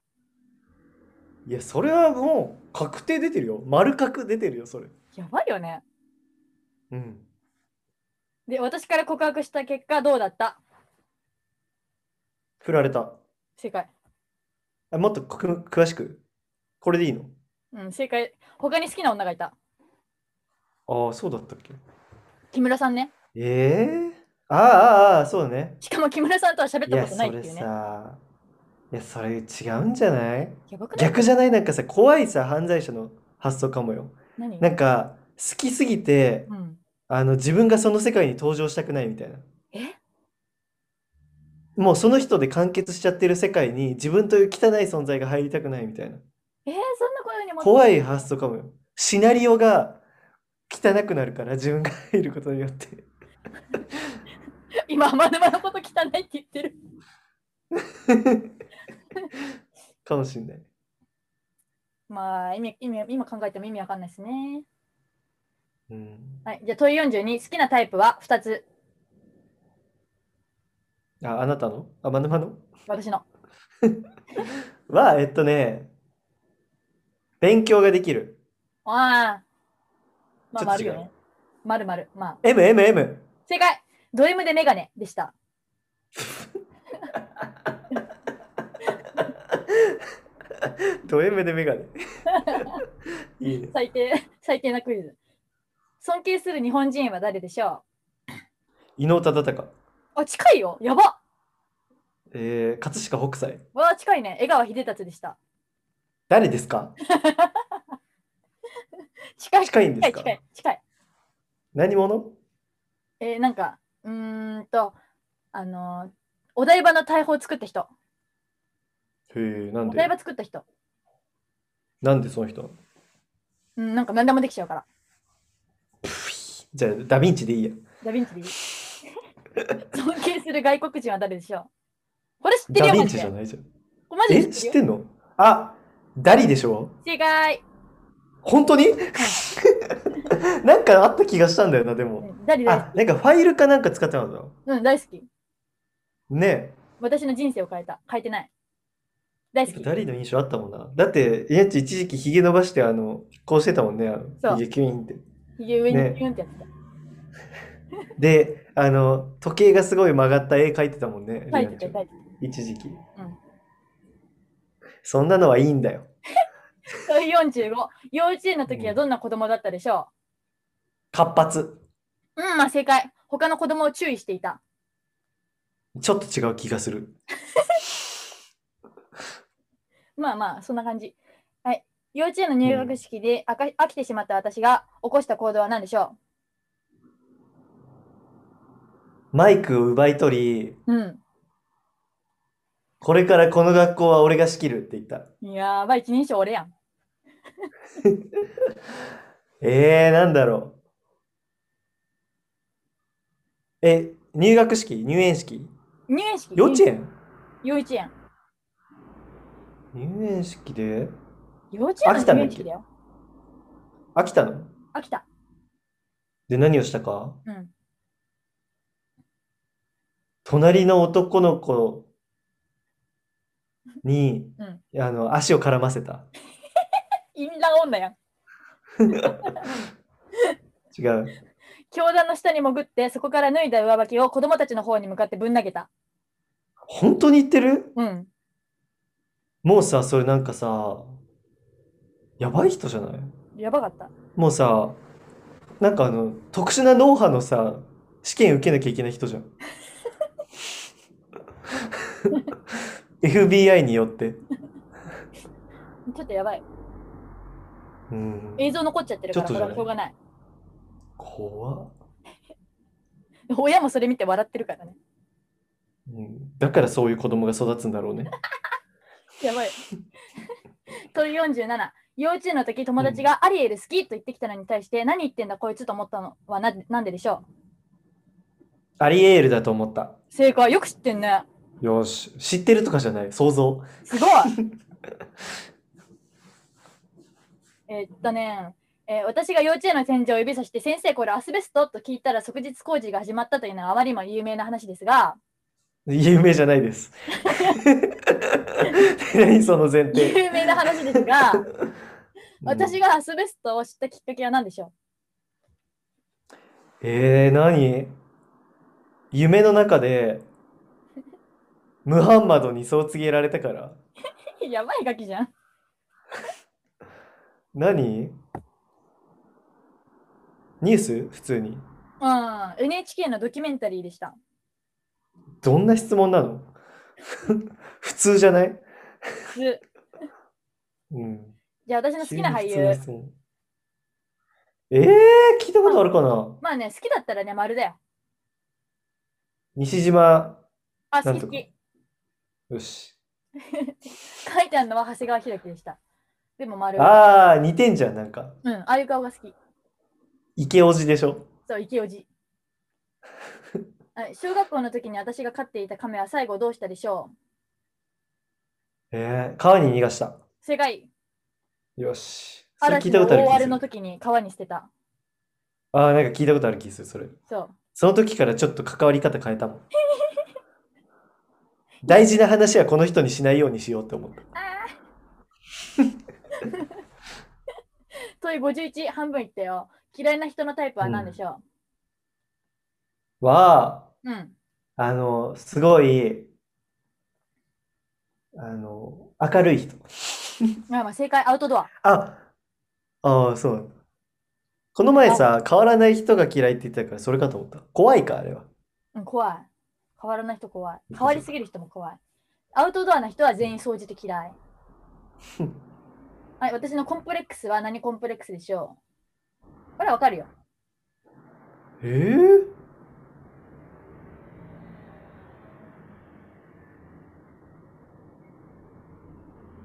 Speaker 1: いや、それはもう確定出てるよ。丸確出てるよ、それ。
Speaker 2: やばいよね。
Speaker 1: うん。
Speaker 2: で、私から告白した結果どうだった
Speaker 1: 振られた。
Speaker 2: 正解。
Speaker 1: あもっとく詳しく。これでいいの
Speaker 2: うん、正解。他に好きな女がいた。
Speaker 1: ああ、そうだったっけ
Speaker 2: 木村さんね。
Speaker 1: ええああああああ、そうだね。
Speaker 2: しかも木村さんとは喋っ
Speaker 1: い
Speaker 2: た
Speaker 1: や、
Speaker 2: ことない
Speaker 1: そ
Speaker 2: ってい
Speaker 1: れ
Speaker 2: うね。
Speaker 1: さ、いや、それ違うんじゃない
Speaker 2: やばくない
Speaker 1: 逆じゃないなんかさ、怖いさ、犯罪者の発想かもよ。
Speaker 2: 何
Speaker 1: なんか、好きすぎて、
Speaker 2: うん、
Speaker 1: あの、自分がその世界に登場したくないみたいな。
Speaker 2: え
Speaker 1: もうその人で完結しちゃってる世界に自分という汚い存在が入りたくないみたいな。
Speaker 2: えー、そんなことに思って
Speaker 1: 怖い発想かもよ。シナリオが汚くなるから自分が入ることによって。
Speaker 2: 今、まだまだこと汚いって言ってる。
Speaker 1: かもしんない。
Speaker 2: まあ、意味意味今考えても意味わかんないですね。
Speaker 1: うん、
Speaker 2: はい、じゃあ問い42、好きなタイプは2つ。
Speaker 1: あ、あなたのあ、まぬまの
Speaker 2: 私の。
Speaker 1: は、えっとね、勉強ができる。
Speaker 2: ああ。まあ、
Speaker 1: ちょっと
Speaker 2: 丸
Speaker 1: 違う
Speaker 2: よね。丸丸。まあ、
Speaker 1: M、M、M。
Speaker 2: 正解ド M でメガネでした。
Speaker 1: ド M でメガネ。
Speaker 2: [laughs]
Speaker 1: いいね。
Speaker 2: 最低、 [laughs] 最低なクイズ。尊敬する日本人は誰でしょ
Speaker 1: 伊能忠敬。
Speaker 2: うあ、近いよやば
Speaker 1: えー、葛飾北斎。
Speaker 2: わあ、近いね。江川秀達でした。
Speaker 1: 誰ですか
Speaker 2: 近い。
Speaker 1: 近いんですか
Speaker 2: 近い、近い。
Speaker 1: 何者
Speaker 2: えー、なんか、うーんと、あのーお台場の大砲作った人。
Speaker 1: へえ、なん
Speaker 2: お
Speaker 1: で
Speaker 2: 台場作った人。
Speaker 1: なんでその人なの
Speaker 2: うん、なんか何でもできちゃうから。
Speaker 1: じゃあ、ダヴィンチでいいや。
Speaker 2: ダヴィンチでいい
Speaker 1: [laughs]
Speaker 2: 尊敬する外国人は誰でしょうこれ知ってる
Speaker 1: ダ
Speaker 2: よ、
Speaker 1: ヴィ
Speaker 2: マ
Speaker 1: ン
Speaker 2: ジ
Speaker 1: チじゃ
Speaker 2: で。
Speaker 1: ないじゃん。
Speaker 2: これマジ
Speaker 1: え、
Speaker 2: で知
Speaker 1: 知っ
Speaker 2: ってる
Speaker 1: てんのあ、ダリでしょ
Speaker 2: よ正解。
Speaker 1: 本当に [laughs] なんかあった気がしたんだよな、で
Speaker 2: う
Speaker 1: も。
Speaker 2: んダリ大好
Speaker 1: あ、なんかファイルかなんか使ってたんだ。
Speaker 2: き。うん、大好き。
Speaker 1: ね
Speaker 2: 私の人生を変えた。変えてない。大好
Speaker 1: え。
Speaker 2: き。
Speaker 1: ダリの印象あったもんな。だって、イエンチ一時期ヒゲ伸ばして、あの、こうしてたもんね。
Speaker 2: そう
Speaker 1: ヒゲキュインって。
Speaker 2: ひげ上
Speaker 1: ね
Speaker 2: にキュンってやってた。
Speaker 1: で、あの、時計がすごい曲がった絵描いてたもんね。
Speaker 2: 書いてた、
Speaker 1: リナ
Speaker 2: 書
Speaker 1: ち
Speaker 2: いて
Speaker 1: ゃん一時期。
Speaker 2: ん
Speaker 1: そんなのはいいんだよ。
Speaker 2: た。45。幼稚園の時はどんな子供だったでしょ
Speaker 1: 活発。
Speaker 2: ううん、まあ正解。他の子供を注意していた。
Speaker 1: ちょっと違う気がする。
Speaker 2: まあまあ、そんな感じ。はい。幼稚園の入学式であか飽きてしまった私が起こした行動は何でしょ
Speaker 1: マイクを奪い取り、
Speaker 2: ううん。
Speaker 1: これからこの学校は俺が仕切るって言った。
Speaker 2: やばい、一人称俺やん。
Speaker 1: えー、なんだろう。え、入学式入園式
Speaker 2: 入園式
Speaker 1: 幼稚園
Speaker 2: 幼稚園。
Speaker 1: 入園式で
Speaker 2: 幼稚園
Speaker 1: 飽きたんだっ
Speaker 2: の入園
Speaker 1: け
Speaker 2: 式だよ。
Speaker 1: 飽きたの
Speaker 2: 飽きた。
Speaker 1: で何をしたか
Speaker 2: うん。
Speaker 1: 隣の男の子に、
Speaker 2: うん
Speaker 1: あの足を絡ませた。
Speaker 2: 淫乱女やん。
Speaker 1: 違う。
Speaker 2: 教団の下に潜って、そこから脱いだ上履きを子供たちの方に向かってぶん投げた。
Speaker 1: 本当に言ってる
Speaker 2: うん。
Speaker 1: もうさ、それなんかさ、やばい人じゃない
Speaker 2: やばかった。
Speaker 1: もうさ、なんかあの、特殊な脳波のさ、試験受けなきゃいけない人じゃん。FBI によって。
Speaker 2: ちょっとやばい。
Speaker 1: うん。
Speaker 2: 映像残っちゃってるから、
Speaker 1: ちょ
Speaker 2: こ
Speaker 1: っ
Speaker 2: れ
Speaker 1: とじゃ
Speaker 2: はしょうがない。
Speaker 1: 怖っ、
Speaker 2: 親もそれ見て笑ってるからね。
Speaker 1: うん。だからそういう子供が育つんだろうね。
Speaker 2: やばい。 [laughs] 問い47。幼稚園の時、友達がアリエル好きと言ってきたのに対して、何言ってんだこいつと思ったのはななんででしょ
Speaker 1: アリエールだと思った。
Speaker 2: う正解、よく知ってんね。
Speaker 1: よし。知ってるとかじゃない。想像。
Speaker 2: すごい [laughs] えっとね、えー私が幼稚園の天井を指さして、先生これアスベストと聞いたら即日工事が始まったというのはあまりにも有名な話ですが、
Speaker 1: 有名じゃないです。何その前提。
Speaker 2: 有名な話で
Speaker 1: [laughs]
Speaker 2: すが、
Speaker 1: うん
Speaker 2: 私がアスベストを知ったきっかけは何でしょ
Speaker 1: えー、何夢の中で、ムハンマドにそう告げられたから。
Speaker 2: う [laughs] やばいガキじゃん。
Speaker 1: 何ニュース普通に。
Speaker 2: うん、NHK のドキュメンタリーでした。
Speaker 1: どんな質問なの [laughs] 普通じゃない
Speaker 2: 普通
Speaker 1: うん。
Speaker 2: じゃあ私の好きな俳
Speaker 1: 急に普通の
Speaker 2: 優。
Speaker 1: 質問えー、聞いたことあるかな
Speaker 2: まあね、好きだったらね、丸だよ。
Speaker 1: 西島。
Speaker 2: あ、
Speaker 1: な
Speaker 2: 好
Speaker 1: ん
Speaker 2: き
Speaker 1: と
Speaker 2: 好
Speaker 1: か
Speaker 2: き。
Speaker 1: よし。
Speaker 2: 書いてあるのは長谷川博己でした。でも丸。
Speaker 1: あー、似てんじゃん、なんか。
Speaker 2: うん、ああいう顔が好き。
Speaker 1: 池オジでしょ
Speaker 2: そう、池おじ。はい小学校の時に私が飼っていた亀は最後どうしたでしょう
Speaker 1: えー、川に逃がした。
Speaker 2: 正解。
Speaker 1: よし。それ聞
Speaker 2: 嵐
Speaker 1: いた
Speaker 2: の
Speaker 1: ことある
Speaker 2: 大
Speaker 1: 気
Speaker 2: 荒
Speaker 1: が
Speaker 2: れ
Speaker 1: す
Speaker 2: の
Speaker 1: る。
Speaker 2: 時に川に捨てた。
Speaker 1: ああ、なんか聞いたことある気がする、それ。
Speaker 2: そう。
Speaker 1: その時からちょっと関わり方変えたもん。 [laughs] 大事な話はこの人にしないようにしようって思った。
Speaker 2: 問い51、半分いったよ。嫌いな人のタイプは何でしょ
Speaker 1: は、
Speaker 2: ううん。
Speaker 1: あの、すごい、あの、明るい人。
Speaker 2: まあまあ正解、アウトドア。
Speaker 1: あ、ああ、そう。この前さ、変わらない人が嫌いって言ってたから、それかと思った。怖いか、あれは。
Speaker 2: うん、怖い。変わらない人怖い。変わりすぎる人も怖い。アウトドアな人は全員掃除て嫌
Speaker 1: [laughs]
Speaker 2: い。はい、私のコンプレックスは何コンプレックスでしょうこれはわかるよ。
Speaker 1: えー、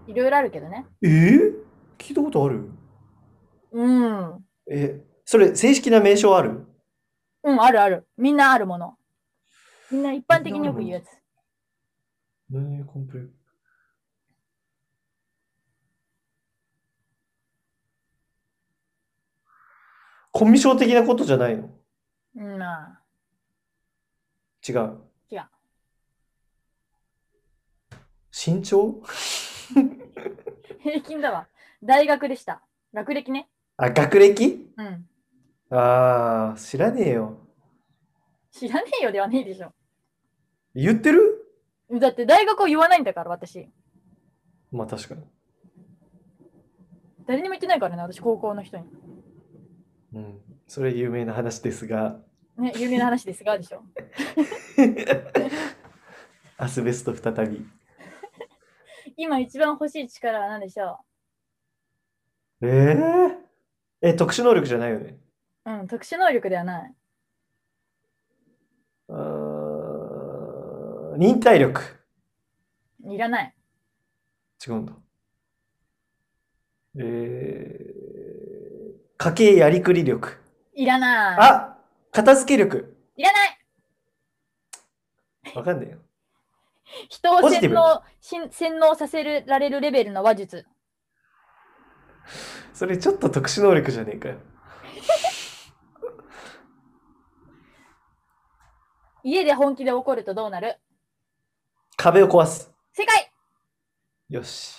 Speaker 2: いろいろあるけどね。
Speaker 1: えー、聞いたことある
Speaker 2: うん。
Speaker 1: え、それ、正式な名称ある
Speaker 2: うん、あるある。みんなあるもの。みんな一般的によく言うやつ。
Speaker 1: 何コンプレコミュ障的なことじゃないの
Speaker 2: うん、まあ。
Speaker 1: 違う。
Speaker 2: 違う。
Speaker 1: 身長
Speaker 2: 平均だわ。大学でした。学歴ね。
Speaker 1: あ、学歴
Speaker 2: うん。
Speaker 1: ああ、知らねえよ。
Speaker 2: 知らねえよではねえでしょ。
Speaker 1: 言ってる
Speaker 2: だって大学を言わないんだから、私。
Speaker 1: まあ確かに。
Speaker 2: 誰にも言ってないからね、私、高校の人に。
Speaker 1: うん。それ有名な話ですが、
Speaker 2: ね、有名な話ですが、でしょ。
Speaker 1: アスベスト再び。
Speaker 2: 今一番欲しい力は何でしょ
Speaker 1: えー、え、特殊能力じゃないよね。
Speaker 2: ううん、特殊能力ではない。
Speaker 1: あー忍耐力。
Speaker 2: いらない。
Speaker 1: 違うんだ。えー、家計やりくり力。
Speaker 2: いらない。
Speaker 1: あ片付け力。
Speaker 2: いらない。
Speaker 1: わかんねえよ。
Speaker 2: 人を
Speaker 1: ポジティ
Speaker 2: 洗
Speaker 1: ブ
Speaker 2: 脳しん洗脳させるられるレベルの話術。
Speaker 1: それちょっと特殊能力じゃねえかよ。
Speaker 2: 家で本気で怒るとどうなる
Speaker 1: 壁を壊す。
Speaker 2: 正解
Speaker 1: よし。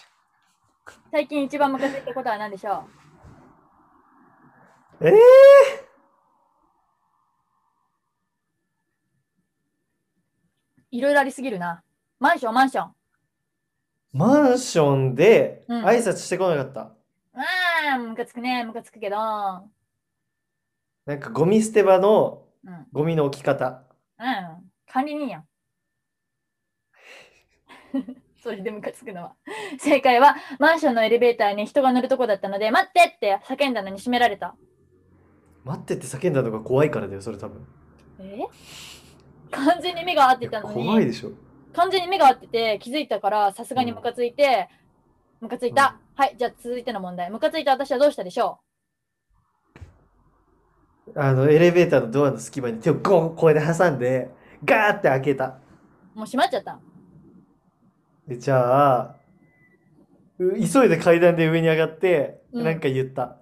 Speaker 2: 最近一番ムカついたことは何でしょ
Speaker 1: えー、
Speaker 2: ういろいろありすぎるな。マンション、マンション。
Speaker 1: マンションで
Speaker 2: うん
Speaker 1: 挨拶してこなかった。
Speaker 2: あー、ムカつくね、ムカつくけど。う
Speaker 1: なんかゴミ捨て場の
Speaker 2: ん。うん。
Speaker 1: ゴミの置き方。
Speaker 2: 管理人やん。 [laughs] それでムカつくのは。正解は、マンションのエレベーターに人が乗るとこだったので、待ってって叫んだのに閉められた。
Speaker 1: 待ってって叫んだのが怖いからだよ、それ多分。
Speaker 2: え完全に目が合ってたのに。
Speaker 1: 怖いでしょ。
Speaker 2: 完全に目が合ってて気づいたからさすがにムカついて、ムカついた、はいじゃあ続いての問題ムカついた私はどうしたでしょ
Speaker 1: あの、エレベーターのドアの隙間に手をゴンこうやって挟んで、ガーって開けた。
Speaker 2: うもう閉まっちゃった
Speaker 1: で、じゃあ、う急いで階段で上に上がって、
Speaker 2: うん
Speaker 1: なんか言った。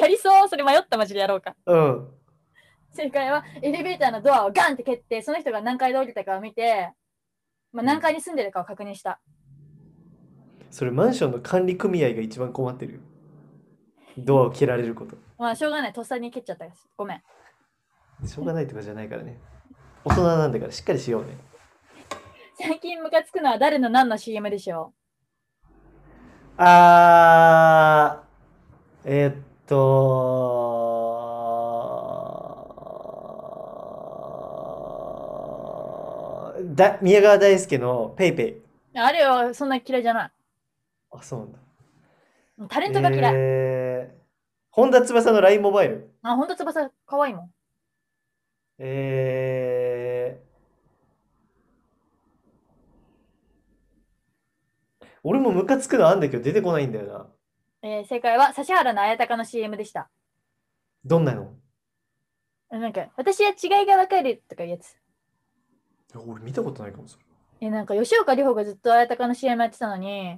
Speaker 2: やりそうそれ迷ったマジでやろうか
Speaker 1: うん。
Speaker 2: 正解はエレベーターのドアをガンって蹴ってその人が何階で降りたかを見て、まあ、何階に住んでるかを確認した
Speaker 1: それマンションの管理組合が一番困ってるよ。ドアを蹴られること。
Speaker 2: まあしょうがないとっさに蹴っちゃったですごめん
Speaker 1: しょうがないとかじゃないからね。
Speaker 2: [laughs]
Speaker 1: 大人なんだからしっかりしようね。
Speaker 2: 最近ムカつくのは誰の何の CM でしょ
Speaker 1: あー、えーっと、だ宮川大輔のペイペイ。
Speaker 2: うあれはそんな嫌いじゃない
Speaker 1: あ、そうなんだ。
Speaker 2: タレントが嫌い、
Speaker 1: えー本田翼の LINE モバイル。
Speaker 2: あほんと翼かわいいもん
Speaker 1: えー俺もムカつくのあんだけど出てこないんだよな。
Speaker 2: えー正解は指原の綾鷹の CM でした
Speaker 1: どんなの
Speaker 2: なんか、私は違いがわかるとかいうやつ。
Speaker 1: 俺見たことないかもそれ。
Speaker 2: え、なんか、吉岡里帆がずっと綾鷹の CM やってたのに、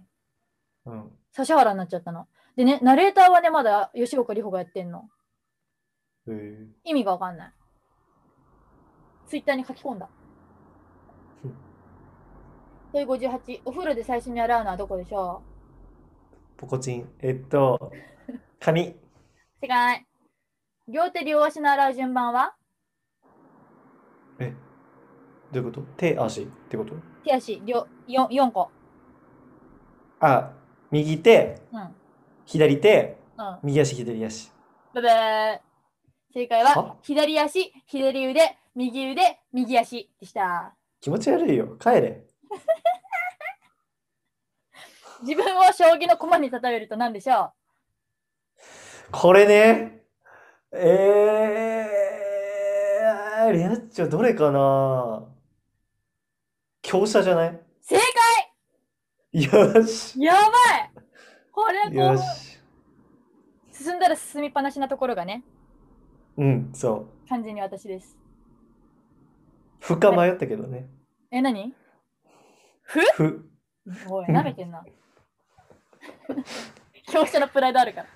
Speaker 1: うん。
Speaker 2: 指原になっちゃったの。でね、ナレーターはね、まだ吉岡里帆がやってんの。
Speaker 1: えー
Speaker 2: 意味がわかんない。ツイッターに書き込んだ。問い58、お風呂で最初に洗うのはどこでしょ
Speaker 1: ポコチン。えっ [laughs] と、髪。
Speaker 2: う違い。両手両足の洗う順番は
Speaker 1: え、どういうこと手、足ってこと
Speaker 2: 手足両 4, 4個。
Speaker 1: あ、右手、
Speaker 2: うん。うん。
Speaker 1: 左手、
Speaker 2: バ
Speaker 1: 右足、左足。
Speaker 2: イバイ。正解は
Speaker 1: は、
Speaker 2: 左足、左腕、右腕、右足でした。
Speaker 1: 気持ち悪いよ。帰れ。
Speaker 2: 自分を将棋の駒に例えると何でしょ
Speaker 1: これね。えー、リアッチョどれかな強者じゃないう
Speaker 2: 正解
Speaker 1: よし。
Speaker 2: やばいこれこ
Speaker 1: よ
Speaker 2: う
Speaker 1: し。
Speaker 2: 進んだら進みっぱなしなところがね、
Speaker 1: うん、そう。
Speaker 2: 完全に私です。
Speaker 1: ふか迷ったけどね。
Speaker 2: え、何
Speaker 1: ふ。
Speaker 2: おい、舐めてんな。 [laughs] 強者のプライドあるから。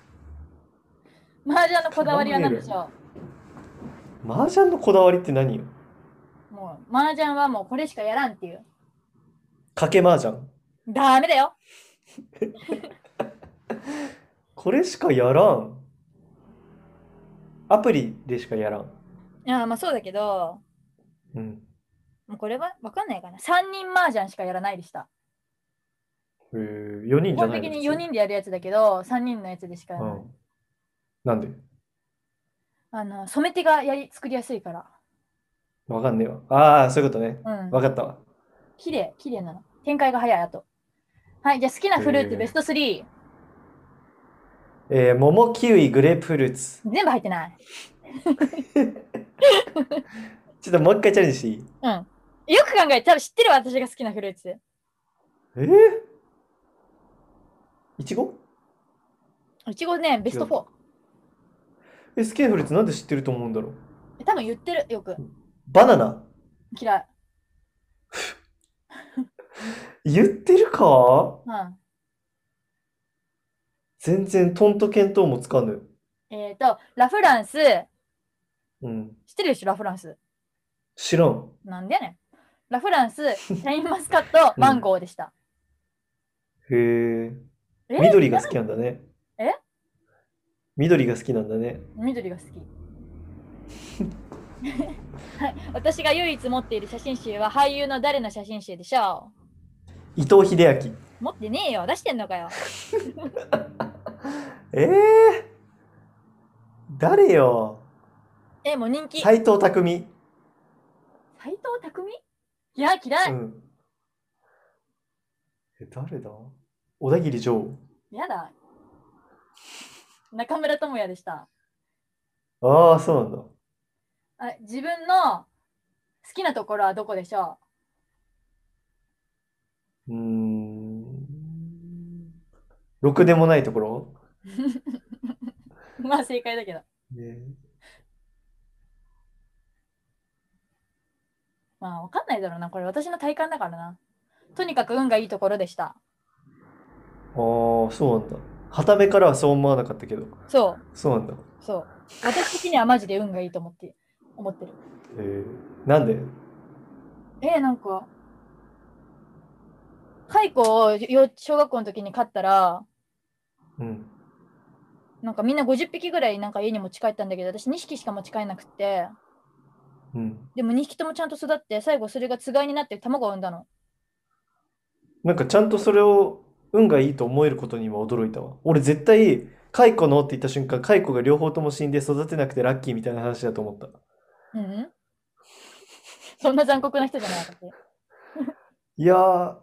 Speaker 2: 麻雀のこだわりは何でしょ
Speaker 1: 麻雀のこだわりって何よ
Speaker 2: うもう、麻雀はもうこれしかやらんっていう。
Speaker 1: かけ麻雀。
Speaker 2: ダメだよ
Speaker 1: これしかやらん。アプリでしかやらん。
Speaker 2: いや、まあそうだけど、
Speaker 1: うん。
Speaker 2: もうこれはわかんないかな。3人麻雀しかやらないでした。
Speaker 1: えー、4人
Speaker 2: 基
Speaker 1: じゃ
Speaker 2: 本
Speaker 1: ない
Speaker 2: 的
Speaker 1: の
Speaker 2: に4人でやるやつだけど、3人のやつでしかや
Speaker 1: う
Speaker 2: らない。
Speaker 1: ん。なんで
Speaker 2: あの、染め手がやり作りやすいから。
Speaker 1: わかんねえわ。ああ、そういうことね。
Speaker 2: うん。
Speaker 1: わかったわ。
Speaker 2: 綺麗、綺麗なの。展開が早い、あと。はい、じゃあ好きなフルーツ
Speaker 1: へー
Speaker 2: ベスト3。
Speaker 1: えー、桃、キウイ、グレープフルーツ。
Speaker 2: 全部入ってない。
Speaker 1: ちょっともう一回チャレンジしていい
Speaker 2: うん。よく考えて、多分知ってるわ私が好きなフルーツ。
Speaker 1: えー、いちご
Speaker 2: いちごね、ベスト4。
Speaker 1: え、好きなフルーツなんで知ってると思うんだろう
Speaker 2: え多分言ってる、よく。
Speaker 1: バナナ
Speaker 2: 嫌い。
Speaker 1: 言ってるか
Speaker 2: うん。
Speaker 1: 全然トント見当もつかぬ。
Speaker 2: えっ、と、ラフランス、知
Speaker 1: うん。
Speaker 2: ってるでしょ、ラフランス。
Speaker 1: 知らん。
Speaker 2: なんでやねん。ラフランス、シャインマスカット、マンゴーでした。
Speaker 1: へえ。
Speaker 2: え
Speaker 1: 緑が好きなんだね。
Speaker 2: え
Speaker 1: 緑が好きなんだね。
Speaker 2: 緑が好き。 [laughs] はい、私が唯一持っている写真集は俳優の誰の写真集でしょ
Speaker 1: 伊藤英明。
Speaker 2: う持ってねえよ出してんのかよ
Speaker 1: ええ誰よ
Speaker 2: えもう人気斎
Speaker 1: 斎藤匠。
Speaker 2: 藤工いや嫌
Speaker 1: う
Speaker 2: い、
Speaker 1: ん。え、誰だ小田切丈。
Speaker 2: やだ中村智也でした
Speaker 1: ああ、そうなんだ。
Speaker 2: あ自分の好きなところはどこでしょ
Speaker 1: うーん。ろくでもないところ
Speaker 2: う [laughs] まあ正解だけど
Speaker 1: ね
Speaker 2: まあわかんないだろうなこれ私の体感だからなとにかく運がいいところでした
Speaker 1: ああ、そうなんだ。傍目からはそう思わなかったけど。
Speaker 2: そう
Speaker 1: そうなんだ。
Speaker 2: そう。私的にはマジで運がいいと思って、思ってる。
Speaker 1: えー、なんで
Speaker 2: えー、なんか、蚕を幼小学校の時に飼ったら、
Speaker 1: うん。
Speaker 2: なんかみんな50匹ぐらいなんか家に持ち帰ったんだけど、私2匹しか持ち帰らなくって、
Speaker 1: うん。
Speaker 2: でも2匹ともちゃんと育って、最後それがつがいになって卵を産んだの。
Speaker 1: なんかちゃんとそれを運がいいと思えることには驚いたわ。俺絶対、解雇のって言った瞬間、解雇が両方とも死んで育てなくてラッキーみたいな話だと思った。
Speaker 2: うん、うん、そんな残酷な人じゃない私。
Speaker 1: いやー、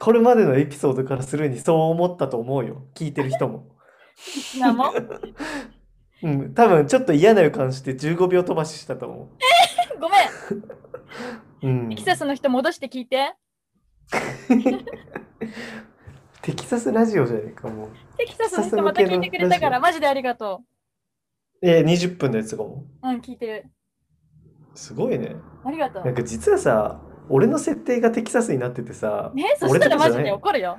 Speaker 1: これまでのエピソードからするにそう思ったと思うよ。聞いてる人も。
Speaker 2: みんな [laughs] も
Speaker 1: うん、多分ちょっと嫌な予感して15秒飛ばししたと思
Speaker 2: ごめん、
Speaker 1: う。うん。
Speaker 2: テキサスの人戻して聞いて。
Speaker 1: テキサスラジオじゃねえか、もう。
Speaker 2: テキサスの人また聞いてくれたから、マジでありがと
Speaker 1: えー、20分のやつとかも。
Speaker 2: う。うん、聞いてる。
Speaker 1: すごいね。
Speaker 2: ありがとう
Speaker 1: なん。か実はさ、俺の設定がテキサスになっててさ、
Speaker 2: ねそし
Speaker 1: 俺
Speaker 2: たら
Speaker 1: とか
Speaker 2: マ
Speaker 1: じゃ
Speaker 2: ジ
Speaker 1: ない
Speaker 2: で怒るよ。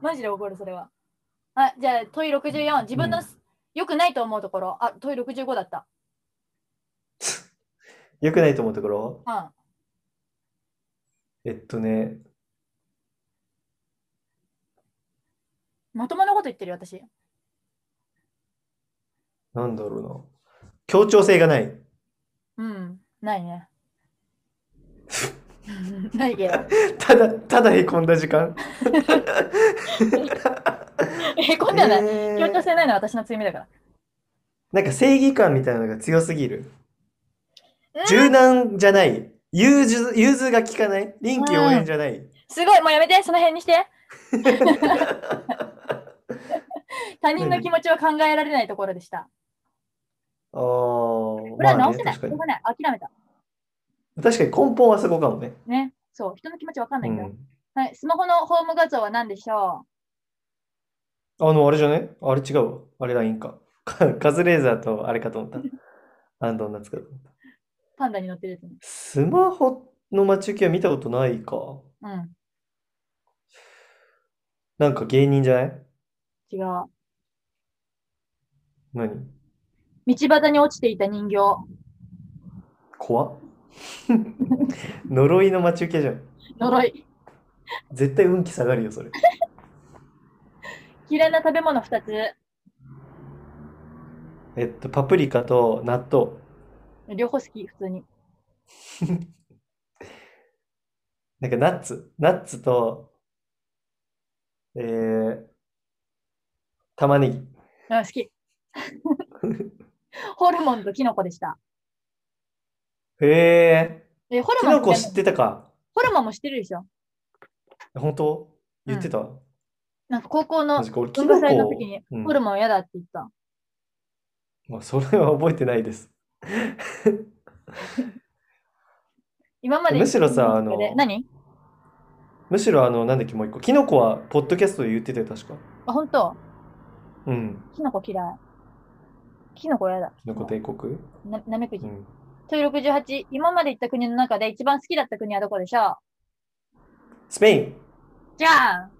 Speaker 2: マジで怒る、それは。あ、じゃあ、問い64、自分のす、良くないと思うところ。あ、問い65だった。
Speaker 1: 良くないと思うところ
Speaker 2: うん。
Speaker 1: えっとね、
Speaker 2: まともなこと言ってるよ私。
Speaker 1: なんだろうな。協調性がない。 [laughs]
Speaker 2: うん。ないね。ないけど。
Speaker 1: ただ、ただへこんだ時間。
Speaker 2: へこんではない。
Speaker 1: えー
Speaker 2: 協調性ないのは私の強みだから。
Speaker 1: なんか正義感みたいなのが強すぎる
Speaker 2: うん。
Speaker 1: 柔軟じゃない。融通融通が効かない。臨機応変じゃない。
Speaker 2: すごい、もうやめて、その辺
Speaker 1: [laughs]
Speaker 2: にして。他人の気持ちを考えられないところでした。
Speaker 1: あー
Speaker 2: これは
Speaker 1: まあ
Speaker 2: 直
Speaker 1: ね
Speaker 2: せない。し
Speaker 1: 確か
Speaker 2: ょう
Speaker 1: に。
Speaker 2: がない。諦めた。
Speaker 1: 確かに根本はそこかもね。
Speaker 2: ね。そう、人の気持ちわかんな
Speaker 1: う
Speaker 2: いんだ。
Speaker 1: ん。
Speaker 2: はい、スマホのホーム画像は何でしょ
Speaker 1: あの、あれじゃねあれ違うわ。あれラインか。かカズレーザーとあれかと思った。あのどんなつかと思った。
Speaker 2: うパンダに乗ってるやつね。
Speaker 1: スマホの待ち受けは見たことないか。
Speaker 2: うん。
Speaker 1: なんか芸人じゃない
Speaker 2: 違う。
Speaker 1: 何
Speaker 2: 道端に落ちていた人形。
Speaker 1: 怖っ [laughs] 呪いの待ち受けじゃん。
Speaker 2: 呪い。
Speaker 1: 絶対運気下がるよ、それ。
Speaker 2: 嫌いな食べ物2つ。
Speaker 1: えっと、パプリカと納豆。
Speaker 2: 両方好き、普通に。
Speaker 1: なんかナッツ。ナッツと、えー、玉ねぎ。
Speaker 2: うん、
Speaker 1: [laughs]
Speaker 2: 好き。ホルモンとキノコでした。
Speaker 1: へえ、
Speaker 2: え、ホル
Speaker 1: キ
Speaker 2: モン
Speaker 1: ノコ
Speaker 2: 好き
Speaker 1: 知ってたか。
Speaker 2: ホルモンも知ってるでしょ。
Speaker 1: 本当言ってた。
Speaker 2: なんか高校の
Speaker 1: マジか、俺、キ
Speaker 2: 文
Speaker 1: ノ
Speaker 2: 化祭の
Speaker 1: コ
Speaker 2: 時に
Speaker 1: うん
Speaker 2: ホルモン嫌だって言った。
Speaker 1: まあ、それは覚えてないです。
Speaker 2: 今まで
Speaker 1: むしろさ
Speaker 2: 一年の中で
Speaker 1: あの
Speaker 2: 何
Speaker 1: むしろ、あの、なんだっけ、もう一個。キノコは、ポッドキャストで言ってたよ、確か。
Speaker 2: あ、本当
Speaker 1: うん。
Speaker 2: キノコ嫌い。キノコ嫌だ。
Speaker 1: キノコ帝国。
Speaker 2: なナメクジ
Speaker 1: う。ん。
Speaker 2: 問い68、今まで行った国の中で一番好きだった国はどこでしょ
Speaker 1: スペイン、
Speaker 2: うじゃん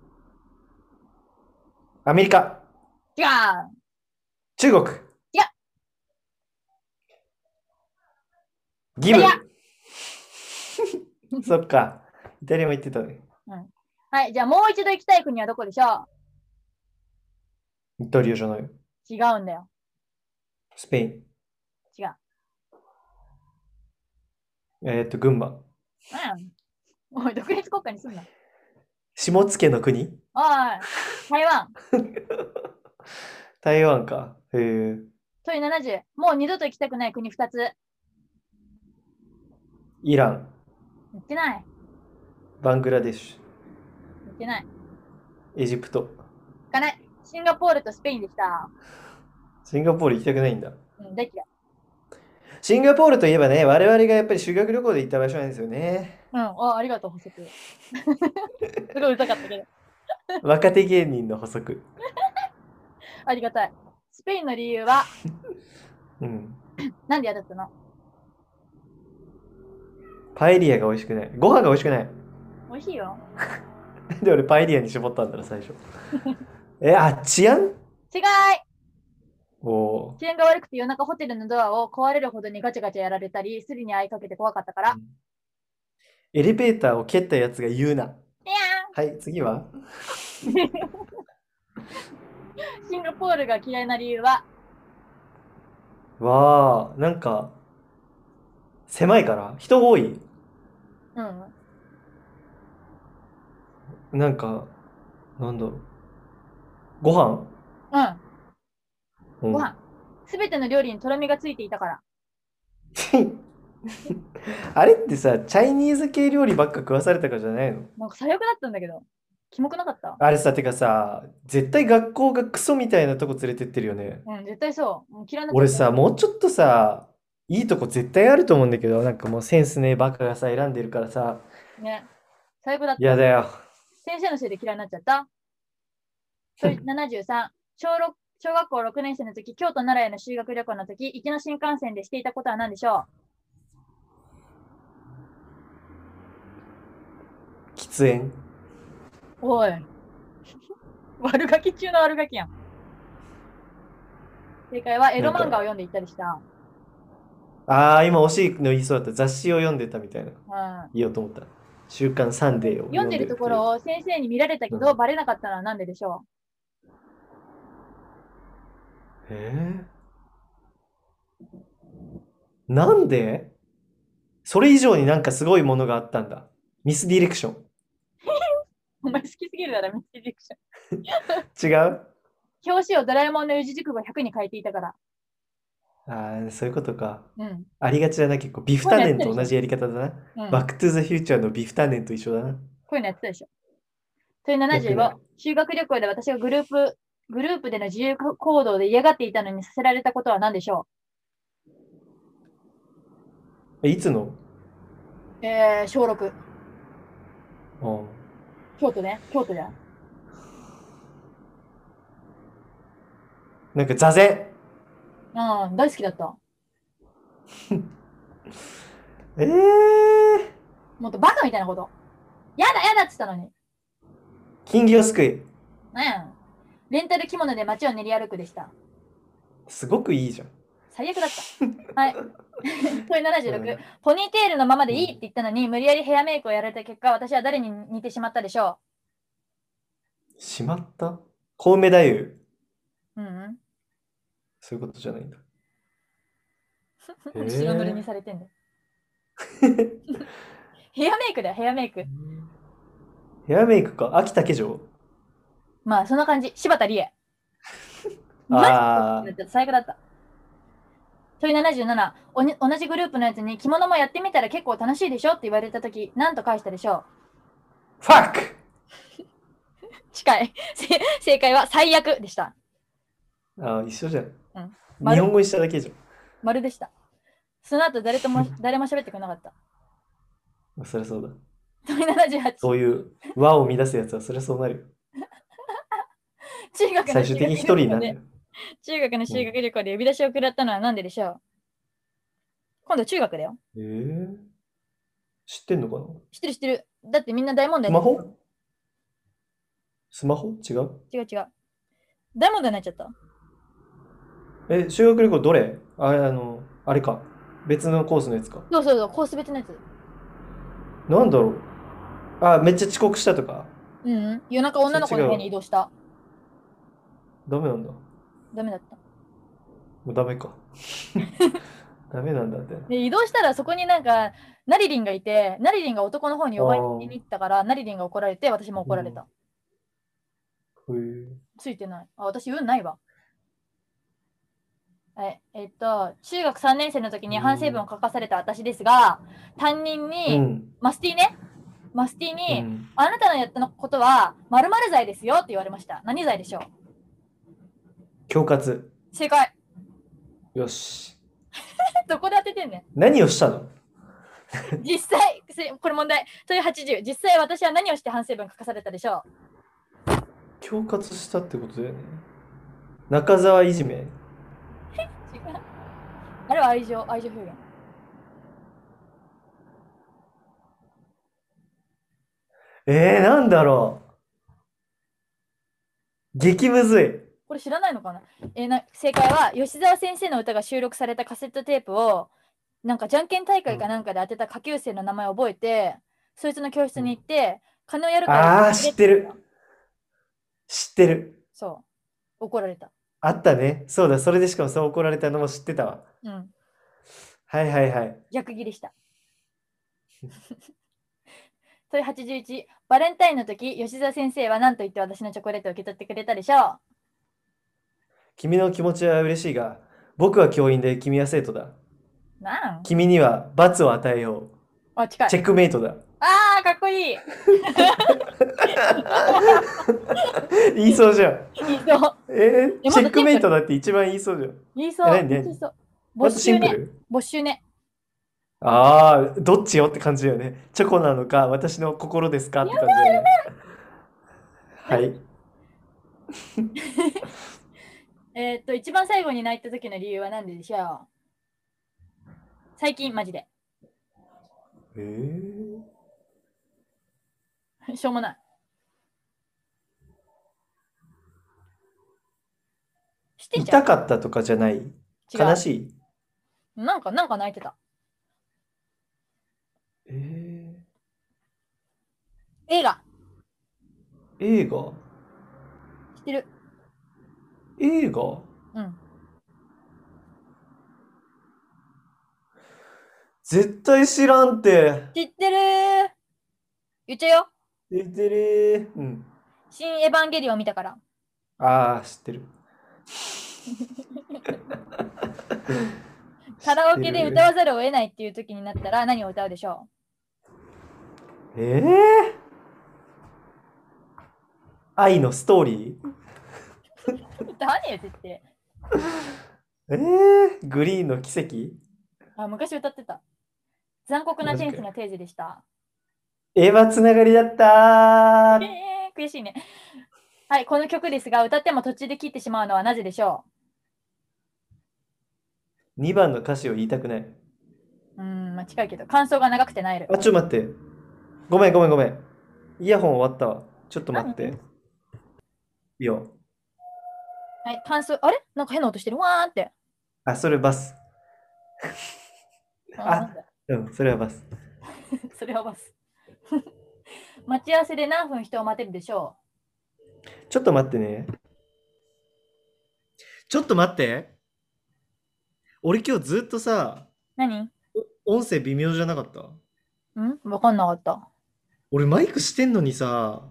Speaker 1: アメリカ、
Speaker 2: じゃん
Speaker 1: 中国。
Speaker 2: いや
Speaker 1: ギブ
Speaker 2: いや。
Speaker 1: [laughs] そっか。イタリアも言ってたね。
Speaker 2: はい、じゃあもう一度行きたい国はどこでしょ
Speaker 1: イタリアじゃないよ。
Speaker 2: う違うんだよ。
Speaker 1: スペイン。
Speaker 2: 違う。
Speaker 1: えーっと、群馬。
Speaker 2: うん。おい、独立国家にすんな。
Speaker 1: 下野の国
Speaker 2: おい、台湾。
Speaker 1: 台湾か。へえ。
Speaker 2: 問い70、もう二度と行きたくない国2つ。
Speaker 1: イラン、
Speaker 2: 行ってない。
Speaker 1: バングラデシュ、
Speaker 2: 行ってない。
Speaker 1: エジプト。
Speaker 2: 行かない。シンガポールとスペインでした。
Speaker 1: シンガポール行きたくないんだ。
Speaker 2: うん、大嫌い。
Speaker 1: シンガポールといえばね、我々がやっぱり修学旅行で行った場所なんですよ
Speaker 2: [laughs]
Speaker 1: ね。
Speaker 2: うん、あありがとう、補足。 [laughs] すごいうざかったけど。
Speaker 1: 若手芸人の補足。
Speaker 2: ありがたい。スペインの理由は、
Speaker 1: うん。
Speaker 2: なんで嫌だったの
Speaker 1: パエリアが美味しくない。ご飯が美味しくない。 [laughs]
Speaker 2: 美味しいよ。
Speaker 1: なんで俺パエリアに絞ったんだろう、最
Speaker 2: [laughs]
Speaker 1: 初。え、あ、治安
Speaker 2: 違い
Speaker 1: おおー。
Speaker 2: 治安が悪くて夜中ホテルのドアを壊れるほどにガチャガチャやられたり、スリに会いかけて怖かったから。
Speaker 1: エレベーターを蹴ったやつが言うな。
Speaker 2: いや
Speaker 1: はい、次は
Speaker 2: ーシンガポールが嫌いな理由は、
Speaker 1: わあ、なんか、狭いから人多い。
Speaker 2: うん、
Speaker 1: なんか、なんだろう。ご飯う
Speaker 2: う、
Speaker 1: んん
Speaker 2: ご飯。すべての料理にとろみがついていたから。
Speaker 1: [laughs] あれってさ、チャイニーズ系料理ばっか食わされたからじゃないの
Speaker 2: なんか最悪だったんだけど、キモくなかった
Speaker 1: あれさ、てかさ、絶対学校がクソみたいなとこ連れてってるよね。
Speaker 2: うん、絶対そう。もう嫌いになっちゃった
Speaker 1: 俺さ、、もうちょっとさ、いいとこ絶対あると思うんだけど、なんかもうセンスねえバカがさ、選んでるからさ、
Speaker 2: ね。最悪だった。
Speaker 1: 嫌だよ。
Speaker 2: 先生のせいで嫌いになっちゃった。
Speaker 1: [laughs]
Speaker 2: 問い73小6小学校6年生の時、京都奈良への修学旅行の時、行きの新幹線でしていたことは何でしょ
Speaker 1: 喫煙。
Speaker 2: うおい。悪ガキ中の悪ガキやん。正解はエロ漫画を読んでいったりした。
Speaker 1: ああ、今惜しいの言いそうだった。雑誌を読んでたみたいな。
Speaker 2: うん。
Speaker 1: 言おうと思った。週刊サンデーを
Speaker 2: 読んでるところを先生に見られたけど、バレなかったのはなんででしょ
Speaker 1: えーなんでそれ以上になんかすごいものがあったんだ。ミスディレクショ
Speaker 2: うお前好きすぎるだろ、ミスディレクシ
Speaker 1: ン。違う
Speaker 2: ョン。表紙をドラえもんの四字熟語100に変えていたから。
Speaker 1: ああ、そういうことか。
Speaker 2: うん。
Speaker 1: ありがちだな、結構。ビフタネンと同じやり方だな。
Speaker 2: うん、
Speaker 1: バックトゥザフューチャーのビフタネンと一緒だな。
Speaker 2: こういうのやってたでしょ。それ75、
Speaker 1: やって
Speaker 2: 修学旅行で私がグループ、グループでの自由行動で嫌がっていたのにさせられたことは何でしょ
Speaker 1: えいつの
Speaker 2: うえー、小6。
Speaker 1: うん
Speaker 2: 京都ね。京都じゃん。
Speaker 1: なんか座禅。
Speaker 2: うん、大好きだった。
Speaker 1: えー、
Speaker 2: もっとバカみたいなこと。やだやだって言ったのに。
Speaker 1: 金魚すくい。
Speaker 2: なんやん。レンタル着物で街を練り歩くでした。
Speaker 1: すごくいいじゃん。
Speaker 2: 最悪だ
Speaker 1: [laughs]
Speaker 2: った。はい。これ76、
Speaker 1: うん
Speaker 2: ポニーテールのままでいいって言ったのに、無理やりヘアメイクをやられた結果、私は誰に似てしまったでしょ
Speaker 1: しまったコウメ太夫。
Speaker 2: う。うん、
Speaker 1: そういうことじゃないんだ。
Speaker 2: う [laughs]
Speaker 1: へ
Speaker 2: ん。
Speaker 1: ー
Speaker 2: 白塗りにされてん
Speaker 1: [laughs]
Speaker 2: だよ。ヘアメイクだよ、ヘアメイク。
Speaker 1: ヘアメイクか。秋竹城。
Speaker 2: まあ、そんな感じ。柴田理恵。
Speaker 1: あー
Speaker 2: マジで最悪だった。問い77おに、同じグループのやつに着物もやってみたら結構楽しいでしょって言われたとき、なんと返したでしょう
Speaker 1: ファック
Speaker 2: 近い。 [laughs] せ正解は最悪でした。
Speaker 1: あー一緒じゃん。
Speaker 2: うん
Speaker 1: 日本語にしただけじ
Speaker 2: 丸でした。その後誰
Speaker 1: [laughs]
Speaker 2: とも誰も喋ってくれなかった。
Speaker 1: ゃん。そりゃそうだ。
Speaker 2: 問い78。
Speaker 1: そういう和を乱すやつはそりゃそうな
Speaker 2: [laughs]
Speaker 1: るよ。
Speaker 2: 中学の
Speaker 1: 最
Speaker 2: 修
Speaker 1: 終的に
Speaker 2: 学旅
Speaker 1: 一人
Speaker 2: 行
Speaker 1: になるんだ
Speaker 2: で
Speaker 1: よ。
Speaker 2: 中学の修学旅行で呼び出しを食らったのは何ででしょう、今度中学だよ。
Speaker 1: えー、知ってんのかな
Speaker 2: 知ってる知ってる。だってみんな大問題
Speaker 1: ス
Speaker 2: にな
Speaker 1: マ
Speaker 2: っちゃっ
Speaker 1: ホスマホ違う
Speaker 2: た。違う違う。大問題になっちゃった。
Speaker 1: え、修学旅行どれあれ、あの、あれか。別のコースのやつか。
Speaker 2: そうそうそう、コース別のやつ。
Speaker 1: なんだろう。あ、めっちゃ遅刻したとか。
Speaker 2: うん、うん。夜中女の子の部屋に移動した。
Speaker 1: ダメなんだ。も
Speaker 2: ダメだった。
Speaker 1: うダメ
Speaker 2: [laughs]
Speaker 1: か。ダメなんだって。
Speaker 2: で、移動したらそこになんか、ナリリンがいて、ナリリンが男の方に呼ばれに行ったから、ナリリンが怒られて、私も怒られた。
Speaker 1: へー
Speaker 2: ついてない。あ、私、運ないわ。え、えっと、中学3年生の時に反省文を書かされた私ですが、担任に、
Speaker 1: うん。
Speaker 2: マスティね、マスティ
Speaker 1: う
Speaker 2: に、
Speaker 1: ん
Speaker 2: あなたのやったことは、〇〇罪ですよって言われました。何罪でしょう
Speaker 1: 恐喝。
Speaker 2: 正解。
Speaker 1: よし。
Speaker 2: どこで当ててんね
Speaker 1: 何をしたの
Speaker 2: ん。実際、せこれ問題。問い80。実際私は何をして反省文書かされたでしょう
Speaker 1: 恐喝したってことだよね。中澤いじめ。
Speaker 2: 違うあれは愛情、愛情表現。
Speaker 1: えー、なんだろう。激むずい。
Speaker 2: これ知らないのかな,、えーな正解は吉沢先生の歌が収録されたカセットテープをなんかじゃんけん大会かなんかで当てた下級生の名前を覚えて、そいつの教室に行って金をやるから
Speaker 1: あー知ってる知ってる。
Speaker 2: そう怒られた
Speaker 1: あったね。そうだ、それでしかもそう怒られたのも知ってたわ。
Speaker 2: うん
Speaker 1: はいはいはい。
Speaker 2: 逆ギレした [laughs] 問い81バレンタインの時吉沢先生は何と言って私のチョコレートを受け取ってくれたでしょ
Speaker 1: 君の気持ちは嬉しいが、僕は教員で君は生徒だ。
Speaker 2: うなん
Speaker 1: 君には罰を与えよ
Speaker 2: あ近
Speaker 1: う。チ
Speaker 2: い
Speaker 1: ェックメイトだ。
Speaker 2: あーかっこいい
Speaker 1: 言いそうじゃん。
Speaker 2: 言いそう
Speaker 1: え
Speaker 2: え
Speaker 1: ー、チェックメイトだって一番言いそうじゃん。
Speaker 2: 言いそう
Speaker 1: え何何
Speaker 2: 言いそう
Speaker 1: もっ
Speaker 2: 没
Speaker 1: とシ
Speaker 2: 収
Speaker 1: ンプ
Speaker 2: ね
Speaker 1: ル
Speaker 2: 没収ね
Speaker 1: ああ、どっちよって感じだよね。チョコなのか、私の心ですかって感じだよね。はい。
Speaker 2: えーっと、一番最後に泣いた時の理由は何ででしょう最近、マジで。 [laughs]
Speaker 1: えー、
Speaker 2: しょうもない。知ってんじゃん
Speaker 1: 痛かったとかじゃない。
Speaker 2: 違う
Speaker 1: 悲しい。
Speaker 2: なんか、なんか泣いてた。
Speaker 1: えー、
Speaker 2: 映画、
Speaker 1: 映画
Speaker 2: 知ってる。
Speaker 1: 映画
Speaker 2: うん。
Speaker 1: 絶対知らんって。
Speaker 2: 知ってるー言っちゃうよ。
Speaker 1: 知ってるー。うん。
Speaker 2: 新エヴァンゲリオン見たから。
Speaker 1: ああ、知ってる。
Speaker 2: [laughs] カラオケで歌
Speaker 1: わ
Speaker 2: わざるを得ないっていう時になったら何を歌うでしょ
Speaker 1: ええ愛のストーリー
Speaker 2: う歌わねえよ、絶対。
Speaker 1: ええグリーンの奇跡
Speaker 2: あ、昔歌ってた。残酷なチェンスのテーゼでした。
Speaker 1: エヴァつながりだった
Speaker 2: え
Speaker 1: ー
Speaker 2: えー、悔しいね。はい、この曲ですが、歌っても途中で切ってしまうのはなぜでしょ
Speaker 1: !2 番の歌詞を言いたくない。
Speaker 2: ううーん、まあ、近いけど、感想が長くてなえる。
Speaker 1: あ、ちょっと待って。ごめんごめんごめん。イヤホン終わったわ。ちょっと待って。いいよ。
Speaker 2: はい、感想、あれなんか変な音してる。わーんって。
Speaker 1: あ、それバス。
Speaker 2: あ
Speaker 1: あ
Speaker 2: なんだ
Speaker 1: うん、それはバス。
Speaker 2: それはバス。 [laughs] 待ち合わせで何分人を待てるでしょ
Speaker 1: ちょっと待ってね。ちょっと待って。俺今日ずっとさ、
Speaker 2: う何
Speaker 1: 音声微妙じゃなかった
Speaker 2: んわかんなかった。
Speaker 1: 俺マイクしてんのにさ、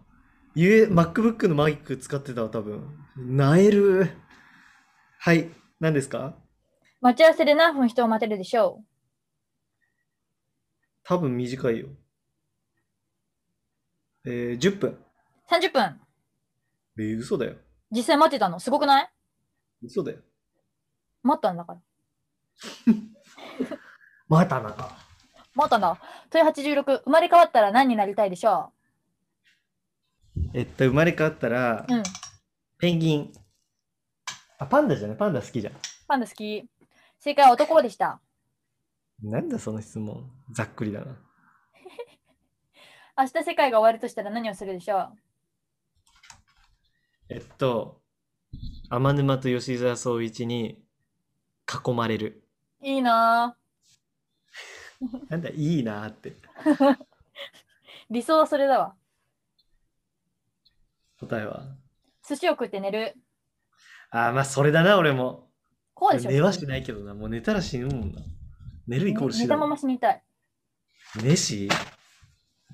Speaker 1: ゆえ、MacBook のマイク使ってたわ、多分。なえる。はい、何ですか
Speaker 2: 待ち合わせで何分人を待てるでしょ
Speaker 1: 多分短いよ。えー、10分。
Speaker 2: う ?30 分。
Speaker 1: えー、嘘だよ。
Speaker 2: 実際待ってたのすごくない
Speaker 1: 嘘だよ。
Speaker 2: 待ったんだから。
Speaker 1: またなんか。
Speaker 2: 待ったんだ。問い86、生まれ変わったら何になりたいでしょ
Speaker 1: えっと、生まれ変わったら、
Speaker 2: ううん。
Speaker 1: ペンギン。あ、パンダじゃないパンダ好きじゃん。
Speaker 2: パンダ好き。正解は男でした。
Speaker 1: なんだその質問。ざっくりだな。
Speaker 2: 明日世界が終わるとしたら何をするでしょう
Speaker 1: えっと、天沼と吉沢総一に囲まれる。
Speaker 2: いいなぁ。
Speaker 1: なんだ、いいなーって。
Speaker 2: 理想はそれだわ。
Speaker 1: 答えは。
Speaker 2: 寿司を食って寝る。
Speaker 1: あー、まあそれだな、俺も。
Speaker 2: こうでしょ
Speaker 1: 寝はしないけどな。もう寝たら死ぬもんな。寝るイコール
Speaker 2: 寝
Speaker 1: 死
Speaker 2: たまま
Speaker 1: ぬ。
Speaker 2: 死にたい。
Speaker 1: 寝死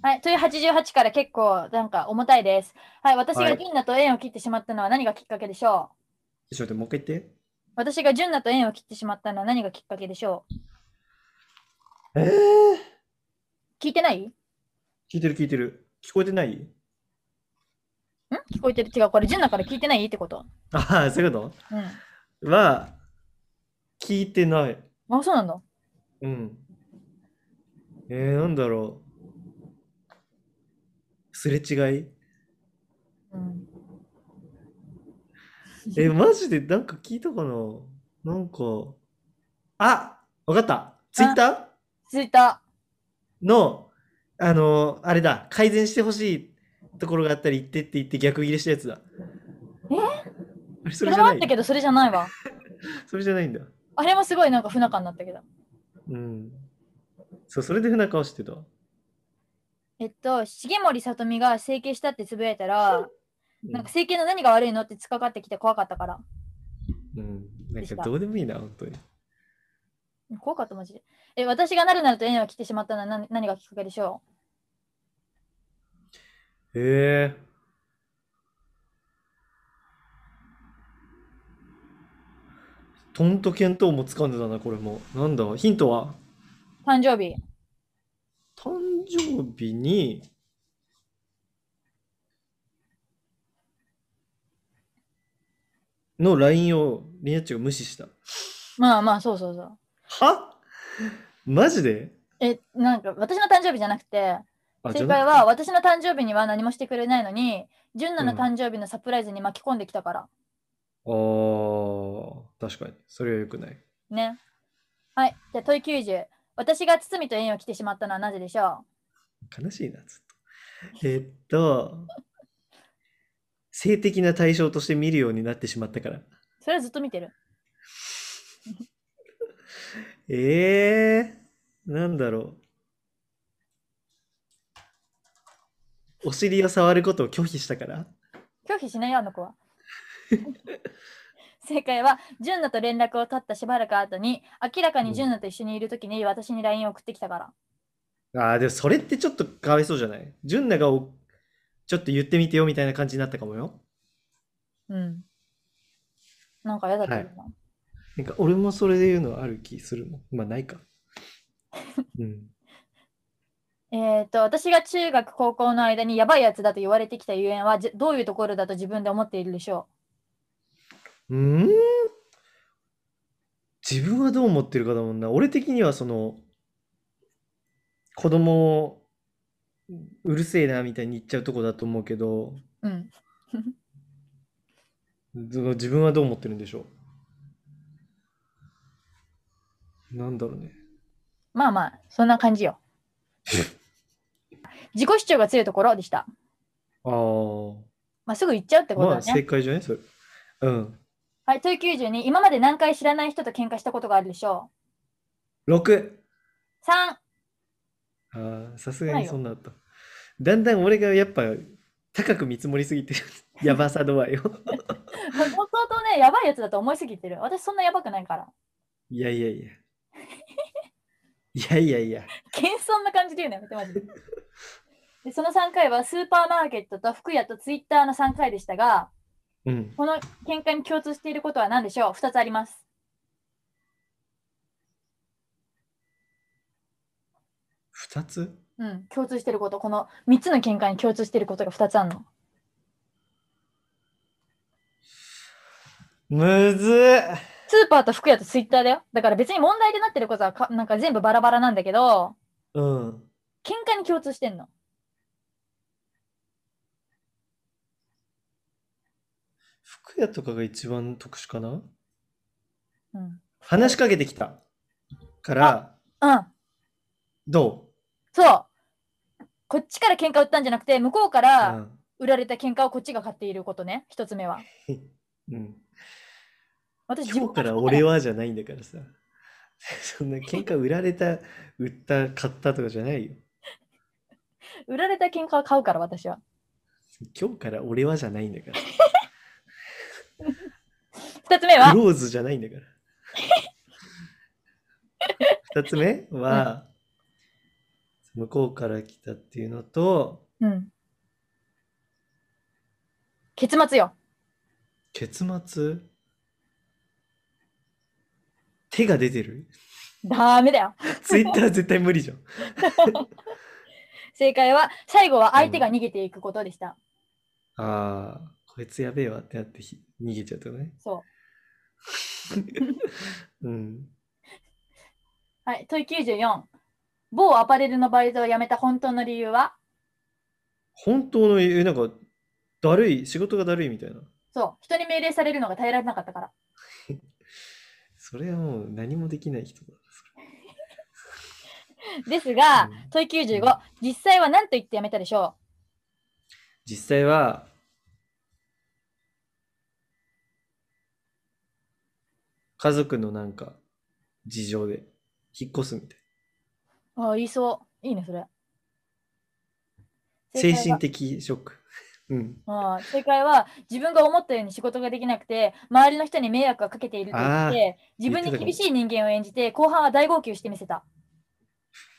Speaker 2: はい、問い88から結構なんか重たいです。はい、私
Speaker 1: は
Speaker 2: が
Speaker 1: い
Speaker 2: 純奈と縁を切ってしまったのは何がきっかけでしょう、
Speaker 1: ちょっと待ってもう一回言って。
Speaker 2: 私が純奈と縁を切ってしまったのは何がきっかけでしょう
Speaker 1: えー、
Speaker 2: 聞いてないん
Speaker 1: 聞いてる聞いてる。聞こえてない
Speaker 2: 聞こえてる違う、これ純奈から聞いてないってこと。
Speaker 1: ああ、そういうこ
Speaker 2: うん。
Speaker 1: とは、聞いてない。
Speaker 2: あ、そうなんだ。
Speaker 1: うん。えー、なんだろう。すれ違い
Speaker 2: うん。
Speaker 1: [laughs] え、マジでなんか聞いたかななんか。あわかったツイッタ
Speaker 2: 続いた。
Speaker 1: ーの、あの、あれだ、改善してほしいところがあったら言ってって言って逆ギレしたやつだ。
Speaker 2: え
Speaker 1: あれそ
Speaker 2: そ
Speaker 1: れ
Speaker 2: れ
Speaker 1: じゃ
Speaker 2: もあ
Speaker 1: な
Speaker 2: った
Speaker 1: い
Speaker 2: けど、それじゃないわ。
Speaker 1: それじゃないんだ。
Speaker 2: あれもすごいなんか不仲になったけど。
Speaker 1: うん。そう、それで船顔してた。
Speaker 2: えっと、重森さとみが整形したってつぶやいたら、
Speaker 1: うん
Speaker 2: なんか整形の何が悪いのってつかかってきて怖かったから。
Speaker 1: うん。なん
Speaker 2: でし
Speaker 1: か
Speaker 2: た
Speaker 1: どうでもいいな、本当に。
Speaker 2: 怖かった、マジで。え、私がなるなると縁を切ってしまったのは何何がきっかけでしょう
Speaker 1: へえ。トント見当も掴んでたな、これも。なんだ、ヒントは
Speaker 2: 誕生日。
Speaker 1: 誕生日に、の LINE をリナッチが無視した。
Speaker 2: まあまあ、そうそうそう。
Speaker 1: はマジで
Speaker 2: え、なんか私の誕生日じゃなくて、
Speaker 1: あ、じ
Speaker 2: 正
Speaker 1: ゃ
Speaker 2: 解
Speaker 1: あ、
Speaker 2: は私の誕生日には何もしてくれないのに、純奈の誕生日のサプライズに巻き込んできたから。
Speaker 1: あー確かに。それは良くない。
Speaker 2: ね。はい。じゃあ問い90。私が堤と縁を切ってしまったのはなぜでしょ
Speaker 1: 悲しいな、ずっと。えっと、性的な対象として見るようになってしまったから。
Speaker 2: うそれはずっと見てる。
Speaker 1: ええー、なんだろう。お尻を触ることを拒否したから
Speaker 2: 拒否しないよ、あの子は。 [laughs] 正解は、純奈と連絡を取ったしばらく後に、明らかに純奈と一緒にいるときに私に LINE を送ってきたから。
Speaker 1: ああでもそれってちょっとかわいそうじゃない純奈がおちょっと言ってみてよみたいな感じになったかもよ
Speaker 2: うん。なんか嫌だったな、
Speaker 1: なんか俺もそれで言うのある気するのまあないかうん
Speaker 2: えっと、私が中学、高校の間にやばいやつだと言われてきたゆえんは、じどういうところだと自分で思っているでしょ
Speaker 1: うーん自分はどう思ってるかだもんな俺的にはその子供をうるせえなみたいに言っちゃうとこだと思うけど
Speaker 2: う。うん。
Speaker 1: その自分はどう思ってるんでしょうなんだろうね
Speaker 2: まあまあ、そんな感じよ。自己主張が強いところでした。
Speaker 1: ああ
Speaker 2: まあ、すぐ言っちゃうってこと
Speaker 1: ま
Speaker 2: だ
Speaker 1: あ
Speaker 2: ね。
Speaker 1: 正解じゃないそれうん
Speaker 2: はい、問い92。今まで何回知らない人と喧嘩したことがあるでしょ
Speaker 1: 6
Speaker 2: う ?3。
Speaker 1: ああ、さすがにそんなだった。だんだん俺がやっぱ高く見積もりす
Speaker 2: [laughs]
Speaker 1: ぎてる。やばさ度合いを。
Speaker 2: もう相当ね、やばいやつだと思いすぎてる。私そんなやばくないから。
Speaker 1: いやいやいや。いやいやいや。
Speaker 2: 謙遜な感じで言うのやめて
Speaker 1: [laughs]
Speaker 2: マジで。でその3回はスーパーマーケットと服屋とツイッターの3回でしたが、
Speaker 1: うん。
Speaker 2: この喧嘩に共通していることは何でしょう ?2 つあります。
Speaker 1: 二つ
Speaker 2: うん、共通していること。この3つの喧嘩に共通していることが2つあるの。
Speaker 1: むずっ
Speaker 2: スーパーと服屋とツイッターだよ。だから別に問題でなってることはかなんか全部バラバラなんだけど、
Speaker 1: うん。
Speaker 2: 喧嘩に共通してんの。
Speaker 1: 服屋とかが一番特殊かな
Speaker 2: うん。
Speaker 1: 話しかけてきた。から、
Speaker 2: うん。
Speaker 1: ど
Speaker 2: そう。こっちから喧嘩売ったんじゃなくて、向こうか
Speaker 1: う
Speaker 2: ら売られた喧嘩をこっちが買っていることね。一つ目は。
Speaker 1: うん。うん。
Speaker 2: 私、自
Speaker 1: 今日
Speaker 2: 分
Speaker 1: から俺はじゃないんだからさ。 [laughs] そんな喧嘩売られた、売った、買ったとかじゃないよ。
Speaker 2: 売られた喧嘩を買うから、私は。
Speaker 1: 今日から俺はじゃないんだから。
Speaker 2: 二つ目は
Speaker 1: ク、ローズじゃないん [laughs] だから。2つ目は、向こうから来たっていうのと、
Speaker 2: うん。結末よ。
Speaker 1: 結末手が出てる
Speaker 2: ダメだよ。
Speaker 1: ツイッター絶対無理じゃん。
Speaker 2: 正解は、最後は相手が逃げていくことでした。
Speaker 1: ああ、こいつやべえわってなってひ逃げちゃったね。
Speaker 2: そ
Speaker 1: うん。
Speaker 2: う。はい。問い94。某アパレルのバイトを辞めた本当の理由は
Speaker 1: 本当の、え、なんか、だるい、仕事がだるいみたいな。
Speaker 2: そう。人に命令されるのが耐えられなかったから。
Speaker 1: それはもう何もできない人だ。
Speaker 2: ですが
Speaker 1: うん、
Speaker 2: 問い95。実際は何と言って辞めたでしょ
Speaker 1: 実際は家族のなんか事情で引っ越すみたいう
Speaker 2: ああ、言いそう。いいね、それ。
Speaker 1: な精神的ショック [laughs] うん
Speaker 2: ああ正解は自分が思ったように仕事ができなくて周りの人に迷惑がかけていると言って自分に厳しい人間を演じて後半は大号泣してみせた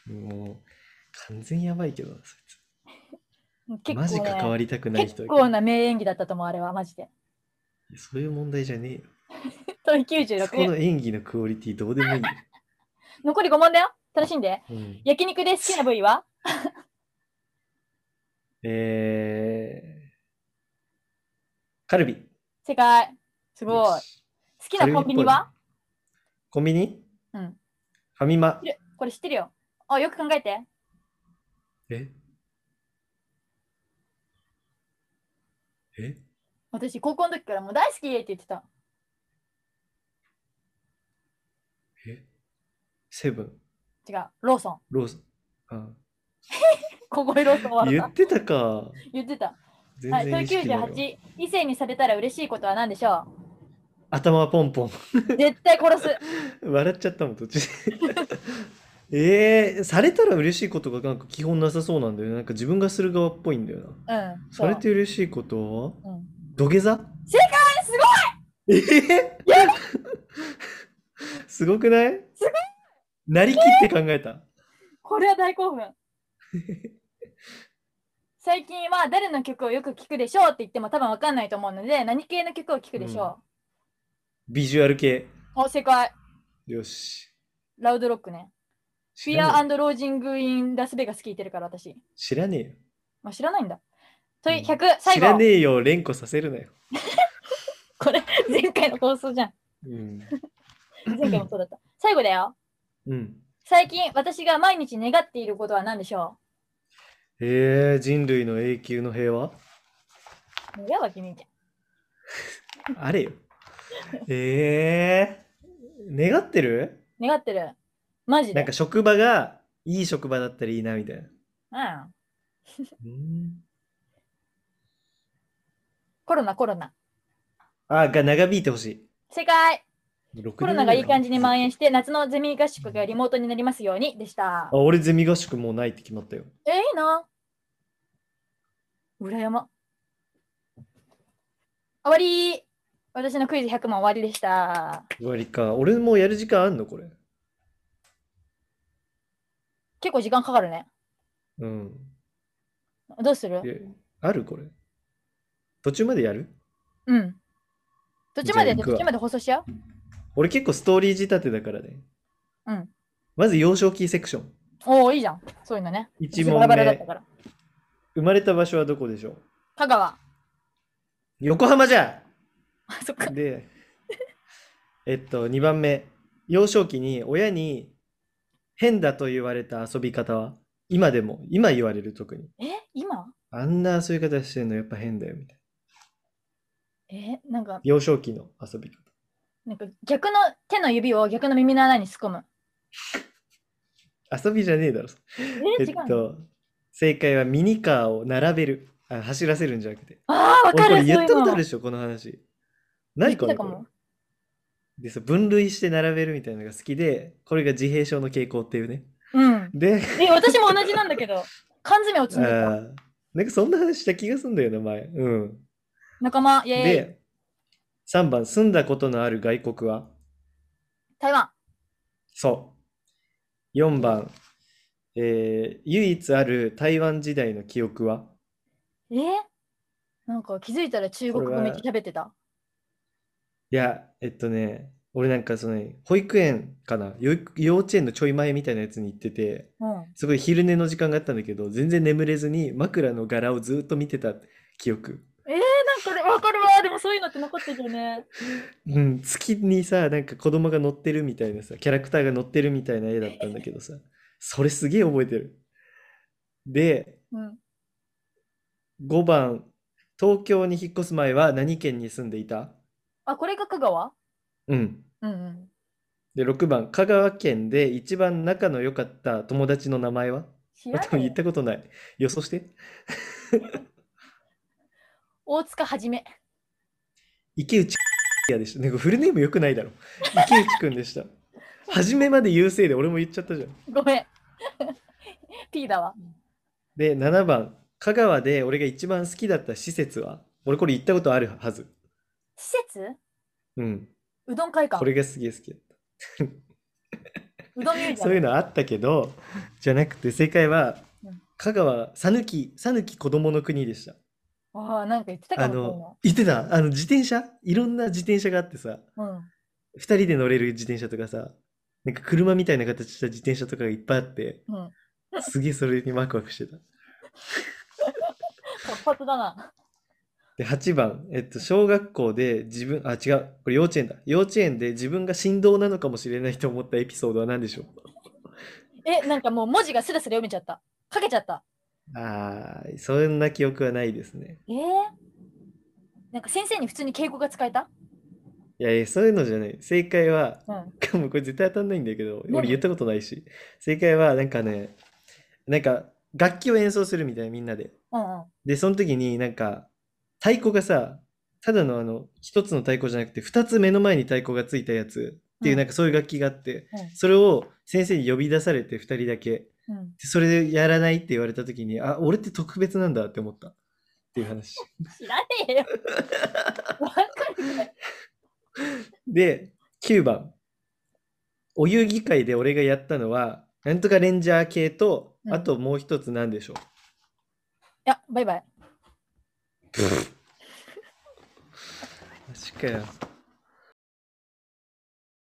Speaker 1: もう完全やばいけどなそいつ
Speaker 2: 結
Speaker 1: マジ
Speaker 2: 構,、
Speaker 1: 関わ
Speaker 2: ね、
Speaker 1: りたくない人
Speaker 2: 結
Speaker 1: だけど
Speaker 2: 構な名演技だったと思うあれはマジで
Speaker 1: そういう問題じゃね
Speaker 2: 問い
Speaker 1: えよそこ
Speaker 2: 96
Speaker 1: の演技のクオリティどうでもいいよ、
Speaker 2: 残り5問だよ楽しんで
Speaker 1: うん
Speaker 2: 焼肉で好きな部位は
Speaker 1: えー、カルビ
Speaker 2: 正解すごい
Speaker 1: よ
Speaker 2: 好
Speaker 1: し
Speaker 2: きなコンビニは
Speaker 1: カルビっぽいねコンビニ
Speaker 2: うん
Speaker 1: ファミマ
Speaker 2: これ知ってるよあよく考えて
Speaker 1: ええ
Speaker 2: 私高校の時からもう大好きって言ってた
Speaker 1: えセブン
Speaker 2: 違うローソン
Speaker 1: ローソンあ
Speaker 2: ここへローソン
Speaker 1: 言
Speaker 2: は
Speaker 1: ってたか
Speaker 2: 言ってた
Speaker 1: 全
Speaker 2: はい問
Speaker 1: 然
Speaker 2: い
Speaker 1: 意識ないわ
Speaker 2: 98異性にされたら嬉しいことは何でしょ
Speaker 1: 頭ポンポン [laughs]
Speaker 2: う絶対殺す
Speaker 1: 笑っちゃったもん途中で [laughs] ええー、されたら嬉しいことがなんか基本なさそうなんだよね。なんか自分がする側っぽいんだよな。
Speaker 2: うん。
Speaker 1: さ
Speaker 2: そう
Speaker 1: れて嬉しいことは
Speaker 2: うん。
Speaker 1: 土下座
Speaker 2: 正解すごい
Speaker 1: ええ [laughs] すごくない
Speaker 2: すごい
Speaker 1: なりきって考えた。
Speaker 2: これは大
Speaker 1: [laughs]
Speaker 2: 興奮。最近は誰の曲をよく聞くでしょうって言っても多分わかんないと思うので、何系の曲を聞くでしょ
Speaker 1: ビジュアル系。
Speaker 2: う、お、正解。
Speaker 1: よし。
Speaker 2: ラウドロックね。フ
Speaker 1: 知
Speaker 2: ィ
Speaker 1: ら
Speaker 2: ア
Speaker 1: ねえ
Speaker 2: ロージング・イン・ラスベガス聞いてるから私。
Speaker 1: 知らねえよ。
Speaker 2: まあ、知らないんだ。とい
Speaker 1: うん
Speaker 2: 100、
Speaker 1: 知
Speaker 2: 最
Speaker 1: ら
Speaker 2: 後、
Speaker 1: ねえよ、連呼させるなよ。
Speaker 2: これ、前回の放送じゃん。 [laughs]
Speaker 1: うん。
Speaker 2: 前回もそうだった。最後だよ。
Speaker 1: うん。
Speaker 2: 最近、私が毎日願っていることは何でしょ
Speaker 1: えー、人類の永久の平和
Speaker 2: う願うわけねえじゃん。
Speaker 1: あ
Speaker 2: [laughs]
Speaker 1: れよ。えー、願ってる
Speaker 2: 願ってる。マジで。
Speaker 1: なんか職場がいい職場だったらいいなみたいな。
Speaker 2: うん。
Speaker 1: うん、
Speaker 2: コロナ、コロナ。
Speaker 1: あ、が長引いてほしい。
Speaker 2: 正解
Speaker 1: コ
Speaker 2: コロナがいい感じに蔓
Speaker 1: 延。
Speaker 2: 延して、夏のゼミ合宿がリモートになりますようにでした
Speaker 1: あ、。俺ゼミ合宿もうないって決まったよ。
Speaker 2: えー、いいな。羨ま。終わり私のクイズ100問終わりでした。
Speaker 1: 終わりか。俺もうやる時間あんのこれ。
Speaker 2: 結構時間かかるね。
Speaker 1: うん。
Speaker 2: どうする
Speaker 1: えあるこれ。途中までやる
Speaker 2: うん。途中までやっ
Speaker 1: じ
Speaker 2: て、
Speaker 1: ゃあ行く
Speaker 2: 途
Speaker 1: わ
Speaker 2: 中まで放送しちゃう
Speaker 1: 俺結構ストーリー仕立てだからね。
Speaker 2: うん。
Speaker 1: まず幼少期セクション。
Speaker 2: おお、いいじゃん。そういうのね。
Speaker 1: 1
Speaker 2: バラ
Speaker 1: 問
Speaker 2: バラだっ
Speaker 1: 目
Speaker 2: た。から。
Speaker 1: 生まれた場所はどこでしょう
Speaker 2: 香川。
Speaker 1: 横浜じゃ
Speaker 2: あ、そっか。
Speaker 1: で、えっと、2番目。幼少期に親に変だと言われた遊び方は今でも、今言われる特に。
Speaker 2: え、今
Speaker 1: あんな遊び方してんのやっぱ変だよみたいな。
Speaker 2: え、なんか、
Speaker 1: 幼少期の遊び方。
Speaker 2: なんか逆の手の指を逆の耳の穴に突っ込む。
Speaker 1: 遊びじゃねえだろ。
Speaker 2: え
Speaker 1: え
Speaker 2: ー、
Speaker 1: っ
Speaker 2: 違うの。
Speaker 1: と、正解はミニカーを並べる。あ走らせるんじゃなくて。
Speaker 2: ああ、わ
Speaker 1: 俺
Speaker 2: か
Speaker 1: こ
Speaker 2: る。
Speaker 1: れ言ったことあ
Speaker 2: そういうの
Speaker 1: るでしょ、この話。ないか
Speaker 2: 言
Speaker 1: な
Speaker 2: ってたか
Speaker 1: これ
Speaker 2: も。
Speaker 1: でそう分類して並べるみたいなのが好きで、これが自閉症の傾向っていうね。
Speaker 2: うん。
Speaker 1: で、
Speaker 2: え、私も同じなんだけど、缶詰を
Speaker 1: あ
Speaker 2: 積んでた。
Speaker 1: ーなんかそんな話した気がすんだよな、前。うん。
Speaker 2: 仲間、イェーイ。
Speaker 1: で、3番、住んだことのある外国は
Speaker 2: 台湾。
Speaker 1: そう。4番、えー唯一ある台湾時代の記憶は
Speaker 2: えなんか気づいたら中国語めっちゃ喋ってた。
Speaker 1: いや、えっとね、俺なんかその、保育園かな幼幼稚園のちょい前みたいなやつに行ってて、
Speaker 2: うん。
Speaker 1: すごい昼寝の時間があったんだけど、全然眠れずに枕の柄をずっと見てた記憶。
Speaker 2: なんかでわかるわ。でもそういうのって残ってるよね。
Speaker 1: うん、月にさ、なんか子供が乗ってるみたいなさ、キャラクターが乗ってるみたいな絵だったんだけどさ、それすげえ覚えてる。で、
Speaker 2: うん。
Speaker 1: 5番、東京に引っ越す前は何県に住んでいた
Speaker 2: あ、これが香川
Speaker 1: うん。
Speaker 2: うんうん。
Speaker 1: で、6番、香川県で一番仲の良かった友達の名前は
Speaker 2: 知
Speaker 1: これ
Speaker 2: ら
Speaker 1: 多分
Speaker 2: な
Speaker 1: 言っ
Speaker 2: い。
Speaker 1: たことない。予想して。
Speaker 2: 大塚はじめ。
Speaker 1: 池内やでした。なんかフルネーム良くないだろ。池内くんでした。初めまで優勢で俺も言っちゃったじゃん。
Speaker 2: ごめん。P だわ。
Speaker 1: で、7番、香川で俺が一番好きだった施設は俺これ行ったことあるはず。
Speaker 2: 施設
Speaker 1: うん。
Speaker 2: うどん会
Speaker 1: こ
Speaker 2: 館。
Speaker 1: れがすげえ好きだった。
Speaker 2: うどんミュージア
Speaker 1: そういう
Speaker 2: ム。
Speaker 1: のあったけど、じゃなくて正解は
Speaker 2: うん、
Speaker 1: 香川、さぬき、さぬき子供の国でした。
Speaker 2: ああ、なんか言ってた
Speaker 1: あ
Speaker 2: かも
Speaker 1: の、言ってた、あの、自転車いろんな自転車があってさ、
Speaker 2: そういうの。うん。
Speaker 1: 2人で乗れる自転車とかさ、なんか車みたいな形した自転車とかがいっぱいあって、
Speaker 2: うん
Speaker 1: すげえそれにワクワクしてた。
Speaker 2: 活発だな。
Speaker 1: で、8番、えっと、小学校で自分、あ、違う、これ幼稚園だ。幼稚園で自分が振動なのかもしれないと思ったエピソードは何でしょう
Speaker 2: え、なんかもう文字がスラスラ読めちゃった。かけちゃった。
Speaker 1: あー、そんな記憶はないですね。
Speaker 2: えー、なんか先生に普通に敬語が使えた
Speaker 1: いやいや、そういうのじゃない。正解は、
Speaker 2: うん。
Speaker 1: もうこれ絶対当たんないんだけど、
Speaker 2: 何
Speaker 1: 俺言ったことないし。正解は、なんかね、なんか、楽器を演奏するみたいな、みんなで。
Speaker 2: うんうん。
Speaker 1: で、その時になんか、太鼓がさ、ただのあの、一つの太鼓じゃなくて、二つ目の前に太鼓がついたやつ、っていうなんかそういう楽器があって、
Speaker 2: うん
Speaker 1: それを先生に呼び出されて2人だけ
Speaker 2: うん、
Speaker 1: それでやらないって言われた時にあ俺って特別なんだって思ったっていう話
Speaker 2: 知らねえよ。わかるかい
Speaker 1: で9番お遊戯会で俺がやったのはなんとかレンジャー系と
Speaker 2: うん
Speaker 1: あともう一つ何で
Speaker 2: [laughs]
Speaker 1: しょう、
Speaker 2: いや、バイバイ。
Speaker 1: マジかよ